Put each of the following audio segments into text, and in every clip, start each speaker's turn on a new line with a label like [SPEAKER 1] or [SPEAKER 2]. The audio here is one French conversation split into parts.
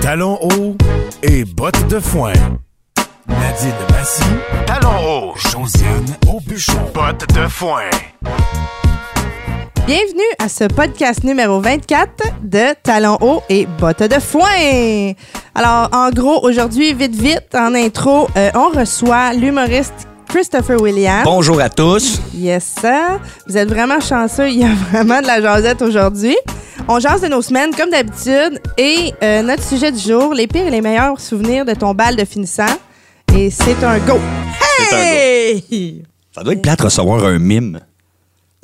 [SPEAKER 1] Talons hauts et bottes de foin. Nadine Massy. Talons hauts. Josiane Aubuchon. Bottes de foin.
[SPEAKER 2] Bienvenue à ce podcast numéro 24 de Talons hauts et bottes de foin. Alors, en gros, aujourd'hui, vite, vite, en intro, euh, on reçoit l'humoriste Christopher Williams.
[SPEAKER 3] Bonjour à tous.
[SPEAKER 2] Yes, sir. Vous êtes vraiment chanceux. Il y a vraiment de la jasette aujourd'hui. On jase de nos semaines, comme d'habitude. Et euh, notre sujet du jour, les pires et les meilleurs souvenirs de ton bal de finissant. Et c'est un go.
[SPEAKER 3] C'est un go.
[SPEAKER 2] Hey!
[SPEAKER 3] Ça doit être plate recevoir un mime.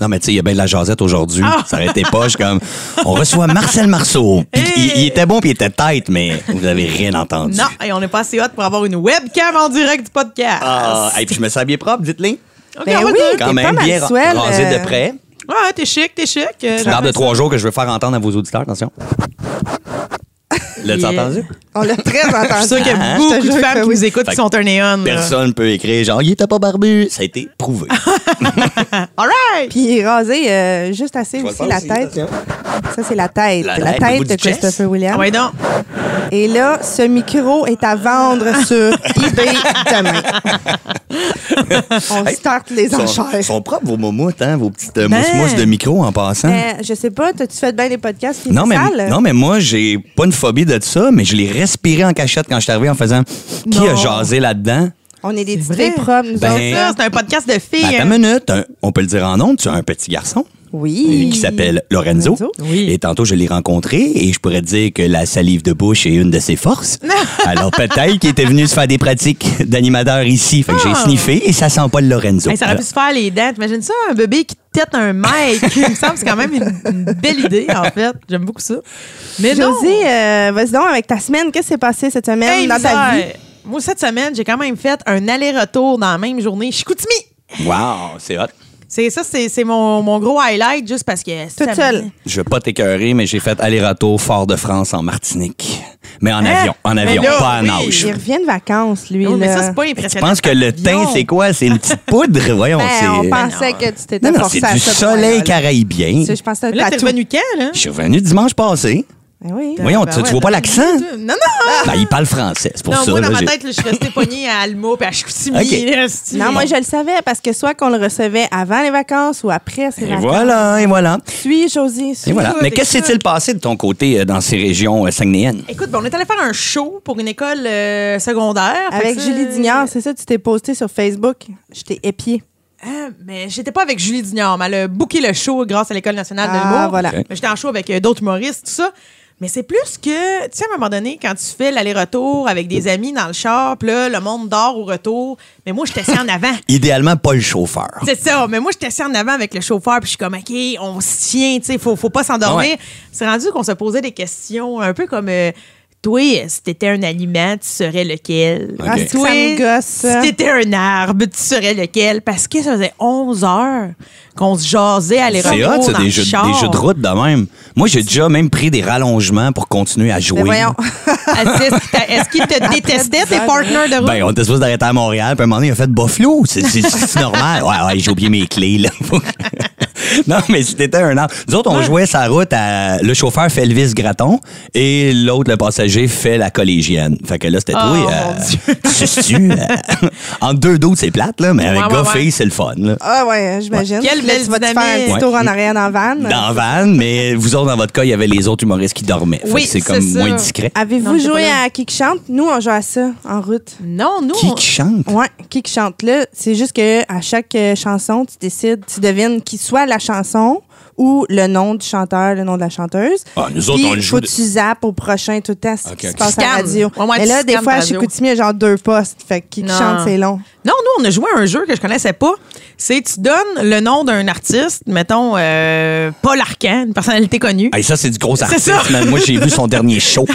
[SPEAKER 3] Non, mais tu sais, il y a bien de la jasette aujourd'hui.
[SPEAKER 2] Ah!
[SPEAKER 3] Ça aurait été poche comme. On reçoit Marcel Marceau. Puis il, il était bon, puis il était tête, mais vous avez rien entendu.
[SPEAKER 4] Non, et on n'est pas assez hot pour avoir une webcam en direct du podcast.
[SPEAKER 3] Ah, et puis je me sens bien propre, dites-le.
[SPEAKER 4] Ok,
[SPEAKER 2] Ben
[SPEAKER 4] on va
[SPEAKER 2] oui.
[SPEAKER 4] dire.
[SPEAKER 2] T'es pas mal
[SPEAKER 3] bien ra-
[SPEAKER 2] swell,
[SPEAKER 3] rasé
[SPEAKER 2] euh,
[SPEAKER 3] de près.
[SPEAKER 4] Ouais, t'es chic, t'es chic. Euh,
[SPEAKER 3] Barbe de trois jours que je veux faire entendre à vos auditeurs, attention. L'as-tu
[SPEAKER 4] Yeah.
[SPEAKER 3] entendu?
[SPEAKER 2] On l'a très entendu.
[SPEAKER 4] Je suis sûr qu'il y
[SPEAKER 2] Hein?
[SPEAKER 4] a
[SPEAKER 2] Je te
[SPEAKER 4] beaucoup de
[SPEAKER 2] jure que
[SPEAKER 4] femmes qui
[SPEAKER 2] oui.
[SPEAKER 4] nous écoutent
[SPEAKER 3] Fait
[SPEAKER 4] qui sont un néon. euh.
[SPEAKER 3] Personne peut écrire genre, il était pas barbu. Ça a été prouvé.
[SPEAKER 4] All right!
[SPEAKER 2] Puis raser euh, juste assez
[SPEAKER 3] vais
[SPEAKER 2] aussi
[SPEAKER 3] le faire
[SPEAKER 2] la
[SPEAKER 3] aussi,
[SPEAKER 2] tête.
[SPEAKER 3] attention.
[SPEAKER 2] Ça, c'est la tête. La,
[SPEAKER 3] La
[SPEAKER 2] tête,
[SPEAKER 3] tête, le bout
[SPEAKER 2] de
[SPEAKER 3] du chest.
[SPEAKER 2] Christopher
[SPEAKER 4] Ah
[SPEAKER 2] Williams.
[SPEAKER 4] ouais, donc.
[SPEAKER 2] Et là, ce micro est à vendre
[SPEAKER 4] Ah.
[SPEAKER 2] sur eBay demain. On starte les
[SPEAKER 3] Ils
[SPEAKER 2] enchères.
[SPEAKER 3] sont, sont propres vos moumoutes, hein, vos petites euh,
[SPEAKER 4] Ben.
[SPEAKER 3] mousses-mousses de micro en passant.
[SPEAKER 2] Euh, je sais pas, t'as-tu fait bien des podcasts qui
[SPEAKER 3] Non mais,
[SPEAKER 2] sales?
[SPEAKER 3] non, mais moi, j'ai pas une phobie de ça, mais je l'ai respiré en cachette quand je suis arrivé en faisant Qui a
[SPEAKER 2] Non.
[SPEAKER 3] jasé là-dedans?
[SPEAKER 2] On est des
[SPEAKER 4] C'est
[SPEAKER 2] titrés
[SPEAKER 4] vrai.
[SPEAKER 2] propres, nous
[SPEAKER 3] Ben,
[SPEAKER 2] autres. là.
[SPEAKER 4] Ça, c'est un podcast de
[SPEAKER 3] Ben,
[SPEAKER 4] filles.
[SPEAKER 3] attends
[SPEAKER 4] hein.
[SPEAKER 3] une minute, un- on peut le dire en ondes, tu as un petit garçon
[SPEAKER 2] Oui.
[SPEAKER 3] euh, qui s'appelle Lorenzo.
[SPEAKER 2] Lorenzo.
[SPEAKER 4] Oui.
[SPEAKER 3] Et tantôt, je l'ai rencontré et je pourrais te dire que la salive de bouche est une de ses forces. Alors peut-être qu'il était venu se faire des pratiques d'animateur ici. Fait que j'ai
[SPEAKER 4] Ah.
[SPEAKER 3] sniffé et ça sent pas le Lorenzo.
[SPEAKER 4] Hey, ça aurait pu se faire les dents. T'imagines ça, un bébé qui tête un mic? Il me semble que c'est quand même une, une belle idée, en fait. J'aime beaucoup ça. Mais non.
[SPEAKER 2] Josie, euh, vas-y donc avec ta semaine. Qu'est-ce qui s'est passé cette semaine
[SPEAKER 4] Hey,
[SPEAKER 2] dans ta
[SPEAKER 4] misère.
[SPEAKER 2] vie?
[SPEAKER 4] Moi, cette semaine, j'ai quand même fait un aller-retour dans la même journée. Chicoutimi!
[SPEAKER 3] Euh, Wow, c'est hot.
[SPEAKER 4] C'est ça, c'est c'est mon, mon gros highlight, juste parce que...
[SPEAKER 2] Toute seule.
[SPEAKER 3] Je veux pas t'écœurer, mais j'ai fait aller-retour Fort de France en Martinique. Mais en avion, en
[SPEAKER 4] Hein? Mais
[SPEAKER 3] avion,
[SPEAKER 4] là,
[SPEAKER 3] pas en
[SPEAKER 4] oui.
[SPEAKER 3] nage.
[SPEAKER 2] Il revient de vacances, lui.
[SPEAKER 4] Oui, Oh, mais
[SPEAKER 2] là.
[SPEAKER 4] ça, c'est pas
[SPEAKER 3] Mais tu
[SPEAKER 4] impressionnant.
[SPEAKER 3] penses que le teint,
[SPEAKER 4] Avion.
[SPEAKER 3] c'est quoi? C'est une petite poudre? Voyons,
[SPEAKER 2] Ben,
[SPEAKER 3] c'est...
[SPEAKER 2] on
[SPEAKER 3] Non,
[SPEAKER 2] pensait que tu t'étais
[SPEAKER 3] non,
[SPEAKER 2] forcé
[SPEAKER 3] c'est
[SPEAKER 2] à
[SPEAKER 3] du
[SPEAKER 2] ça,
[SPEAKER 3] soleil
[SPEAKER 2] toi, là.
[SPEAKER 3] caribien.
[SPEAKER 2] Ça, Je pense que
[SPEAKER 4] Mais là,
[SPEAKER 2] t'as
[SPEAKER 4] t'es
[SPEAKER 2] tout.
[SPEAKER 4] revenu quand, là?
[SPEAKER 3] Je suis revenu dimanche passé.
[SPEAKER 2] Ben oui.
[SPEAKER 3] Voyons,
[SPEAKER 4] hein? Euh, Ben
[SPEAKER 3] tu,
[SPEAKER 4] ouais,
[SPEAKER 3] tu vois pas
[SPEAKER 4] t'as-
[SPEAKER 3] l'accent?
[SPEAKER 4] Non, non!
[SPEAKER 3] Ben, il parle français, c'est pour
[SPEAKER 4] Ah! non,
[SPEAKER 3] ça.
[SPEAKER 4] moi, dans
[SPEAKER 3] là,
[SPEAKER 4] ma
[SPEAKER 3] j'ai-
[SPEAKER 4] tête, là, je suis restée poignée à Alma puis à Chicoutimi.
[SPEAKER 3] Ok.
[SPEAKER 4] là, c'est-tu.
[SPEAKER 2] Non, moi, je le savais parce que soit qu'on le recevait avant les vacances ou après ces
[SPEAKER 3] Et
[SPEAKER 2] vacances.
[SPEAKER 3] voilà, et voilà.
[SPEAKER 2] Suis, Josie. suis.
[SPEAKER 3] Et voilà.
[SPEAKER 4] Écoute,
[SPEAKER 3] Mais qu'est-ce qui
[SPEAKER 4] écoute.
[SPEAKER 3] s'est-il passé de ton côté euh, dans ces régions euh, saguenéennes?
[SPEAKER 4] Écoute, ben, on est allé faire un show pour une école euh, secondaire. Fait
[SPEAKER 2] Avec
[SPEAKER 4] que ça-
[SPEAKER 2] Julie Dignard, c'est ça, tu t'es posté sur Facebook. Je t'ai épié.
[SPEAKER 4] Ah, mais j'étais pas avec Julie Dignard, mais elle a booké le show grâce à l'École nationale de
[SPEAKER 2] Ah,
[SPEAKER 4] l'humour.
[SPEAKER 2] voilà.
[SPEAKER 3] Ok.
[SPEAKER 4] Mais J'étais en show avec euh, d'autres humoristes, tout ça. Mais c'est plus que, tu sais, à un moment donné, quand tu fais l'aller-retour avec des amis dans le char, puis là, le monde dort au retour. Mais moi, j'étais assis en avant.
[SPEAKER 3] Idéalement, pas le chauffeur.
[SPEAKER 4] C'est ça. Mais moi, j'étais assis en avant avec le chauffeur, puis je suis comme, OK, on se tient, tu sais, faut, faut pas s'endormir.
[SPEAKER 3] Ouais.
[SPEAKER 4] C'est rendu qu'on se posait des questions un peu comme, euh, toi, euh, si t'étais un aliment, tu serais lequel?
[SPEAKER 3] Ah, c'est
[SPEAKER 2] que ça me gosse, ça.
[SPEAKER 4] si t'étais un arbre, tu serais lequel? Parce que ça faisait 11 heures qu'on se jasait à les
[SPEAKER 3] C'est hot, ça,
[SPEAKER 4] dans
[SPEAKER 3] des
[SPEAKER 4] le
[SPEAKER 3] jeux,
[SPEAKER 4] char.
[SPEAKER 3] des jeux de route de même. Moi, j'ai déjà même pris des rallongements pour continuer à jouer.
[SPEAKER 2] Mais Ben voyons.
[SPEAKER 4] Ah, c'est- Est-ce qu'ils est-ce qu'ils te détestaient,
[SPEAKER 2] 10
[SPEAKER 4] tes
[SPEAKER 2] heures.
[SPEAKER 4] partenaires de route?
[SPEAKER 3] Ben, on était supposé d'arrêter à Montréal, puis à un moment donné, il a fait Buffalo. C'est- C'est c'est normal. Ouais, ouais, j'ai oublié mes clés, là. non, mais c'était un an. Nous autres, on jouait sa route à. Le chauffeur fait Elvis Graton et l'autre, le passager, fait la collégienne. Fait que là, c'était
[SPEAKER 4] Oh,
[SPEAKER 3] toi. euh,
[SPEAKER 4] mon
[SPEAKER 3] tu sais-tu, euh, en deux dos, c'est plate, là, mais avec
[SPEAKER 4] Ouais, ouais,
[SPEAKER 3] gars,
[SPEAKER 4] ouais.
[SPEAKER 3] filles, c'est le fun, là.
[SPEAKER 2] Ah ouais, j'imagine.
[SPEAKER 4] Quelle
[SPEAKER 2] Là,
[SPEAKER 4] belle
[SPEAKER 2] Tu vas te
[SPEAKER 4] dynamique.
[SPEAKER 2] faire un petit
[SPEAKER 3] Ouais.
[SPEAKER 2] tour en arrière dans la van.
[SPEAKER 3] Dans la van, mais vous autres, dans votre cas, il y avait les autres humoristes qui dormaient. Fait
[SPEAKER 4] Oui,
[SPEAKER 3] que c'est
[SPEAKER 4] c'est
[SPEAKER 3] comme
[SPEAKER 4] ça. Ah,
[SPEAKER 3] moins discret.
[SPEAKER 4] Non,
[SPEAKER 2] Avez-vous
[SPEAKER 4] j'étais
[SPEAKER 2] joué
[SPEAKER 4] pas là.
[SPEAKER 2] à Qui qui chante? Nous, on joue à ça en route.
[SPEAKER 4] non, nous,
[SPEAKER 3] Qui
[SPEAKER 4] on-
[SPEAKER 3] qui chante?
[SPEAKER 2] Ouais, qui qui chante là, c'est juste que à chaque euh, chanson, tu décides, tu devines qui soit la chanson ou le nom du chanteur, le nom de la chanteuse.
[SPEAKER 3] Ah, nous autres,
[SPEAKER 2] Puis,
[SPEAKER 3] on le joue
[SPEAKER 2] Faut
[SPEAKER 3] de-
[SPEAKER 2] que tu zappes au prochain tout le temps ce
[SPEAKER 3] Ok,
[SPEAKER 2] qui se
[SPEAKER 3] ok.
[SPEAKER 2] passe à la
[SPEAKER 4] Scannes.
[SPEAKER 2] radio.
[SPEAKER 4] Ouais, ouais,
[SPEAKER 2] Mais
[SPEAKER 4] tu
[SPEAKER 2] là, des
[SPEAKER 4] scannes
[SPEAKER 2] fois,
[SPEAKER 4] ta
[SPEAKER 2] à
[SPEAKER 4] radio.
[SPEAKER 2] Chicoutimi, il y a genre deux postes. Fait que qui qui
[SPEAKER 4] Non.
[SPEAKER 2] chante, c'est long.
[SPEAKER 4] Non, nous, on a joué à un jeu que je connaissais pas. C'est tu donnes le nom d'un artiste, mettons euh, Paul Arcan, une personnalité connue.
[SPEAKER 3] Hey, ça, c'est du gros artiste,
[SPEAKER 4] ça.
[SPEAKER 3] man. Moi, j'ai vu son dernier show.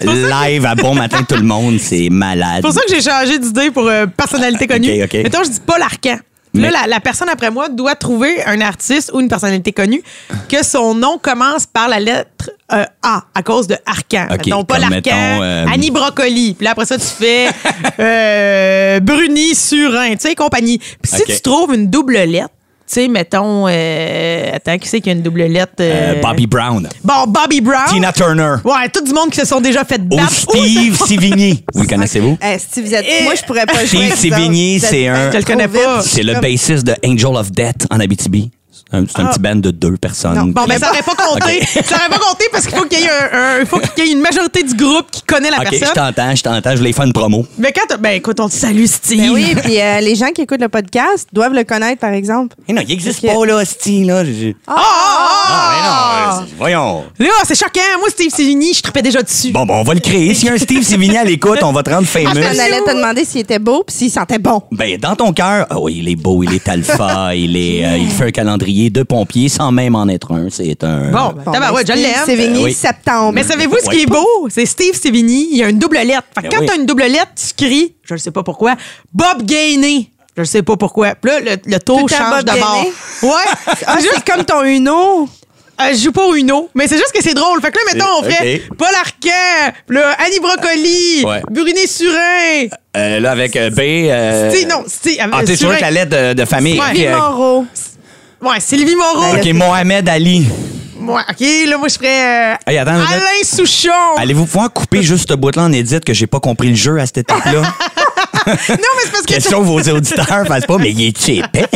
[SPEAKER 3] Live à Bon Matin Tout le Monde, c'est malade.
[SPEAKER 4] C'est pour ça que j'ai changé d'idée pour euh, personnalité
[SPEAKER 3] Ah, ok,
[SPEAKER 4] connue.
[SPEAKER 3] ok.
[SPEAKER 4] Mettons, je dis Paul Arcan. Puis Là, la, la personne après moi doit trouver un artiste ou une personnalité connue que son nom commence par la lettre euh, A à cause de Arcan.
[SPEAKER 3] Ok,
[SPEAKER 4] mettons Paul
[SPEAKER 3] comme
[SPEAKER 4] Arcan,
[SPEAKER 3] mettons, euh,
[SPEAKER 4] Annie Brocoli. Puis là, après ça, tu fais euh, Bruni, Surin, tu sais, compagnie. Puis si
[SPEAKER 3] Ok.
[SPEAKER 4] tu trouves une double lettre, sais, mettons, euh, attends, qui c'est qui a une double lettre? euh,
[SPEAKER 3] Euh, Bobby Brown.
[SPEAKER 4] Bon, Bobby Brown.
[SPEAKER 3] Tina Turner.
[SPEAKER 4] Ouais, tout du monde qui se sont déjà fait
[SPEAKER 3] Ou
[SPEAKER 4] battre.
[SPEAKER 3] Steve Sévigné. Vous le connaissez-vous?
[SPEAKER 2] Hey, Steve, Eh, vous êtes-
[SPEAKER 4] Et-
[SPEAKER 2] moi, je pourrais pas jouer.
[SPEAKER 3] Steve
[SPEAKER 2] avec vous autres.
[SPEAKER 3] Sévigné,
[SPEAKER 2] Vous êtes
[SPEAKER 3] c'est
[SPEAKER 2] bien
[SPEAKER 3] un-
[SPEAKER 4] Eh. Je le connais
[SPEAKER 2] trop
[SPEAKER 4] pas.
[SPEAKER 2] vite.
[SPEAKER 3] C'est le
[SPEAKER 2] Comme-
[SPEAKER 3] bassiste de Angel of Death en Abitibi. C'est un, c'est un
[SPEAKER 4] Ah.
[SPEAKER 3] petit band de deux personnes.
[SPEAKER 2] Non.
[SPEAKER 4] Bon, ben, ça aurait pas compté.
[SPEAKER 3] Ok.
[SPEAKER 4] Ça aurait pas compté parce qu'il faut qu'il y ait un, un- faut qu'il y ait une majorité du groupe qui connaît la
[SPEAKER 3] OK, je
[SPEAKER 4] personne.
[SPEAKER 3] t'entends, je t'entends. Je voulais faire une promo.
[SPEAKER 4] Mais quand t'as- ben écoute, on te salue, Steve.
[SPEAKER 2] Ben oui, puis euh, les gens qui écoutent le podcast doivent le connaître, par exemple.
[SPEAKER 3] Eh non, il n'existe
[SPEAKER 2] Ok.
[SPEAKER 3] pas, là, Steve. Là. Je-
[SPEAKER 4] Ah, ah, ah!
[SPEAKER 3] Ah, mais non, c'est- voyons.
[SPEAKER 4] Là, c'est choquant. Moi, Steve Sévigny, je tripais déjà dessus.
[SPEAKER 3] Bon, bon, on va le créer. S'il y a un Steve Sévigné à l'écoute, on va te
[SPEAKER 4] Ah,
[SPEAKER 3] rendre fameux.
[SPEAKER 2] On allait te demander s'il était beau puis s'il sentait bon.
[SPEAKER 3] Ben, dans ton cœur, ah oui, il est beau, il est alpha, il est, euh, il fait un calendrier de pompier sans même en être un. C'est un.
[SPEAKER 4] Bon, ben, tabarouette, je l'aime.
[SPEAKER 2] C'est
[SPEAKER 3] Euh,
[SPEAKER 2] Vini,
[SPEAKER 3] oui.
[SPEAKER 2] septembre.
[SPEAKER 4] Mais savez-vous ce qui est beau? C'est Steve Sévigny, il y a une double lettre. Fait que
[SPEAKER 3] Ben
[SPEAKER 4] quand
[SPEAKER 3] oui.
[SPEAKER 4] t'as une double lettre, tu cries, je ne sais pas pourquoi, Bob Gainé. Je ne sais pas pourquoi. Puis là, le, le
[SPEAKER 2] Tout
[SPEAKER 4] taux
[SPEAKER 2] le temps
[SPEAKER 4] change
[SPEAKER 2] Bob
[SPEAKER 4] de bord.
[SPEAKER 2] Gainé?
[SPEAKER 4] Ouais.
[SPEAKER 2] Ah,
[SPEAKER 4] juste,
[SPEAKER 2] c'est comme ton Uno.
[SPEAKER 4] euh, je joue pas au Uno, mais c'est juste que c'est drôle. Fait que là, mettons, on ferait
[SPEAKER 3] Ok.
[SPEAKER 4] Paul Arcand, puis là, Annie Brocoli,
[SPEAKER 3] Ouais.
[SPEAKER 4] Buriné Surin.
[SPEAKER 3] Euh, là, avec euh, B. euh,
[SPEAKER 4] Steve, non, Steve, euh,
[SPEAKER 3] Ah, t'es sûr
[SPEAKER 4] Surin.
[SPEAKER 3] que la lettre de, de famille.
[SPEAKER 4] Ouais.
[SPEAKER 3] Ok,
[SPEAKER 2] Vini
[SPEAKER 3] euh,
[SPEAKER 2] Moreau.
[SPEAKER 4] Ouais, Sylvie Moreau.
[SPEAKER 3] OK, Mohamed Ali.
[SPEAKER 4] Ouais, OK, là, moi, je ferais euh,
[SPEAKER 3] Hey, attends,
[SPEAKER 4] Alain
[SPEAKER 3] attends.
[SPEAKER 4] Souchon.
[SPEAKER 3] Allez-vous pouvoir couper juste ce bout-là en édite que j'ai pas compris le jeu à cette étape-là?
[SPEAKER 4] Non, mais c'est parce que
[SPEAKER 3] Question vos auditeurs, fassent pas, mais il est épais.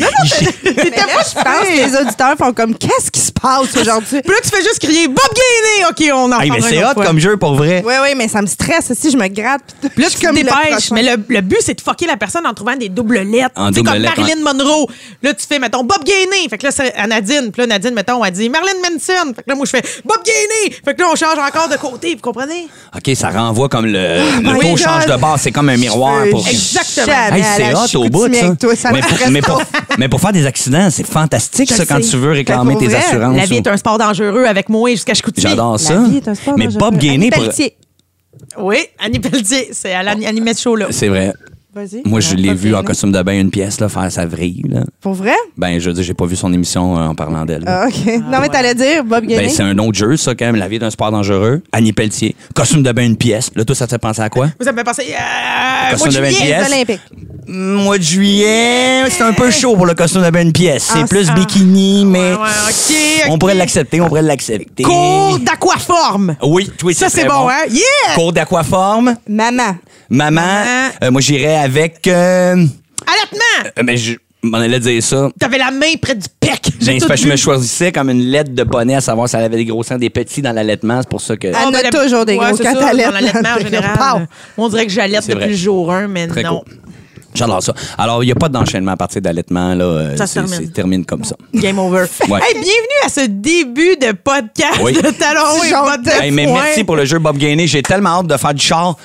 [SPEAKER 2] Mais là, je pense que les auditeurs font comme qu'est-ce qui se passe aujourd'hui?
[SPEAKER 4] Puis là, tu fais juste crier Bob Gainé. OK, on en
[SPEAKER 3] Hey, mais
[SPEAKER 4] reparlera
[SPEAKER 3] c'est
[SPEAKER 4] une autre
[SPEAKER 3] hot
[SPEAKER 4] fois.
[SPEAKER 3] comme jeu pour vrai.
[SPEAKER 2] Oui, oui, mais ça me stresse aussi, je me gratte. puis
[SPEAKER 4] Puis là,
[SPEAKER 2] je
[SPEAKER 4] tu
[SPEAKER 2] suis
[SPEAKER 4] te
[SPEAKER 2] comme le
[SPEAKER 4] dépêches.
[SPEAKER 2] prochain.
[SPEAKER 4] mais le, le but, c'est de fucker la personne en trouvant des doubles lettres.
[SPEAKER 3] En
[SPEAKER 4] Tu sais,
[SPEAKER 3] double
[SPEAKER 4] comme
[SPEAKER 3] lettre,
[SPEAKER 4] Marilyn Monroe. Là, tu fais, mettons, Bob Gainé. Fait que là, c'est à Nadine. Puis là, Nadine, mettons, elle dit Marilyn Manson. Fait que là, moi, je fais Bob Gainé. Fait que là, on change encore de côté. Vous comprenez?
[SPEAKER 3] OK, ça renvoie comme le, le
[SPEAKER 2] my
[SPEAKER 3] taux
[SPEAKER 2] God.
[SPEAKER 3] change de bord. C'est comme un miroir
[SPEAKER 2] Je
[SPEAKER 3] pour.
[SPEAKER 2] veux
[SPEAKER 4] Exactement.
[SPEAKER 2] jamais
[SPEAKER 3] Hey, c'est
[SPEAKER 2] aller à
[SPEAKER 3] hot au bout,
[SPEAKER 2] Chicoutimi
[SPEAKER 3] ça.
[SPEAKER 2] avec toi, ça
[SPEAKER 3] mais,
[SPEAKER 2] me
[SPEAKER 3] pour,
[SPEAKER 2] stresse
[SPEAKER 3] mais, pour,
[SPEAKER 2] pas.
[SPEAKER 3] mais pour faire des accidents, c'est fantastique,
[SPEAKER 2] Je
[SPEAKER 3] ça,
[SPEAKER 2] le
[SPEAKER 3] quand
[SPEAKER 2] sais. Ben,
[SPEAKER 3] tu veux réclamer
[SPEAKER 2] Pour
[SPEAKER 3] tes
[SPEAKER 2] vrai,
[SPEAKER 3] assurances.
[SPEAKER 4] La vie
[SPEAKER 3] ou-
[SPEAKER 4] est un sport dangereux avec moi jusqu'à Chicoutimi.
[SPEAKER 3] Ah, J'adore
[SPEAKER 2] La
[SPEAKER 3] ça.
[SPEAKER 2] vie est un sport
[SPEAKER 3] mais
[SPEAKER 2] dangereux.
[SPEAKER 3] Bob Gainé,
[SPEAKER 2] Annie
[SPEAKER 3] pour...
[SPEAKER 2] Pelletier.
[SPEAKER 4] Oui, Annie Pelletier. C'est à l'animé show, là.
[SPEAKER 3] c'est vrai.
[SPEAKER 2] Vas-y.
[SPEAKER 3] Moi, je
[SPEAKER 2] Ouais,
[SPEAKER 3] l'ai
[SPEAKER 2] Bob
[SPEAKER 3] vu en
[SPEAKER 2] Gainé.
[SPEAKER 3] costume de bain une pièce là, faire sa vrille. là.
[SPEAKER 2] Pour vrai?
[SPEAKER 3] Ben, je veux dire, j'ai pas vu son émission euh, en parlant d'elle. là.
[SPEAKER 2] Ah, OK. non, mais t'allais dire Bob Gainé.
[SPEAKER 3] Ben, c'est un autre jeu, ça, quand même. La vie est un sport dangereux. Annie Pelletier. Costume de bain, une pièce. Là, tout ça te fait penser à quoi?
[SPEAKER 4] Vous avez pensé. Euh,
[SPEAKER 3] Costume
[SPEAKER 4] moi,
[SPEAKER 3] de bain,
[SPEAKER 4] je
[SPEAKER 3] une
[SPEAKER 4] viens.
[SPEAKER 3] pièce.
[SPEAKER 2] Les Olympiques.
[SPEAKER 3] Mois de juillet, c'est un peu chaud pour le costume de bain, une pièce. C'est
[SPEAKER 2] Ah,
[SPEAKER 3] plus
[SPEAKER 2] ah.
[SPEAKER 3] bikini, mais
[SPEAKER 4] Ouais, ouais, ok,
[SPEAKER 3] on
[SPEAKER 4] ok.
[SPEAKER 3] pourrait l'accepter, on pourrait l'accepter.
[SPEAKER 4] Cours d'aquaforme.
[SPEAKER 3] Oui, oui,
[SPEAKER 4] Ça, c'est
[SPEAKER 3] très
[SPEAKER 4] bon, hein? Yeah!
[SPEAKER 3] Cours d'aquaforme.
[SPEAKER 2] Maman.
[SPEAKER 3] Maman,
[SPEAKER 4] Maman.
[SPEAKER 3] euh, moi, j'irais avec... euh,
[SPEAKER 4] Alertement!
[SPEAKER 3] euh, mais je m'en allais dire ça.
[SPEAKER 4] T'avais la main près du pec.
[SPEAKER 3] J'ai
[SPEAKER 4] J'ai tout
[SPEAKER 3] je
[SPEAKER 4] vu.
[SPEAKER 3] me choisissais comme une lettre de poney à savoir si elle avait des gros seins, des petits dans l'allaitement. C'est pour ça que...
[SPEAKER 2] Ah, On a
[SPEAKER 4] ben, la-
[SPEAKER 2] toujours des gros
[SPEAKER 4] c'est ça,
[SPEAKER 2] catalètes
[SPEAKER 4] dans l'allaitement en
[SPEAKER 2] dans le-
[SPEAKER 4] général.
[SPEAKER 2] Pow!
[SPEAKER 4] On dirait que j'allaite
[SPEAKER 3] C'est
[SPEAKER 4] depuis
[SPEAKER 3] vrai.
[SPEAKER 4] le jour 1, mais
[SPEAKER 3] Très
[SPEAKER 4] non.
[SPEAKER 3] cool. J'adore ça. Alors, il n'y a pas d'enchaînement à partir d'allaitement. Là, euh,
[SPEAKER 4] Ça se
[SPEAKER 3] c'est-
[SPEAKER 4] termine.
[SPEAKER 3] c'est- termine comme ça.
[SPEAKER 4] Game over.
[SPEAKER 3] Ouais.
[SPEAKER 4] Hey, bienvenue à ce début de podcast
[SPEAKER 3] Oui.
[SPEAKER 4] de Talon
[SPEAKER 2] Petit
[SPEAKER 4] et
[SPEAKER 2] genre
[SPEAKER 4] Bottes de
[SPEAKER 3] Hey, mais
[SPEAKER 4] foin.
[SPEAKER 3] merci pour le jeu Bob Gainé. J'ai tellement hâte de faire du char.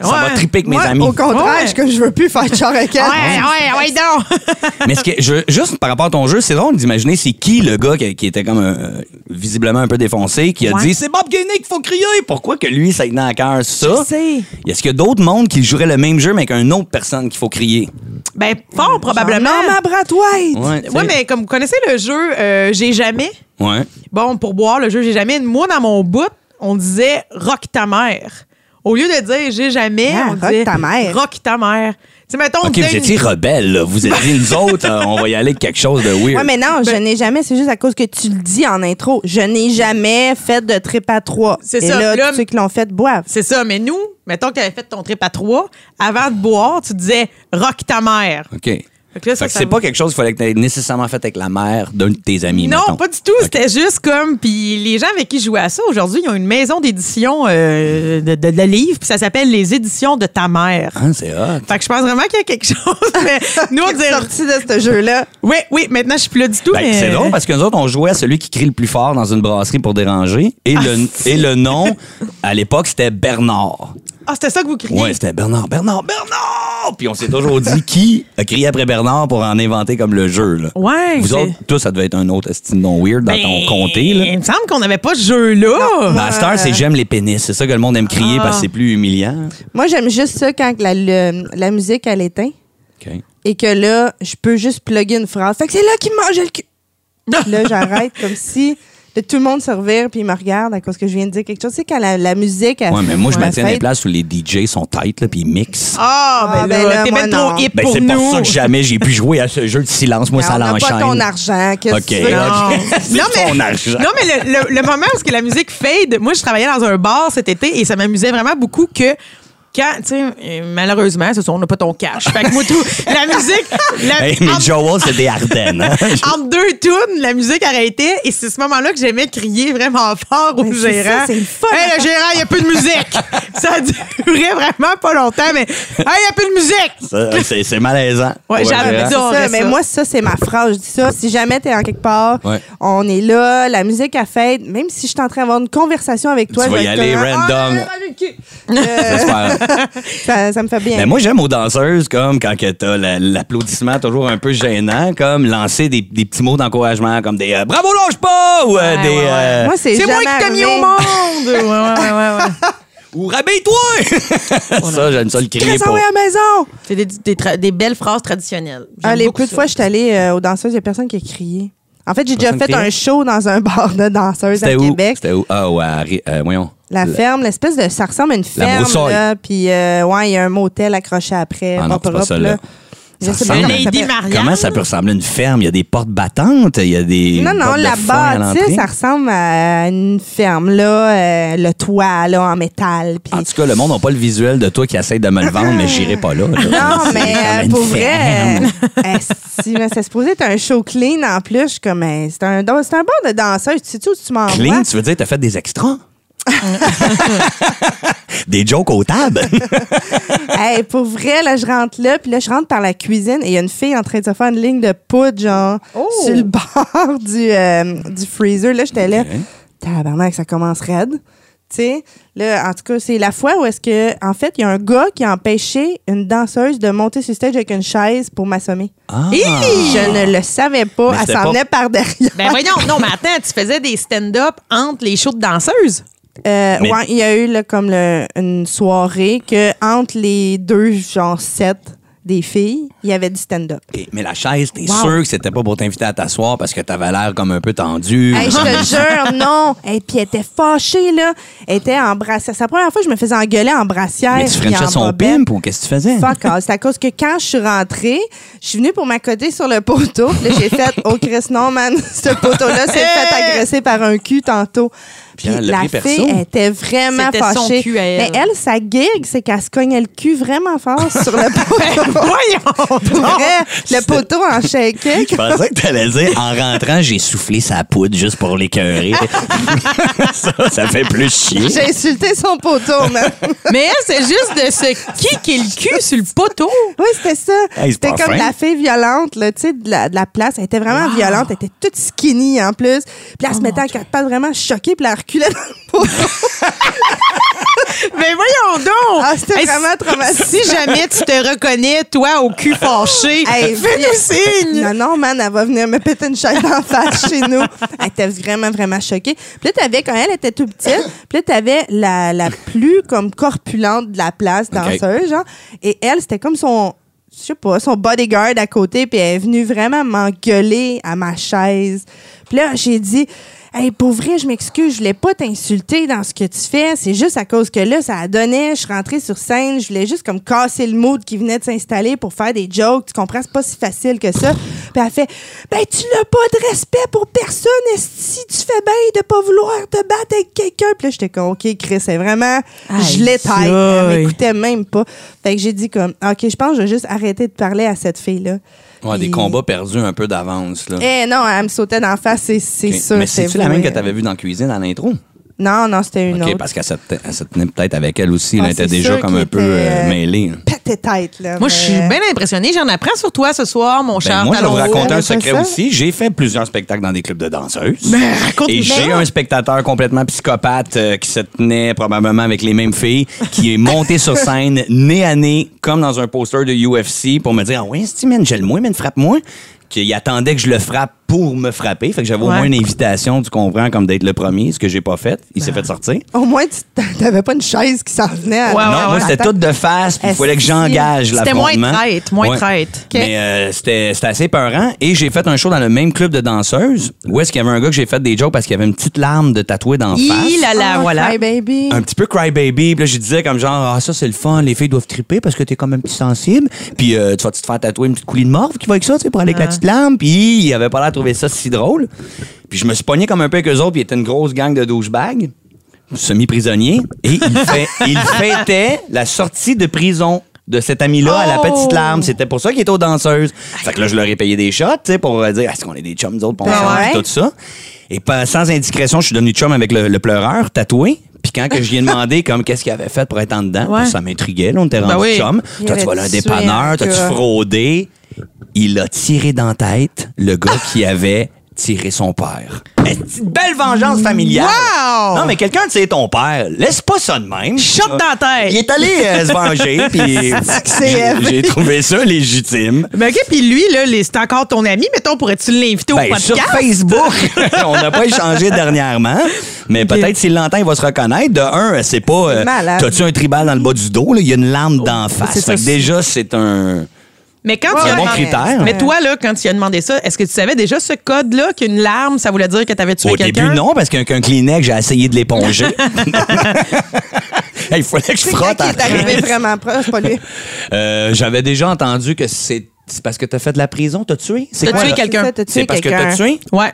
[SPEAKER 3] Ça
[SPEAKER 4] Ouais.
[SPEAKER 3] va triper avec mes
[SPEAKER 2] Moi,
[SPEAKER 3] amis.
[SPEAKER 2] au contraire,
[SPEAKER 4] Ouais.
[SPEAKER 2] je, comme je veux plus faire de char à
[SPEAKER 4] Ouais,
[SPEAKER 2] quatre.
[SPEAKER 4] ouais, ouais, donc.
[SPEAKER 3] Mais ce que je, juste par rapport à ton jeu, c'est drôle d'imaginer c'est qui le gars qui, qui était comme euh, visiblement un peu défoncé, qui a
[SPEAKER 4] Ouais.
[SPEAKER 3] dit c'est Bob Gainé qu'il faut crier. Pourquoi que lui, ça y tenait à cœur ça?
[SPEAKER 4] Je sais.
[SPEAKER 3] Est-ce qu'il y a d'autres mondes qui joueraient le même jeu, mais qu'une autre personne qu'il faut crier?
[SPEAKER 4] Ben, fort probablement.
[SPEAKER 2] Non, ma Brad White.
[SPEAKER 3] tu sais.
[SPEAKER 4] Oui, mais comme vous connaissez le jeu euh, J'ai jamais,
[SPEAKER 3] Ouais.
[SPEAKER 4] bon, pour boire, le jeu J'ai jamais, moi, dans mon bout, on disait Rock ta mère. Au lieu de dire J'ai jamais,
[SPEAKER 2] Ah,
[SPEAKER 4] on
[SPEAKER 2] rock
[SPEAKER 4] disait
[SPEAKER 2] ta mère.
[SPEAKER 4] Rock ta mère. Tu sais, mettons, on
[SPEAKER 3] OK,
[SPEAKER 4] disait
[SPEAKER 3] vous
[SPEAKER 4] une-
[SPEAKER 3] étiez rebelles, là. Vous avez dit, nous autres, euh, on va y aller avec quelque chose de weird.
[SPEAKER 2] Ouais, mais non,
[SPEAKER 4] Ben-
[SPEAKER 2] je n'ai jamais, c'est juste à cause que tu le dis en intro. Je n'ai jamais fait de trip à trois.
[SPEAKER 4] C'est
[SPEAKER 2] Et
[SPEAKER 4] ça,
[SPEAKER 2] Là,
[SPEAKER 4] là,
[SPEAKER 2] tous ceux qui l'ont fait boivent.
[SPEAKER 4] C'est ça, mais nous, mettons que tu avais fait ton trip à trois, avant de boire, tu disais rock ta mère.
[SPEAKER 3] OK.
[SPEAKER 4] Fait que là, ça,
[SPEAKER 3] Fait que
[SPEAKER 4] ça
[SPEAKER 3] c'est
[SPEAKER 4] me-
[SPEAKER 3] pas quelque chose qu'il fallait que tu nécessairement fait avec la mère d'un de tes amis.
[SPEAKER 4] Non,
[SPEAKER 3] mettons.
[SPEAKER 4] pas du tout. C'était juste comme. Puis les gens avec qui je jouais à ça aujourd'hui, ils ont une maison d'édition euh, de, de- de livres, puis ça s'appelle Les Éditions de ta mère.
[SPEAKER 3] Hein, c'est hot.
[SPEAKER 4] Fait que je pense vraiment qu'il y a quelque chose. Mais nous, on
[SPEAKER 2] Qu'est-ce
[SPEAKER 4] dirait.
[SPEAKER 2] sorti de ce jeu-là.
[SPEAKER 4] Oui, oui, maintenant, je suis plus là du tout.
[SPEAKER 3] Ben,
[SPEAKER 4] mais-
[SPEAKER 3] c'est drôle parce que nous autres, on jouait à celui qui crie le plus fort dans une brasserie pour déranger. Et, le, et le nom, à l'époque, c'était Bernard.
[SPEAKER 4] Ah, c'était ça que vous criez.
[SPEAKER 3] Ouais, c'était Bernard, Bernard, Bernard! Puis on s'est toujours dit qui a crié après Bernard pour en inventer comme le jeu. Là.
[SPEAKER 4] Ouais,
[SPEAKER 3] Vous
[SPEAKER 4] c'est-
[SPEAKER 3] autres, tous, ça devait être un autre estime non weird dans ton
[SPEAKER 4] Ben, euh,
[SPEAKER 3] comté. Là.
[SPEAKER 4] Il me semble qu'on n'avait pas ce jeu-là.
[SPEAKER 3] Ben, à cette heure, c'est j'aime les pénis. C'est ça que le monde aime crier
[SPEAKER 4] Ah.
[SPEAKER 3] parce que c'est plus humiliant.
[SPEAKER 2] Moi, j'aime juste ça quand la, le- la musique, elle éteint
[SPEAKER 3] OK.
[SPEAKER 2] et que là, je peux juste plugger une phrase. Fait que c'est là qu'il me mangeait le cul. Là, j'arrête comme si de tout le monde se revire puis ils me regardent à cause que je viens de dire quelque chose. Tu sais, quand la, la musique. elle
[SPEAKER 3] Ouais, mais
[SPEAKER 2] fait-
[SPEAKER 3] moi, je
[SPEAKER 2] elle
[SPEAKER 3] me tiens des
[SPEAKER 2] fait-
[SPEAKER 3] places où les DJ sont tight, là, puis ils mixent.
[SPEAKER 4] Ah,
[SPEAKER 2] Ah,
[SPEAKER 4] ben
[SPEAKER 2] ben
[SPEAKER 4] là,
[SPEAKER 2] là,
[SPEAKER 4] t'es
[SPEAKER 2] moi,
[SPEAKER 4] bien trop
[SPEAKER 2] non.
[SPEAKER 4] hip
[SPEAKER 3] Ben,
[SPEAKER 4] pour
[SPEAKER 3] c'est
[SPEAKER 4] nous.
[SPEAKER 3] pour ça que jamais j'ai pu jouer à ce jeu de silence. Moi,
[SPEAKER 2] Mais
[SPEAKER 3] ça
[SPEAKER 2] on n'a pas
[SPEAKER 3] l'enchaîne.
[SPEAKER 2] ton argent, qu'est-ce que
[SPEAKER 3] OK,
[SPEAKER 2] tu veux?
[SPEAKER 3] OK.
[SPEAKER 4] Non.
[SPEAKER 3] C'est
[SPEAKER 4] Non, mais-
[SPEAKER 3] ton argent.
[SPEAKER 4] Non, mais le, le- le moment où est-ce que la musique fade, moi, je travaillais dans un bar cet été et ça m'amusait vraiment beaucoup que. Quand, tu sais, euh, malheureusement, c'est ça, on n'a pas ton cash. Fait que moi, tout, la musique. La,
[SPEAKER 3] Hey, Ben, mais
[SPEAKER 4] entre-
[SPEAKER 3] Joel, c'est des Ardennes. hein.
[SPEAKER 4] entre deux tunes, la musique arrêtait et c'est ce moment-là que j'aimais crier vraiment fort au
[SPEAKER 2] Mais c'est
[SPEAKER 4] gérant.
[SPEAKER 2] ça, c'est le fun.
[SPEAKER 4] Hey, le gérant, il n'y a plus de musique. ça durait vraiment pas longtemps, mais hey, il n'y a plus de musique.
[SPEAKER 3] Ça, c'est c'est malaisant.
[SPEAKER 4] Ouais, j'avais
[SPEAKER 3] vraiment.
[SPEAKER 4] dit- on
[SPEAKER 2] C'est ça,
[SPEAKER 4] reste
[SPEAKER 2] mais
[SPEAKER 4] ça.
[SPEAKER 2] moi, ça, c'est ma phrase. Je dis ça. Si jamais t'es en quelque part,
[SPEAKER 3] Ouais.
[SPEAKER 2] on est là, la musique à fête. Même si je suis en train d'avoir une conversation avec toi,
[SPEAKER 3] Tu
[SPEAKER 2] je
[SPEAKER 3] vas
[SPEAKER 2] vais
[SPEAKER 3] y
[SPEAKER 2] être
[SPEAKER 3] aller
[SPEAKER 2] comme, Ah,
[SPEAKER 3] random. Ça se fait.
[SPEAKER 2] ça, ça me fait bien.
[SPEAKER 3] Mais moi, j'aime aux danseuses, comme quand que t'as la- l'applaudissement toujours un peu gênant, comme lancer des, des petits mots d'encouragement, comme des euh, bravo, lâche pas! ou euh,
[SPEAKER 4] Ouais,
[SPEAKER 3] des.
[SPEAKER 4] ouais, ouais.
[SPEAKER 3] euh,
[SPEAKER 2] Moi, c'est
[SPEAKER 4] C'est moi
[SPEAKER 2] jamais
[SPEAKER 4] qui t'ai mis au
[SPEAKER 2] arrivé.
[SPEAKER 4] monde. Ouais, ouais, ouais, ouais.
[SPEAKER 3] ou rabais-toi! ça, j'aime ça le crier
[SPEAKER 2] Chris,
[SPEAKER 3] pour.
[SPEAKER 2] envoie à la maison!
[SPEAKER 4] C'est des, des tra- des belles phrases traditionnelles. J'aime
[SPEAKER 2] Ah, les
[SPEAKER 4] beaucoup
[SPEAKER 2] peu de
[SPEAKER 4] ça.
[SPEAKER 2] fois, je suis allée euh, aux danseuses, il n'y a personne qui a crié. En fait, j'ai déjà
[SPEAKER 3] Personne
[SPEAKER 2] fait
[SPEAKER 3] criait?
[SPEAKER 2] un show dans un bar de danseuses à
[SPEAKER 3] C'était où?
[SPEAKER 2] Québec.
[SPEAKER 3] C'était où? Ah, ouais, Ri- euh, voyons.
[SPEAKER 2] La ferme, l'espèce de. Ça ressemble à une
[SPEAKER 3] La
[SPEAKER 2] ferme,
[SPEAKER 3] broussaille.
[SPEAKER 2] là. Puis, euh, ouais, il y a un motel accroché après.
[SPEAKER 3] Ah non,
[SPEAKER 2] pop,
[SPEAKER 3] c'est pas
[SPEAKER 2] pop,
[SPEAKER 3] celle-là.
[SPEAKER 2] là. Je sais pas
[SPEAKER 3] ressemble
[SPEAKER 2] comment
[SPEAKER 3] à
[SPEAKER 2] ça
[SPEAKER 3] une-
[SPEAKER 4] Lady
[SPEAKER 2] s'appelle.
[SPEAKER 4] Marianne.
[SPEAKER 3] Comment ça peut ressembler à une ferme? Il y a des portes battantes, il y a des.
[SPEAKER 2] Non, non,
[SPEAKER 3] portes de
[SPEAKER 2] la
[SPEAKER 3] foin à
[SPEAKER 2] bâtisse,
[SPEAKER 3] l'entrée.
[SPEAKER 2] ça ressemble à une ferme, là. euh, le toit, là, en métal. puis-
[SPEAKER 3] En tout cas, le monde n'a pas le visuel de toi qui essaye de me le vendre, mais j'irai pas là. là.
[SPEAKER 2] Non,
[SPEAKER 3] C'est
[SPEAKER 2] mais
[SPEAKER 3] comme
[SPEAKER 2] euh,
[SPEAKER 3] une
[SPEAKER 2] pour vrai,
[SPEAKER 3] ferme.
[SPEAKER 2] euh, esti, mais c'est supposé être un show clean en plus. Je suis comme, hey, c'est un, don- c'est un bar de danseuse. Tu sais où tu m'envoies?
[SPEAKER 3] Clean, tu veux dire, t'as fait des extras? des jokes aux tables?
[SPEAKER 2] Hey, pour vrai, là, je rentre là, puis là, je rentre par la cuisine et il y a une fille en train de se faire une ligne de poudre, genre,
[SPEAKER 4] Oh!
[SPEAKER 2] sur le bord du, euh, du freezer. Là, j'étais là,
[SPEAKER 3] Ok.
[SPEAKER 2] tabarnak, ça commence raide. Tu sais, là, en tout cas, c'est la fois où est-ce que, en fait, il y a un gars qui a empêché une danseuse de monter sur stage avec une chaise pour m'assommer.
[SPEAKER 3] Ah.
[SPEAKER 2] Je ne le savais pas.
[SPEAKER 3] Mais
[SPEAKER 2] Elle
[SPEAKER 3] c'était
[SPEAKER 2] s'en
[SPEAKER 3] pas-
[SPEAKER 2] venait par derrière.
[SPEAKER 4] Ben voyons, non, mais attends, tu faisais des stand-up entre les shows de danseuses.
[SPEAKER 2] Euh,
[SPEAKER 3] Mais-
[SPEAKER 2] ouais, il y a eu là, comme le- une soirée que entre les deux, genre sept des filles, il y avait du stand-up.
[SPEAKER 3] Et- mais la chaise, t'es
[SPEAKER 2] Wow.
[SPEAKER 3] sûr que c'était pas pour t'inviter à t'asseoir parce que t'avais l'air comme un peu tendu.
[SPEAKER 2] Hey, je te jure, non. Et puis elle était fâchée, là. Elle était en brassière. C'est la première fois que je me faisais engueuler en brassière.
[SPEAKER 3] mais tu
[SPEAKER 2] puis en
[SPEAKER 3] frenchais son
[SPEAKER 2] bobette.
[SPEAKER 3] pimp ou qu'est-ce que tu faisais?
[SPEAKER 2] Fuck all. C'est à cause que quand je suis rentrée, je suis venue pour m'accoter sur le poteau. Puis là, j'ai fait, oh Chris, non, man, ce poteau-là s'est fait agresser par un cul tantôt.
[SPEAKER 3] Puis
[SPEAKER 2] Puis,
[SPEAKER 3] elle l'a
[SPEAKER 2] la
[SPEAKER 3] pris
[SPEAKER 2] fille
[SPEAKER 3] perso.
[SPEAKER 2] elle était vraiment
[SPEAKER 4] C'était son
[SPEAKER 2] fâchée.
[SPEAKER 4] cul à elle.
[SPEAKER 2] Mais elle, sa gig, c'est qu'elle se cognait le cul vraiment fort sur le poteau.
[SPEAKER 4] Ben, Voyons!
[SPEAKER 2] Pour vrai, le poteau en shakeait.
[SPEAKER 3] Je pensais que t'allais dire en rentrant, j'ai soufflé sa poudre juste pour l'écœurer. ça, ça fait plus chier.
[SPEAKER 2] J'ai insulté son poteau, man.
[SPEAKER 4] Mais elle, c'est juste de se kicker le cul sur le poteau.
[SPEAKER 2] Oui, c'était ça.
[SPEAKER 3] Hey, c'est
[SPEAKER 2] c'était
[SPEAKER 3] pas
[SPEAKER 2] comme
[SPEAKER 3] fin.
[SPEAKER 2] la fille violente, là, tu sais, de la, de la place. Elle était vraiment
[SPEAKER 4] Ah.
[SPEAKER 2] violente. Elle était toute skinny, en plus. Puis
[SPEAKER 4] Oh
[SPEAKER 2] elle se mettait à quatre pattes vraiment choquée, puis elle reculait dans le pot.
[SPEAKER 4] Mais Ben, voyons donc!
[SPEAKER 2] Ah, c'était
[SPEAKER 4] Hey,
[SPEAKER 2] vraiment traumatisant.
[SPEAKER 4] Si jamais tu te reconnais, toi, au cul fâché,
[SPEAKER 2] Hey,
[SPEAKER 4] fais-nous signe!
[SPEAKER 2] Non, non, man, elle va venir me péter une chaise en face chez nous. Elle était vraiment, vraiment choquée. Puis là, t'avais, quand elle était tout petite, puis là, t'avais la, la plus comme corpulente de la place
[SPEAKER 3] Ok.
[SPEAKER 2] danseuse, genre. Et elle, c'était comme son, je sais pas, son bodyguard à côté, puis elle est venue vraiment m'engueuler à ma chaise. Puis là, j'ai dit... Hey, pour vrai, je m'excuse, je voulais pas t'insulter dans ce que tu fais. C'est juste à cause que là, ça a donné. Je suis rentrée sur scène, je voulais juste comme casser le mood qui venait de s'installer pour faire des jokes. Tu comprends, c'est pas si facile que ça. Puis elle fait Ben, tu n'as pas de respect pour personne. Si tu fais bien de pas vouloir te battre avec quelqu'un. Puis là, j'étais comme OK, Chris, c'est vraiment. Je
[SPEAKER 4] Aïe,
[SPEAKER 2] l'étais.
[SPEAKER 4] aïe.
[SPEAKER 2] Elle m'écoutait même pas. Fait que j'ai dit comme OK, je pense que je vais juste arrêter de parler à cette fille-là.
[SPEAKER 3] Ouais, des
[SPEAKER 2] Puis-
[SPEAKER 3] combats perdus un peu d'avance. là.
[SPEAKER 2] Eh non, elle me sautait d'en face, c'est c'est
[SPEAKER 3] Ok.
[SPEAKER 2] sûr.
[SPEAKER 3] Mais c'est-tu la
[SPEAKER 2] vrai.
[SPEAKER 3] même que t'avais vue dans la cuisine à l'intro?
[SPEAKER 2] Non, non, c'était une
[SPEAKER 3] OK,
[SPEAKER 2] autre.
[SPEAKER 3] parce qu'elle se, te- elle se tenait peut-être avec elle aussi.
[SPEAKER 2] Ah,
[SPEAKER 3] elle était
[SPEAKER 2] c'est
[SPEAKER 3] déjà
[SPEAKER 2] sûr
[SPEAKER 3] comme
[SPEAKER 2] qu'il
[SPEAKER 3] un peu
[SPEAKER 2] était,
[SPEAKER 3] euh,
[SPEAKER 2] euh,
[SPEAKER 3] mêlée. là.
[SPEAKER 2] pété tête, là.
[SPEAKER 4] Moi, je suis
[SPEAKER 2] mais-
[SPEAKER 4] bien impressionnée. J'en apprends sur toi ce soir, mon
[SPEAKER 3] Ben,
[SPEAKER 4] cher
[SPEAKER 3] moi, je vais vous
[SPEAKER 4] Talon Haut.
[SPEAKER 3] raconter un
[SPEAKER 2] Elle fait
[SPEAKER 3] secret
[SPEAKER 2] ça?
[SPEAKER 3] aussi. J'ai fait plusieurs spectacles dans des clubs de danseuses.
[SPEAKER 4] Ben, raconte-nous
[SPEAKER 3] Et j'ai
[SPEAKER 4] ça.
[SPEAKER 3] un spectateur complètement psychopathe euh, qui se tenait probablement avec les mêmes filles, qui est monté sur scène nez à nez, comme dans un poster de UFC, pour me dire Ah oui, c'est-tu, man, j'ai le moins, man, frappe-moi. Qu'il attendait que je le frappe pour me frapper. Fait que j'avais au
[SPEAKER 4] Ouais.
[SPEAKER 3] moins une invitation, tu comprends, comme d'être le premier, ce que j'ai pas fait. Il s'est
[SPEAKER 4] Ben.
[SPEAKER 3] fait sortir.
[SPEAKER 2] Au moins, tu t'avais pas une chaise qui s'en venait. à-
[SPEAKER 4] Ouais, ouais,
[SPEAKER 3] non, moi,
[SPEAKER 4] ouais.
[SPEAKER 3] c'était tout de face, puis il fallait que
[SPEAKER 2] Esti.
[SPEAKER 3] j'engage
[SPEAKER 4] C'était
[SPEAKER 3] l'affrontement.
[SPEAKER 4] moins traite, moins traite.
[SPEAKER 2] Ok.
[SPEAKER 3] Mais euh, c'était c'était assez peurant. Et j'ai fait un show dans le même club de danseuses où est-ce qu'il y avait un gars que j'ai fait des jokes parce qu'il avait une petite larme de tatouée d'en face.
[SPEAKER 4] Il a la,
[SPEAKER 2] Oh,
[SPEAKER 4] Ah, voilà.
[SPEAKER 2] hi, baby.
[SPEAKER 3] un petit peu crybaby. Puis là, je disais comme genre, ah, ça, c'est le fun. Les filles doivent triper parce que t'es comme un petit sensible. Puis euh, tu vas te faire tatouer une petite coulis de morve qui va avec ça, tu sais, pour aller avec la petite lame. Puis il avait pas l'air de trouver ça si drôle. Puis je me suis pogné comme un peu avec eux autres. Puis il était une grosse gang de douchebags, semi-prisonniers. Et il, fait, il fêtait la sortie de prison de cet ami-là à la
[SPEAKER 4] Oh!
[SPEAKER 3] petite larme. C'était pour ça qu'il était aux danseuses. Fait que là, je leur ai payé des shots, tu sais, pour euh, dire, est-ce qu'on est des chums, nous autres, pour
[SPEAKER 2] Ben
[SPEAKER 3] ensemble,
[SPEAKER 2] ouais.
[SPEAKER 3] tout ça. Et pas, sans indiscrétion, je suis devenu chum avec le, le pleureur tatoué. Puis quand que je lui ai demandé comme qu'est-ce qu'il avait fait pour être en dedans,
[SPEAKER 4] Ouais.
[SPEAKER 3] ça m'intriguait. Là, on était rendu
[SPEAKER 4] Ben oui.
[SPEAKER 3] chum.
[SPEAKER 2] Il
[SPEAKER 3] Toi, tu
[SPEAKER 2] avait
[SPEAKER 3] vas là, un
[SPEAKER 2] tué
[SPEAKER 3] dépanneur,
[SPEAKER 2] un
[SPEAKER 3] t'as-tu
[SPEAKER 2] gars.
[SPEAKER 3] fraudé? Il a tiré dans la tête le gars qui avait tiré son père. Une petite belle vengeance familiale.
[SPEAKER 4] Wow!
[SPEAKER 3] Non, mais quelqu'un, c'est ton père. Laisse pas ça de même.
[SPEAKER 4] Shot dans la tête.
[SPEAKER 3] Il est allé euh, se venger, puis
[SPEAKER 2] C'est-
[SPEAKER 3] j'ai- j'ai trouvé ça légitime.
[SPEAKER 4] Mais Ben, OK, puis lui, là, les- c'est encore ton ami. Mettons, pourrais-tu l'inviter au
[SPEAKER 3] Ben,
[SPEAKER 4] podcast?
[SPEAKER 3] sur Facebook, on n'a pas échangé dernièrement, mais peut-être s'il l'entend, il va se reconnaître. De un, c'est pas. euh,
[SPEAKER 2] malade.
[SPEAKER 3] T'as-tu un tribal dans le bas du dos? là? Il y a une larme d'en
[SPEAKER 4] hein? Oh, c'est
[SPEAKER 3] face.
[SPEAKER 4] ça,
[SPEAKER 3] Fait que
[SPEAKER 4] c'est-
[SPEAKER 3] déjà, c'est un.
[SPEAKER 4] Mais quand
[SPEAKER 3] C'est
[SPEAKER 4] tu
[SPEAKER 3] un
[SPEAKER 4] as
[SPEAKER 3] bon
[SPEAKER 2] mais-
[SPEAKER 3] critère.
[SPEAKER 4] Mais toi, là, quand tu as demandé ça, est-ce que tu savais déjà ce code-là, qu'une larme, ça voulait dire que tu avais tué
[SPEAKER 3] Au
[SPEAKER 4] quelqu'un?
[SPEAKER 3] début, non, parce qu'un qu'un Kleenex, j'ai essayé de l'éponger. Il fallait que je
[SPEAKER 2] C'est quand
[SPEAKER 3] frotte
[SPEAKER 2] qui est
[SPEAKER 3] après.
[SPEAKER 2] arrivé vraiment proche, pas lui.
[SPEAKER 3] Euh, J'avais déjà entendu que c'est c'est parce que t'as fait de la prison, t'as tué? C'est
[SPEAKER 4] T'as
[SPEAKER 3] quoi,
[SPEAKER 4] tué
[SPEAKER 3] là?
[SPEAKER 4] quelqu'un.
[SPEAKER 2] C'est ça, t'as tué
[SPEAKER 3] C'est parce que
[SPEAKER 2] quelqu'un.
[SPEAKER 3] t'as tué?
[SPEAKER 4] Ouais.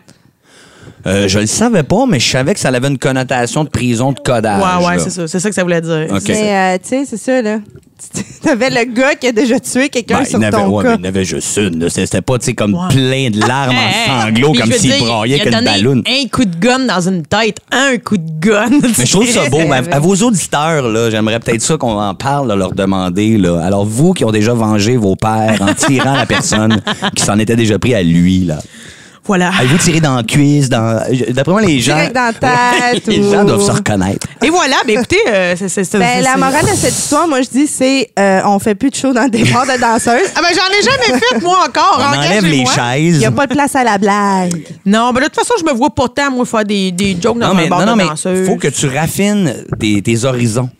[SPEAKER 3] Euh, je le savais pas, mais je savais que ça avait une connotation de prison, de codage.
[SPEAKER 4] Ouais, ouais,
[SPEAKER 3] là.
[SPEAKER 4] c'est ça. C'est ça que ça voulait dire.
[SPEAKER 3] Ah, OK.
[SPEAKER 2] Mais euh, tu sais, c'est ça, là. T'avais le gars qui a déjà tué quelqu'un
[SPEAKER 3] Ben,
[SPEAKER 2] sur
[SPEAKER 3] il n'avait
[SPEAKER 2] ton
[SPEAKER 3] ouais,
[SPEAKER 2] cas.
[SPEAKER 3] mais il n'avait juste une. là. C'était c'était pas, tu sais, comme
[SPEAKER 4] Ouais.
[SPEAKER 3] plein de larmes
[SPEAKER 4] Hey, hey.
[SPEAKER 3] en sanglots,
[SPEAKER 4] Puis
[SPEAKER 3] comme
[SPEAKER 4] je veux
[SPEAKER 3] s'il
[SPEAKER 4] dire,
[SPEAKER 3] braillait
[SPEAKER 4] il a
[SPEAKER 3] qu'une
[SPEAKER 4] donné
[SPEAKER 3] balloune.
[SPEAKER 4] Un coup de gun dans une tête, un coup de gun.
[SPEAKER 3] Mais je trouve ça beau. Mais à, à vos auditeurs, là, j'aimerais peut-être ça qu'on en parle, là, leur demander. Là. Alors, vous qui ont déjà vengé vos pères en tirant la personne qui s'en était déjà pris à lui, là.
[SPEAKER 4] Voilà.
[SPEAKER 3] Avez-vous tiré dans la cuisse? Dans... D'après moi, les gens.
[SPEAKER 2] Direct dans la tête
[SPEAKER 3] les
[SPEAKER 2] ou-
[SPEAKER 3] gens doivent se reconnaître.
[SPEAKER 4] Et voilà, mais écoutez, euh, c'est- c'est- c'est-
[SPEAKER 2] Ben, la
[SPEAKER 4] c'est-
[SPEAKER 2] morale de cette histoire, moi, je dis, c'est euh, on fait plus de show dans des bars de danseuses.
[SPEAKER 4] Ah ben j'en ai jamais fait, moi, encore.
[SPEAKER 3] On enlève les
[SPEAKER 4] Engagez-moi.
[SPEAKER 2] Il n'y
[SPEAKER 3] chaises.
[SPEAKER 2] a pas de place à la blague.
[SPEAKER 4] Non, ben là, de toute façon, je me vois pas tant, moi, faire des, des jokes dans
[SPEAKER 3] Non, mais,
[SPEAKER 4] un bar
[SPEAKER 3] non, non,
[SPEAKER 4] de
[SPEAKER 3] mais
[SPEAKER 4] danseuse.
[SPEAKER 3] faut que tu raffines tes, tes horizons.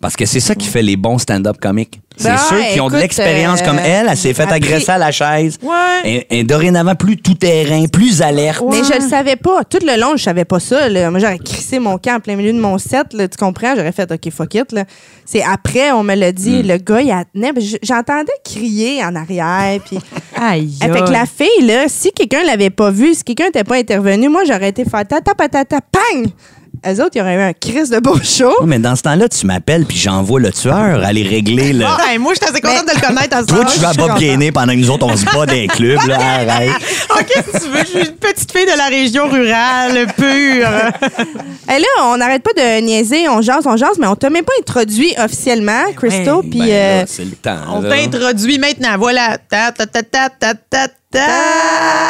[SPEAKER 3] Parce que c'est ça qui fait les bons stand-up comiques. C'est
[SPEAKER 2] Ben,
[SPEAKER 3] ceux qui ont de
[SPEAKER 2] écoute,
[SPEAKER 3] l'expérience
[SPEAKER 2] euh,
[SPEAKER 3] comme elle. Elle s'est fait
[SPEAKER 2] appris.
[SPEAKER 3] agresser à la chaise.
[SPEAKER 4] Ouais.
[SPEAKER 3] Et, et dorénavant, plus tout-terrain, plus alerte.
[SPEAKER 2] Mais je le savais pas. Tout le long, je savais pas ça. là. Moi, j'aurais crissé mon camp en plein milieu de mon set. là, tu comprends? J'aurais fait OK, fuck it. là. C'est après, on me l'a dit. Le gars, il a tenait. Puis j- J'entendais crier en arrière. Puis.
[SPEAKER 4] Aïe.
[SPEAKER 2] Hey, Eh, fait que la fille, là, si quelqu'un l'avait pas vue, si quelqu'un n'était pas intervenu, moi, j'aurais été faire ta ta patata, pang! Eux autres, il y aurait eu un crise de beau show.
[SPEAKER 3] Non, mais dans ce temps-là, tu m'appelles puis j'envoie le tueur aller régler le.
[SPEAKER 4] Ah, hey, moi, j'étais assez contente de le connaître à ce
[SPEAKER 3] Toi,
[SPEAKER 4] âge.
[SPEAKER 3] tu vas à
[SPEAKER 2] je suis
[SPEAKER 3] Bob
[SPEAKER 2] contente.
[SPEAKER 3] Gainé pendant que nous autres, on se bat des clubs, là. Arrête.
[SPEAKER 4] OK, si tu veux, je suis une petite fille de la région rurale, pure.
[SPEAKER 2] Et Eh, là, on n'arrête pas de niaiser, on jase, on jase, mais on t'a même pas introduit officiellement, Christo.
[SPEAKER 4] ouais.
[SPEAKER 2] Puis,
[SPEAKER 3] Ben,
[SPEAKER 2] euh,
[SPEAKER 3] là, c'est le temps.
[SPEAKER 4] On
[SPEAKER 3] là.
[SPEAKER 4] t'introduit maintenant. Voilà. Ta ta ta ta ta ta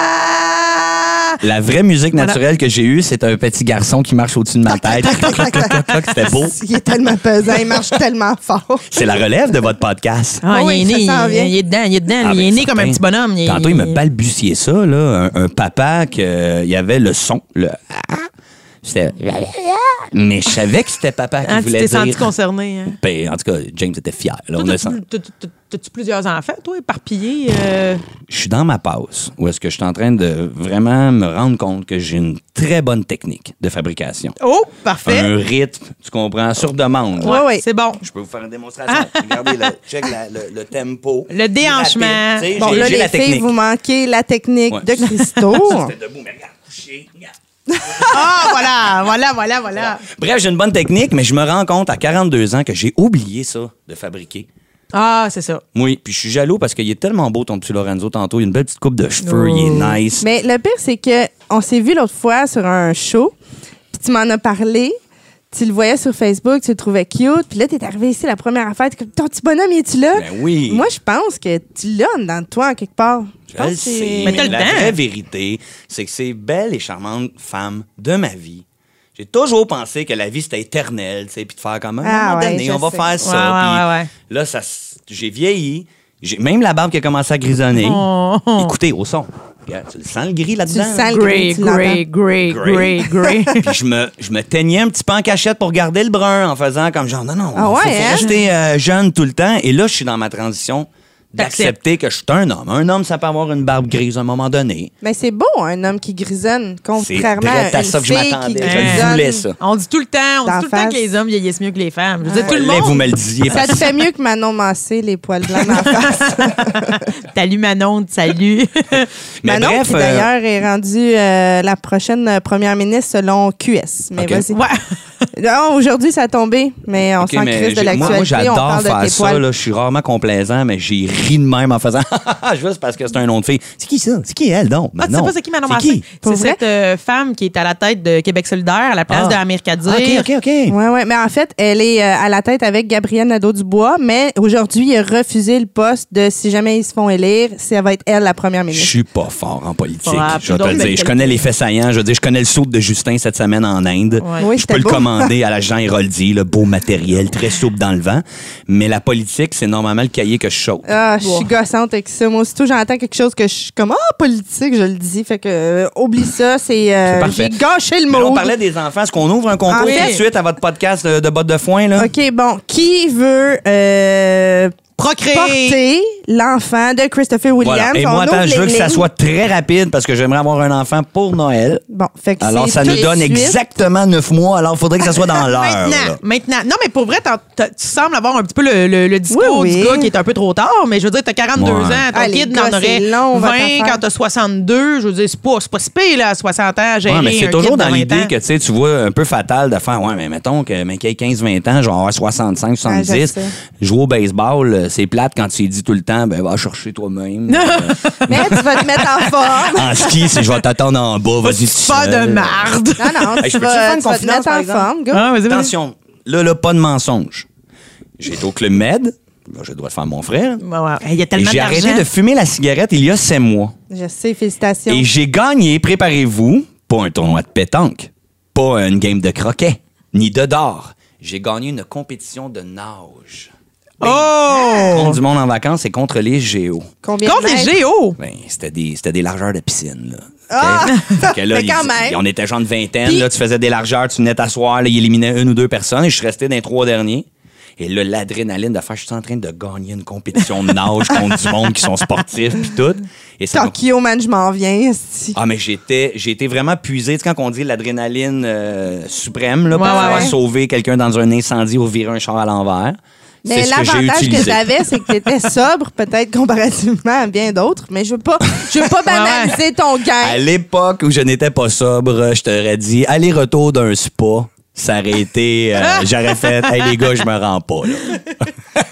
[SPEAKER 4] ta.
[SPEAKER 3] La vraie musique
[SPEAKER 4] Voilà.
[SPEAKER 3] naturelle que j'ai eue, c'est un petit garçon qui marche au-dessus de ma tête. Clac, clac, clac, clac, C'était beau.
[SPEAKER 2] il est tellement pesant, il marche tellement fort.
[SPEAKER 3] C'est la relève de votre podcast.
[SPEAKER 4] Ah,
[SPEAKER 2] Ah oui,
[SPEAKER 4] il est
[SPEAKER 2] ça
[SPEAKER 4] né,
[SPEAKER 2] s'en
[SPEAKER 4] il,
[SPEAKER 2] vient.
[SPEAKER 4] il est dedans, il est dedans.
[SPEAKER 3] Ah,
[SPEAKER 4] il est
[SPEAKER 3] ben,
[SPEAKER 4] né comme un
[SPEAKER 3] certain.
[SPEAKER 4] petit bonhomme. Il,
[SPEAKER 3] Tantôt, il me balbutiait ça, là. Un, un papa que, euh, il y avait le son. Le... ah. C'était. Mais je savais que c'était papa qui
[SPEAKER 4] Hein, tu
[SPEAKER 3] voulait
[SPEAKER 4] t'es
[SPEAKER 3] dire.
[SPEAKER 4] senti concerné. hein?
[SPEAKER 3] Ben, en tout cas, James était fier. là, on
[SPEAKER 4] Toi,
[SPEAKER 3] le
[SPEAKER 4] t'as-
[SPEAKER 3] sent.
[SPEAKER 4] t'as- t'as- T'as-tu plusieurs enfants, toi, éparpillés? euh?
[SPEAKER 3] Je suis dans ma passe où est-ce que je suis en train de vraiment me rendre compte que j'ai une très bonne technique de fabrication.
[SPEAKER 4] Oh, parfait.
[SPEAKER 3] Un rythme, tu comprends, sur demande.
[SPEAKER 2] Ouais, ouais.
[SPEAKER 4] C'est bon.
[SPEAKER 3] Je peux vous faire une démonstration. Regardez, le, check la- le, le tempo.
[SPEAKER 4] Ah. Le déhanchement.
[SPEAKER 3] Rapide, tu sais,
[SPEAKER 2] Bon,
[SPEAKER 3] j'ai-
[SPEAKER 2] là,
[SPEAKER 3] j'ai
[SPEAKER 2] les
[SPEAKER 3] la
[SPEAKER 2] filles,
[SPEAKER 3] technique.
[SPEAKER 2] vous manquez la technique
[SPEAKER 3] Ouais.
[SPEAKER 2] de Christo.
[SPEAKER 3] J'étais debout, mais regarde, couché, regarde.
[SPEAKER 4] Ah, voilà, voilà, voilà, voilà.
[SPEAKER 3] Bref, j'ai une bonne technique, mais je me rends compte à 42 ans que j'ai oublié ça de fabriquer.
[SPEAKER 4] Ah, c'est ça.
[SPEAKER 3] Oui, puis je suis jaloux parce qu'il est tellement beau ton petit Lorenzo tantôt. Il a une belle petite coupe de cheveux, il est nice.
[SPEAKER 2] Oh. Mais le pire, c'est que on s'est vu l'autre fois sur un show, puis tu m'en as parlé. Tu le voyais sur Facebook, tu le trouvais cute. Puis là, t'es arrivé ici la première affaire. T'es comme, ton petit bonhomme, il est-tu là?
[SPEAKER 3] Ben oui.
[SPEAKER 2] Moi, je pense que tu l'as en dedans de toi, en quelque part. Je
[SPEAKER 3] Je
[SPEAKER 2] pense
[SPEAKER 3] le
[SPEAKER 2] que c'est-
[SPEAKER 3] sais,
[SPEAKER 4] Mais
[SPEAKER 3] mais
[SPEAKER 4] t'as le
[SPEAKER 3] la
[SPEAKER 4] temps.
[SPEAKER 3] vraie vérité, c'est que ces belles et charmantes femmes de ma vie, j'ai toujours pensé que la vie, c'était éternel, tu sais, puis de faire comme, à un
[SPEAKER 2] Ah
[SPEAKER 3] moment
[SPEAKER 2] ouais,
[SPEAKER 3] donné,
[SPEAKER 2] je
[SPEAKER 3] on va
[SPEAKER 2] sais.
[SPEAKER 3] faire ça.
[SPEAKER 4] Ouais, ouais,
[SPEAKER 3] puis
[SPEAKER 4] ouais, ouais.
[SPEAKER 3] Là, ça, s- j'ai vieilli. J'ai même la barbe qui a commencé à grisonner.
[SPEAKER 4] Oh.
[SPEAKER 3] Écoutez, au son. Regarde, tu le sens le gris
[SPEAKER 2] Tu le
[SPEAKER 3] là-dedans? là?
[SPEAKER 2] sens le
[SPEAKER 4] Grey,
[SPEAKER 2] gris, tu l'entends.
[SPEAKER 4] grey, grey, grey,
[SPEAKER 3] Grey.
[SPEAKER 4] grey.
[SPEAKER 3] Puis je me, je me teignais un petit peu en cachette pour garder le brun en faisant comme genre, non, non,
[SPEAKER 2] Ah
[SPEAKER 3] faut,
[SPEAKER 2] ouais,
[SPEAKER 3] faut
[SPEAKER 2] hein?
[SPEAKER 3] rester euh, jeune tout le temps. Et là, je suis dans ma transition
[SPEAKER 4] T'acceptes.
[SPEAKER 3] d'accepter que je suis un homme. Un homme, ça peut avoir une barbe grise à un moment donné.
[SPEAKER 2] Mais c'est beau, un homme qui grisonne, contrairement
[SPEAKER 3] direct à
[SPEAKER 2] à une
[SPEAKER 3] ça que je
[SPEAKER 2] fille qui
[SPEAKER 3] m'attendais. Je
[SPEAKER 2] grisonne.
[SPEAKER 3] voulais ça.
[SPEAKER 4] On dit tout le temps, on
[SPEAKER 2] D'en
[SPEAKER 4] dit tout le temps
[SPEAKER 2] face.
[SPEAKER 4] que les hommes vieillissent mieux que les femmes. Je veux dire, tout le
[SPEAKER 3] Fallait que vous
[SPEAKER 4] monde.
[SPEAKER 3] me le disiez.
[SPEAKER 2] Ça te fait mieux que Manon Massé, les poils blancs en face.
[SPEAKER 4] Salut Manon, salut.
[SPEAKER 3] Mais
[SPEAKER 2] Manon,
[SPEAKER 3] bref,
[SPEAKER 2] qui
[SPEAKER 3] euh,
[SPEAKER 2] d'ailleurs est rendue euh, la prochaine euh, première ministre selon QS. Mais
[SPEAKER 3] Ok.
[SPEAKER 2] vas-y.
[SPEAKER 4] ouais.
[SPEAKER 2] Non, Aujourd'hui, ça a tombé, mais on
[SPEAKER 3] OK,
[SPEAKER 2] s'en
[SPEAKER 3] mais
[SPEAKER 2] crise de
[SPEAKER 3] j'ai- moi, moi,
[SPEAKER 2] l'actualité. On
[SPEAKER 3] j'adore
[SPEAKER 2] parle de
[SPEAKER 3] faire
[SPEAKER 2] tes
[SPEAKER 3] ça.
[SPEAKER 2] poils.
[SPEAKER 3] là. je suis rarement complaisant, mais j'ai ri de même en faisant Ah, juste parce que c'est un nom de fille. C'est qui ça? C'est qui elle, donc?
[SPEAKER 4] Ah, tu sais
[SPEAKER 3] Manon?
[SPEAKER 4] pas c'est qui Manon
[SPEAKER 3] Bah C'est
[SPEAKER 4] Massé?
[SPEAKER 2] Pour
[SPEAKER 4] C'est
[SPEAKER 2] vrai?
[SPEAKER 4] cette euh, femme qui est à la tête de Québec solidaire à la place
[SPEAKER 3] Ah.
[SPEAKER 4] de Amir Kadir.
[SPEAKER 3] Ah, OK, OK, OK.
[SPEAKER 2] Ouais, ouais. Mais en fait, elle est euh, à la tête avec Gabrielle Nadeau-Dubois, mais aujourd'hui, il a refusé le poste de si jamais ils se font élire, ça va être elle la première
[SPEAKER 3] Je
[SPEAKER 2] ministre.
[SPEAKER 3] suis pas fort en politique,
[SPEAKER 4] Ah,
[SPEAKER 3] je vais te
[SPEAKER 4] donc,
[SPEAKER 3] le
[SPEAKER 4] mais
[SPEAKER 3] dire. Je
[SPEAKER 4] quel-
[SPEAKER 3] connais les faits saillants. Je veux dire, je connais le saut de Justin cette semaine en Inde.
[SPEAKER 4] Ouais.
[SPEAKER 2] Oui,
[SPEAKER 3] je peux
[SPEAKER 2] c'était
[SPEAKER 3] le
[SPEAKER 2] beau.
[SPEAKER 3] commander à la Jean Héroldi, le beau matériel, très souple dans le vent. Mais la politique, c'est normalement le cahier que je chauffe.
[SPEAKER 2] Ah, je suis gossante avec ça. Moi, aussitôt, j'entends quelque chose que je suis comme, ah, politique, je le dis. Fait que, euh, oublie ça, c'est. euh,
[SPEAKER 3] C'est parfait.
[SPEAKER 2] J'ai gâché le
[SPEAKER 3] Mais
[SPEAKER 2] mot.
[SPEAKER 3] on parlait des enfants. Est-ce qu'on ouvre un concours
[SPEAKER 2] Ah,
[SPEAKER 3] tout de
[SPEAKER 4] oui.
[SPEAKER 3] suite à votre podcast euh, de bottes de foin? Là?
[SPEAKER 2] OK, bon. Qui veut euh,
[SPEAKER 4] Procréer.
[SPEAKER 2] porter l'enfant de Christopher Williams?
[SPEAKER 3] Voilà. Et
[SPEAKER 2] On
[SPEAKER 3] moi, attends,
[SPEAKER 2] ouvre
[SPEAKER 3] je veux
[SPEAKER 2] les
[SPEAKER 3] que ça
[SPEAKER 2] lignes.
[SPEAKER 3] soit très rapide parce que j'aimerais avoir un enfant pour Noël.
[SPEAKER 2] Bon, fait que
[SPEAKER 3] Alors,
[SPEAKER 2] c'est
[SPEAKER 3] ça
[SPEAKER 2] tout
[SPEAKER 3] nous
[SPEAKER 2] de
[SPEAKER 3] donne
[SPEAKER 2] suite.
[SPEAKER 3] exactement neuf mois. Alors, il faudrait que ça soit dans l'heure.
[SPEAKER 4] Maintenant,
[SPEAKER 3] là.
[SPEAKER 4] maintenant. Non, mais pour vrai, t'en- t'as- tu sembles avoir un petit peu le, le- le discours
[SPEAKER 2] Oui, oui.
[SPEAKER 4] du gars qui est un peu trop tard, mais je veux dire, t'as 42
[SPEAKER 3] Ouais.
[SPEAKER 4] ans, ton
[SPEAKER 2] Ah, les
[SPEAKER 4] kid
[SPEAKER 2] gars,
[SPEAKER 4] n'en aurait
[SPEAKER 2] c'est long, votre
[SPEAKER 4] 20
[SPEAKER 2] affaire.
[SPEAKER 4] quand t'as 62. Je veux dire, c'est pas, c'est pas si pire, là, à 60 ans, à gérer
[SPEAKER 3] Ouais, mais
[SPEAKER 4] un
[SPEAKER 3] c'est toujours
[SPEAKER 4] kid de
[SPEAKER 3] dans
[SPEAKER 4] 20
[SPEAKER 3] l'idée
[SPEAKER 4] ans.
[SPEAKER 3] que tu sais, tu vois un peu fatal de faire ouais mais mettons que mais qu'il ait 15 20 ans, je vais avoir 65
[SPEAKER 2] Ah, je
[SPEAKER 3] 70,
[SPEAKER 2] sais.
[SPEAKER 3] jouer au baseball, euh, c'est plate quand tu lui dis tout le temps ben va chercher toi-même. Euh,
[SPEAKER 2] Mais tu vas te mettre en forme.
[SPEAKER 3] en ski, si je vais t'attendre en bas, vas-y tout
[SPEAKER 4] Pas
[SPEAKER 3] seul.
[SPEAKER 4] de marde.
[SPEAKER 2] Non, non,
[SPEAKER 3] Hey,
[SPEAKER 2] tu
[SPEAKER 3] je peux-tu faire
[SPEAKER 2] vas,
[SPEAKER 3] une
[SPEAKER 2] tu vas te
[SPEAKER 3] confidence,
[SPEAKER 2] mettre
[SPEAKER 3] par
[SPEAKER 2] en
[SPEAKER 3] exemple?
[SPEAKER 2] forme, Ah, gars.
[SPEAKER 4] Ah,
[SPEAKER 3] Hein?
[SPEAKER 4] vas-y, vas-y.
[SPEAKER 3] Attention, là là pas de mensonge. J'étais au club Med, là, je dois le faire mon frère.
[SPEAKER 4] Ouais, ouais. Il y a
[SPEAKER 3] Et
[SPEAKER 4] tellement
[SPEAKER 3] j'ai arrêté
[SPEAKER 4] d'argent.
[SPEAKER 3] de fumer la cigarette il y a sept mois.
[SPEAKER 2] Je sais, félicitations.
[SPEAKER 3] Et j'ai gagné, préparez-vous, pas un tournoi de pétanque, pas une game de croquet, ni de dard. J'ai gagné une compétition de nage.
[SPEAKER 4] Oh!
[SPEAKER 3] Contre du monde en vacances et contre les géos.
[SPEAKER 2] Combien de
[SPEAKER 4] Contre les
[SPEAKER 2] mètres?
[SPEAKER 4] géos.
[SPEAKER 3] Ben, c'était des, c'était des largeurs de piscine, là.
[SPEAKER 2] Ah!
[SPEAKER 3] OK? Fait que là,
[SPEAKER 2] Mais quand
[SPEAKER 3] ils-
[SPEAKER 2] même.
[SPEAKER 3] On était genre de vingtaine,
[SPEAKER 2] Puis-
[SPEAKER 3] là, tu faisais des largeurs, tu venais t'asseoir, là, ils éliminaient une ou deux personnes et je suis resté dans les trois derniers. Et là, l'adrénaline de faire, je suis en train de gagner une compétition de nage contre du monde qui sont sportifs puis tout. Et ça m'a-
[SPEAKER 2] Tokyo, man, je m'en viens. esti.
[SPEAKER 3] Ah, mais j'étais, j'ai été vraiment puisé. Tu sais, quand on dit l'adrénaline euh, suprême, là, pour
[SPEAKER 4] Ouais, ouais,
[SPEAKER 3] pouvoir
[SPEAKER 4] ouais.
[SPEAKER 3] sauver quelqu'un dans un incendie ou virer un char à l'envers.
[SPEAKER 2] Mais
[SPEAKER 3] c'est ce que j'ai
[SPEAKER 2] l'avantage que
[SPEAKER 3] utilisé.
[SPEAKER 2] j'avais, c'est que t'étais sobre, peut-être comparativement à bien d'autres, mais je veux pas, je veux pas banaliser ton
[SPEAKER 3] À
[SPEAKER 2] gain.
[SPEAKER 3] l'époque où je n'étais pas sobre, je t'aurais dit aller-retour d'un spa. Ça aurait été. euh, J'aurais fait, hey les gars, je me rends pas. là.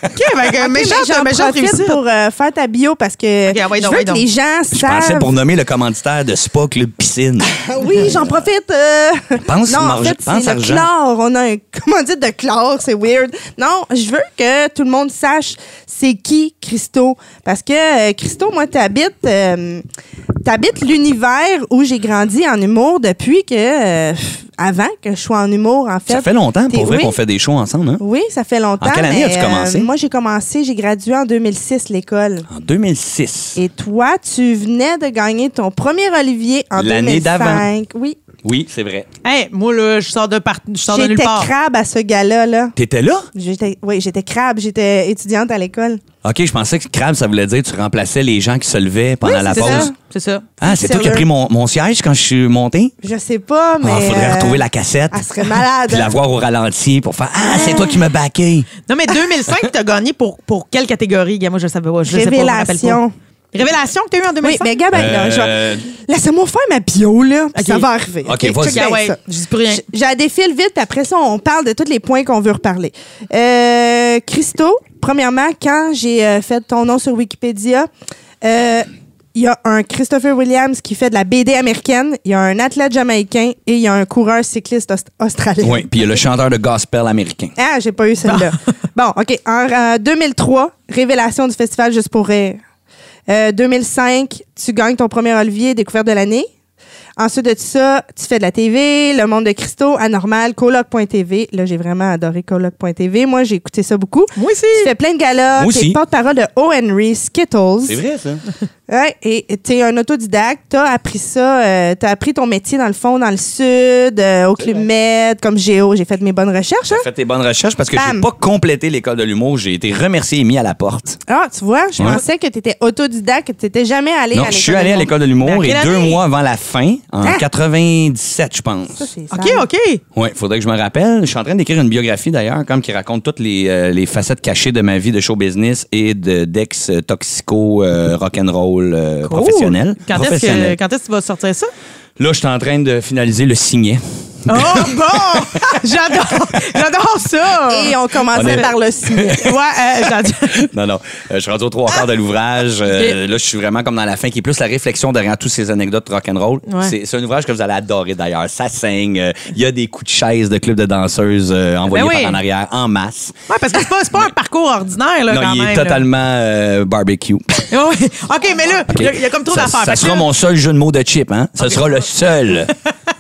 [SPEAKER 4] OK, avec un
[SPEAKER 2] Mais
[SPEAKER 4] méchant,
[SPEAKER 2] j'en
[SPEAKER 4] méchant
[SPEAKER 2] profite
[SPEAKER 4] réussi.
[SPEAKER 2] pour euh, faire ta bio parce que
[SPEAKER 4] Ok, ah ouais,
[SPEAKER 2] je
[SPEAKER 4] donc,
[SPEAKER 2] veux
[SPEAKER 4] ouais,
[SPEAKER 2] que
[SPEAKER 4] donc.
[SPEAKER 2] les gens
[SPEAKER 3] Je pensais
[SPEAKER 2] savent.
[SPEAKER 3] pour nommer le commanditaire de Spa Club Piscine.
[SPEAKER 2] Ah Oui, j'en profite. euh.
[SPEAKER 3] Pense,
[SPEAKER 2] non, en
[SPEAKER 3] Marge-
[SPEAKER 2] fait,
[SPEAKER 3] pense,
[SPEAKER 2] c'est le
[SPEAKER 3] Argent.
[SPEAKER 2] chlore. On a un commandite de chlore, c'est weird. Non, je veux que tout le monde sache c'est qui Christo. Parce que euh, Christo, moi, t'habites euh, t'habites l'univers où j'ai grandi en humour depuis que... euh, avant que je sois en humour, en fait.
[SPEAKER 3] Ça fait longtemps
[SPEAKER 2] T'es-
[SPEAKER 3] pour vrai
[SPEAKER 2] oui.
[SPEAKER 3] qu'on fait des shows ensemble, hein?
[SPEAKER 2] Oui, ça fait longtemps.
[SPEAKER 3] En quelle année
[SPEAKER 2] mais, euh,
[SPEAKER 3] as-tu commencé?
[SPEAKER 2] moi, j'ai commencé, j'ai gradué en 2006 l'école.
[SPEAKER 3] En 2006.
[SPEAKER 2] Et toi, tu venais de gagner ton premier Olivier en
[SPEAKER 3] L'année
[SPEAKER 2] 2005.
[SPEAKER 3] d'avant.
[SPEAKER 2] Oui.
[SPEAKER 3] Oui, c'est vrai.
[SPEAKER 4] Hey, moi, là, je sors de, part... je sors de nulle
[SPEAKER 2] J'étais
[SPEAKER 4] part.
[SPEAKER 2] crabe à ce gars-là. Là.
[SPEAKER 3] T'étais là?
[SPEAKER 2] J'étais, oui, j'étais crabe. J'étais étudiante à l'école.
[SPEAKER 3] OK, je pensais que crabe, ça voulait dire que tu remplaçais les gens qui se levaient pendant
[SPEAKER 2] Oui,
[SPEAKER 3] la
[SPEAKER 2] c'est
[SPEAKER 3] pause.
[SPEAKER 2] ça.
[SPEAKER 4] C'est ça.
[SPEAKER 3] Ah, c'est toi qui as
[SPEAKER 2] Sérieux?
[SPEAKER 3] pris mon, mon siège quand je suis monté?
[SPEAKER 2] Je sais pas,
[SPEAKER 3] Il
[SPEAKER 2] mais.
[SPEAKER 3] Ah, faudrait
[SPEAKER 2] euh,
[SPEAKER 3] retrouver la cassette.
[SPEAKER 2] Elle serait malade.
[SPEAKER 3] Puis la voir au ralenti pour faire Ah, c'est toi qui me baqué.
[SPEAKER 4] Non, mais 2005, t'as gagné pour, pour quelle catégorie? Gars, Moi, je savais pas. Je sais pas, je me rappelle pas.
[SPEAKER 2] Révélation.
[SPEAKER 4] Révélation que t'as eu en
[SPEAKER 2] Oui,
[SPEAKER 4] 2005?
[SPEAKER 2] mais Gab, là, je
[SPEAKER 3] Euh,
[SPEAKER 2] vais- laisse-moi faire ma bio, là. puis
[SPEAKER 4] Ok.
[SPEAKER 2] Ça va arriver.
[SPEAKER 3] Ok, vas-y.
[SPEAKER 2] check bien
[SPEAKER 4] Ah ouais,
[SPEAKER 2] ça.
[SPEAKER 4] je dis plus rien.
[SPEAKER 2] J- J'en défile vite, puis après ça, on parle de tous les points qu'on veut reparler. Euh, Christo, premièrement, quand j'ai euh, fait ton nom sur Wikipédia, euh, il y a un Christopher Williams qui fait de la BD américaine, il y a un athlète jamaïcain et il y a un coureur cycliste aust- australien.
[SPEAKER 3] Oui, puis il y a le chanteur de gospel américain.
[SPEAKER 2] Ah, j'ai pas eu celle-là. bon, OK. En euh, 2003, révélation du festival Juste pour rire. Euh, 2005, tu gagnes ton premier Olivier, découverte de l'année. Ensuite de ça, tu fais de la TV, Le Monde de Christo, Anormal, Coloc.tv. Là, j'ai vraiment adoré Coloc.tv. Moi, j'ai écouté ça beaucoup.
[SPEAKER 4] Moi aussi.
[SPEAKER 2] Tu fais plein de galas.
[SPEAKER 3] Moi
[SPEAKER 2] T'es
[SPEAKER 3] aussi.
[SPEAKER 2] porte-parole de O. Henry, Skittles.
[SPEAKER 3] vrai, ça.
[SPEAKER 2] Ouais, et t'es un autodidacte, t'as appris ça, euh, t'as appris ton métier dans le fond, dans le sud, euh, au Club Med, comme Géo. J'ai fait mes bonnes recherches. hein.
[SPEAKER 3] Faites tes bonnes recherches parce que j'ai
[SPEAKER 2] Bam.
[SPEAKER 3] pas complété l'école de l'humour. J'ai été remercié et mis à la porte.
[SPEAKER 2] Ah, tu vois, je
[SPEAKER 3] Ouais.
[SPEAKER 2] pensais que t'étais autodidacte, que t'étais jamais allé
[SPEAKER 3] Non,
[SPEAKER 2] à
[SPEAKER 3] je suis allé à
[SPEAKER 2] du monde.
[SPEAKER 3] l'école de l'humour
[SPEAKER 4] Mais
[SPEAKER 3] et
[SPEAKER 4] à quelle
[SPEAKER 3] deux
[SPEAKER 4] année?
[SPEAKER 3] mois avant la fin, en
[SPEAKER 2] Ah!
[SPEAKER 3] 97, je
[SPEAKER 2] Ça,
[SPEAKER 3] pense.
[SPEAKER 2] c'est
[SPEAKER 4] OK,
[SPEAKER 2] sale.
[SPEAKER 4] OK.
[SPEAKER 3] Oui, faudrait que je me rappelle. Je suis en train d'écrire une biographie d'ailleurs, comme qui raconte toutes les, euh, les facettes cachées de ma vie de show business et de d'ex euh, toxico euh, rock'n'roll euh,
[SPEAKER 4] Cool.
[SPEAKER 3] professionnel.
[SPEAKER 4] Quand est-ce que,
[SPEAKER 3] Professionnel.
[SPEAKER 4] quand est-ce que tu vas sortir ça?
[SPEAKER 3] Là, je suis en train de finaliser le signet.
[SPEAKER 4] Oh, bon! J'adore! J'adore ça!
[SPEAKER 2] Et on commençait
[SPEAKER 3] On est-
[SPEAKER 2] par le signet.
[SPEAKER 4] Ouais, euh, j'adore.
[SPEAKER 3] Non, non. Euh, je suis rendu aux trois quarts de l'ouvrage. Euh, Là, je suis vraiment comme dans la fin, qui est plus la réflexion derrière toutes ces anecdotes rock'n'roll.
[SPEAKER 4] Ouais.
[SPEAKER 3] C'est c'est un ouvrage que vous allez adorer d'ailleurs. Ça saigne. euh, Il y a des coups de chaise de clubs de danseuses euh, envoyés
[SPEAKER 4] Ben oui.
[SPEAKER 3] par en arrière en masse.
[SPEAKER 4] Ouais, parce que c'est pas, c'est pas un parcours ordinaire, là,
[SPEAKER 3] non,
[SPEAKER 4] quand
[SPEAKER 3] il
[SPEAKER 4] même.
[SPEAKER 3] est
[SPEAKER 4] là.
[SPEAKER 3] totalement euh, barbecue.
[SPEAKER 4] Ouais, ouais. OK, mais là, il y a- il y, a comme trop
[SPEAKER 3] Ça-
[SPEAKER 4] d'affaires.
[SPEAKER 3] Ça
[SPEAKER 4] Fait que
[SPEAKER 3] sera
[SPEAKER 4] là-
[SPEAKER 3] mon seul jeu de mots de chip, hein? Ça sera le seul.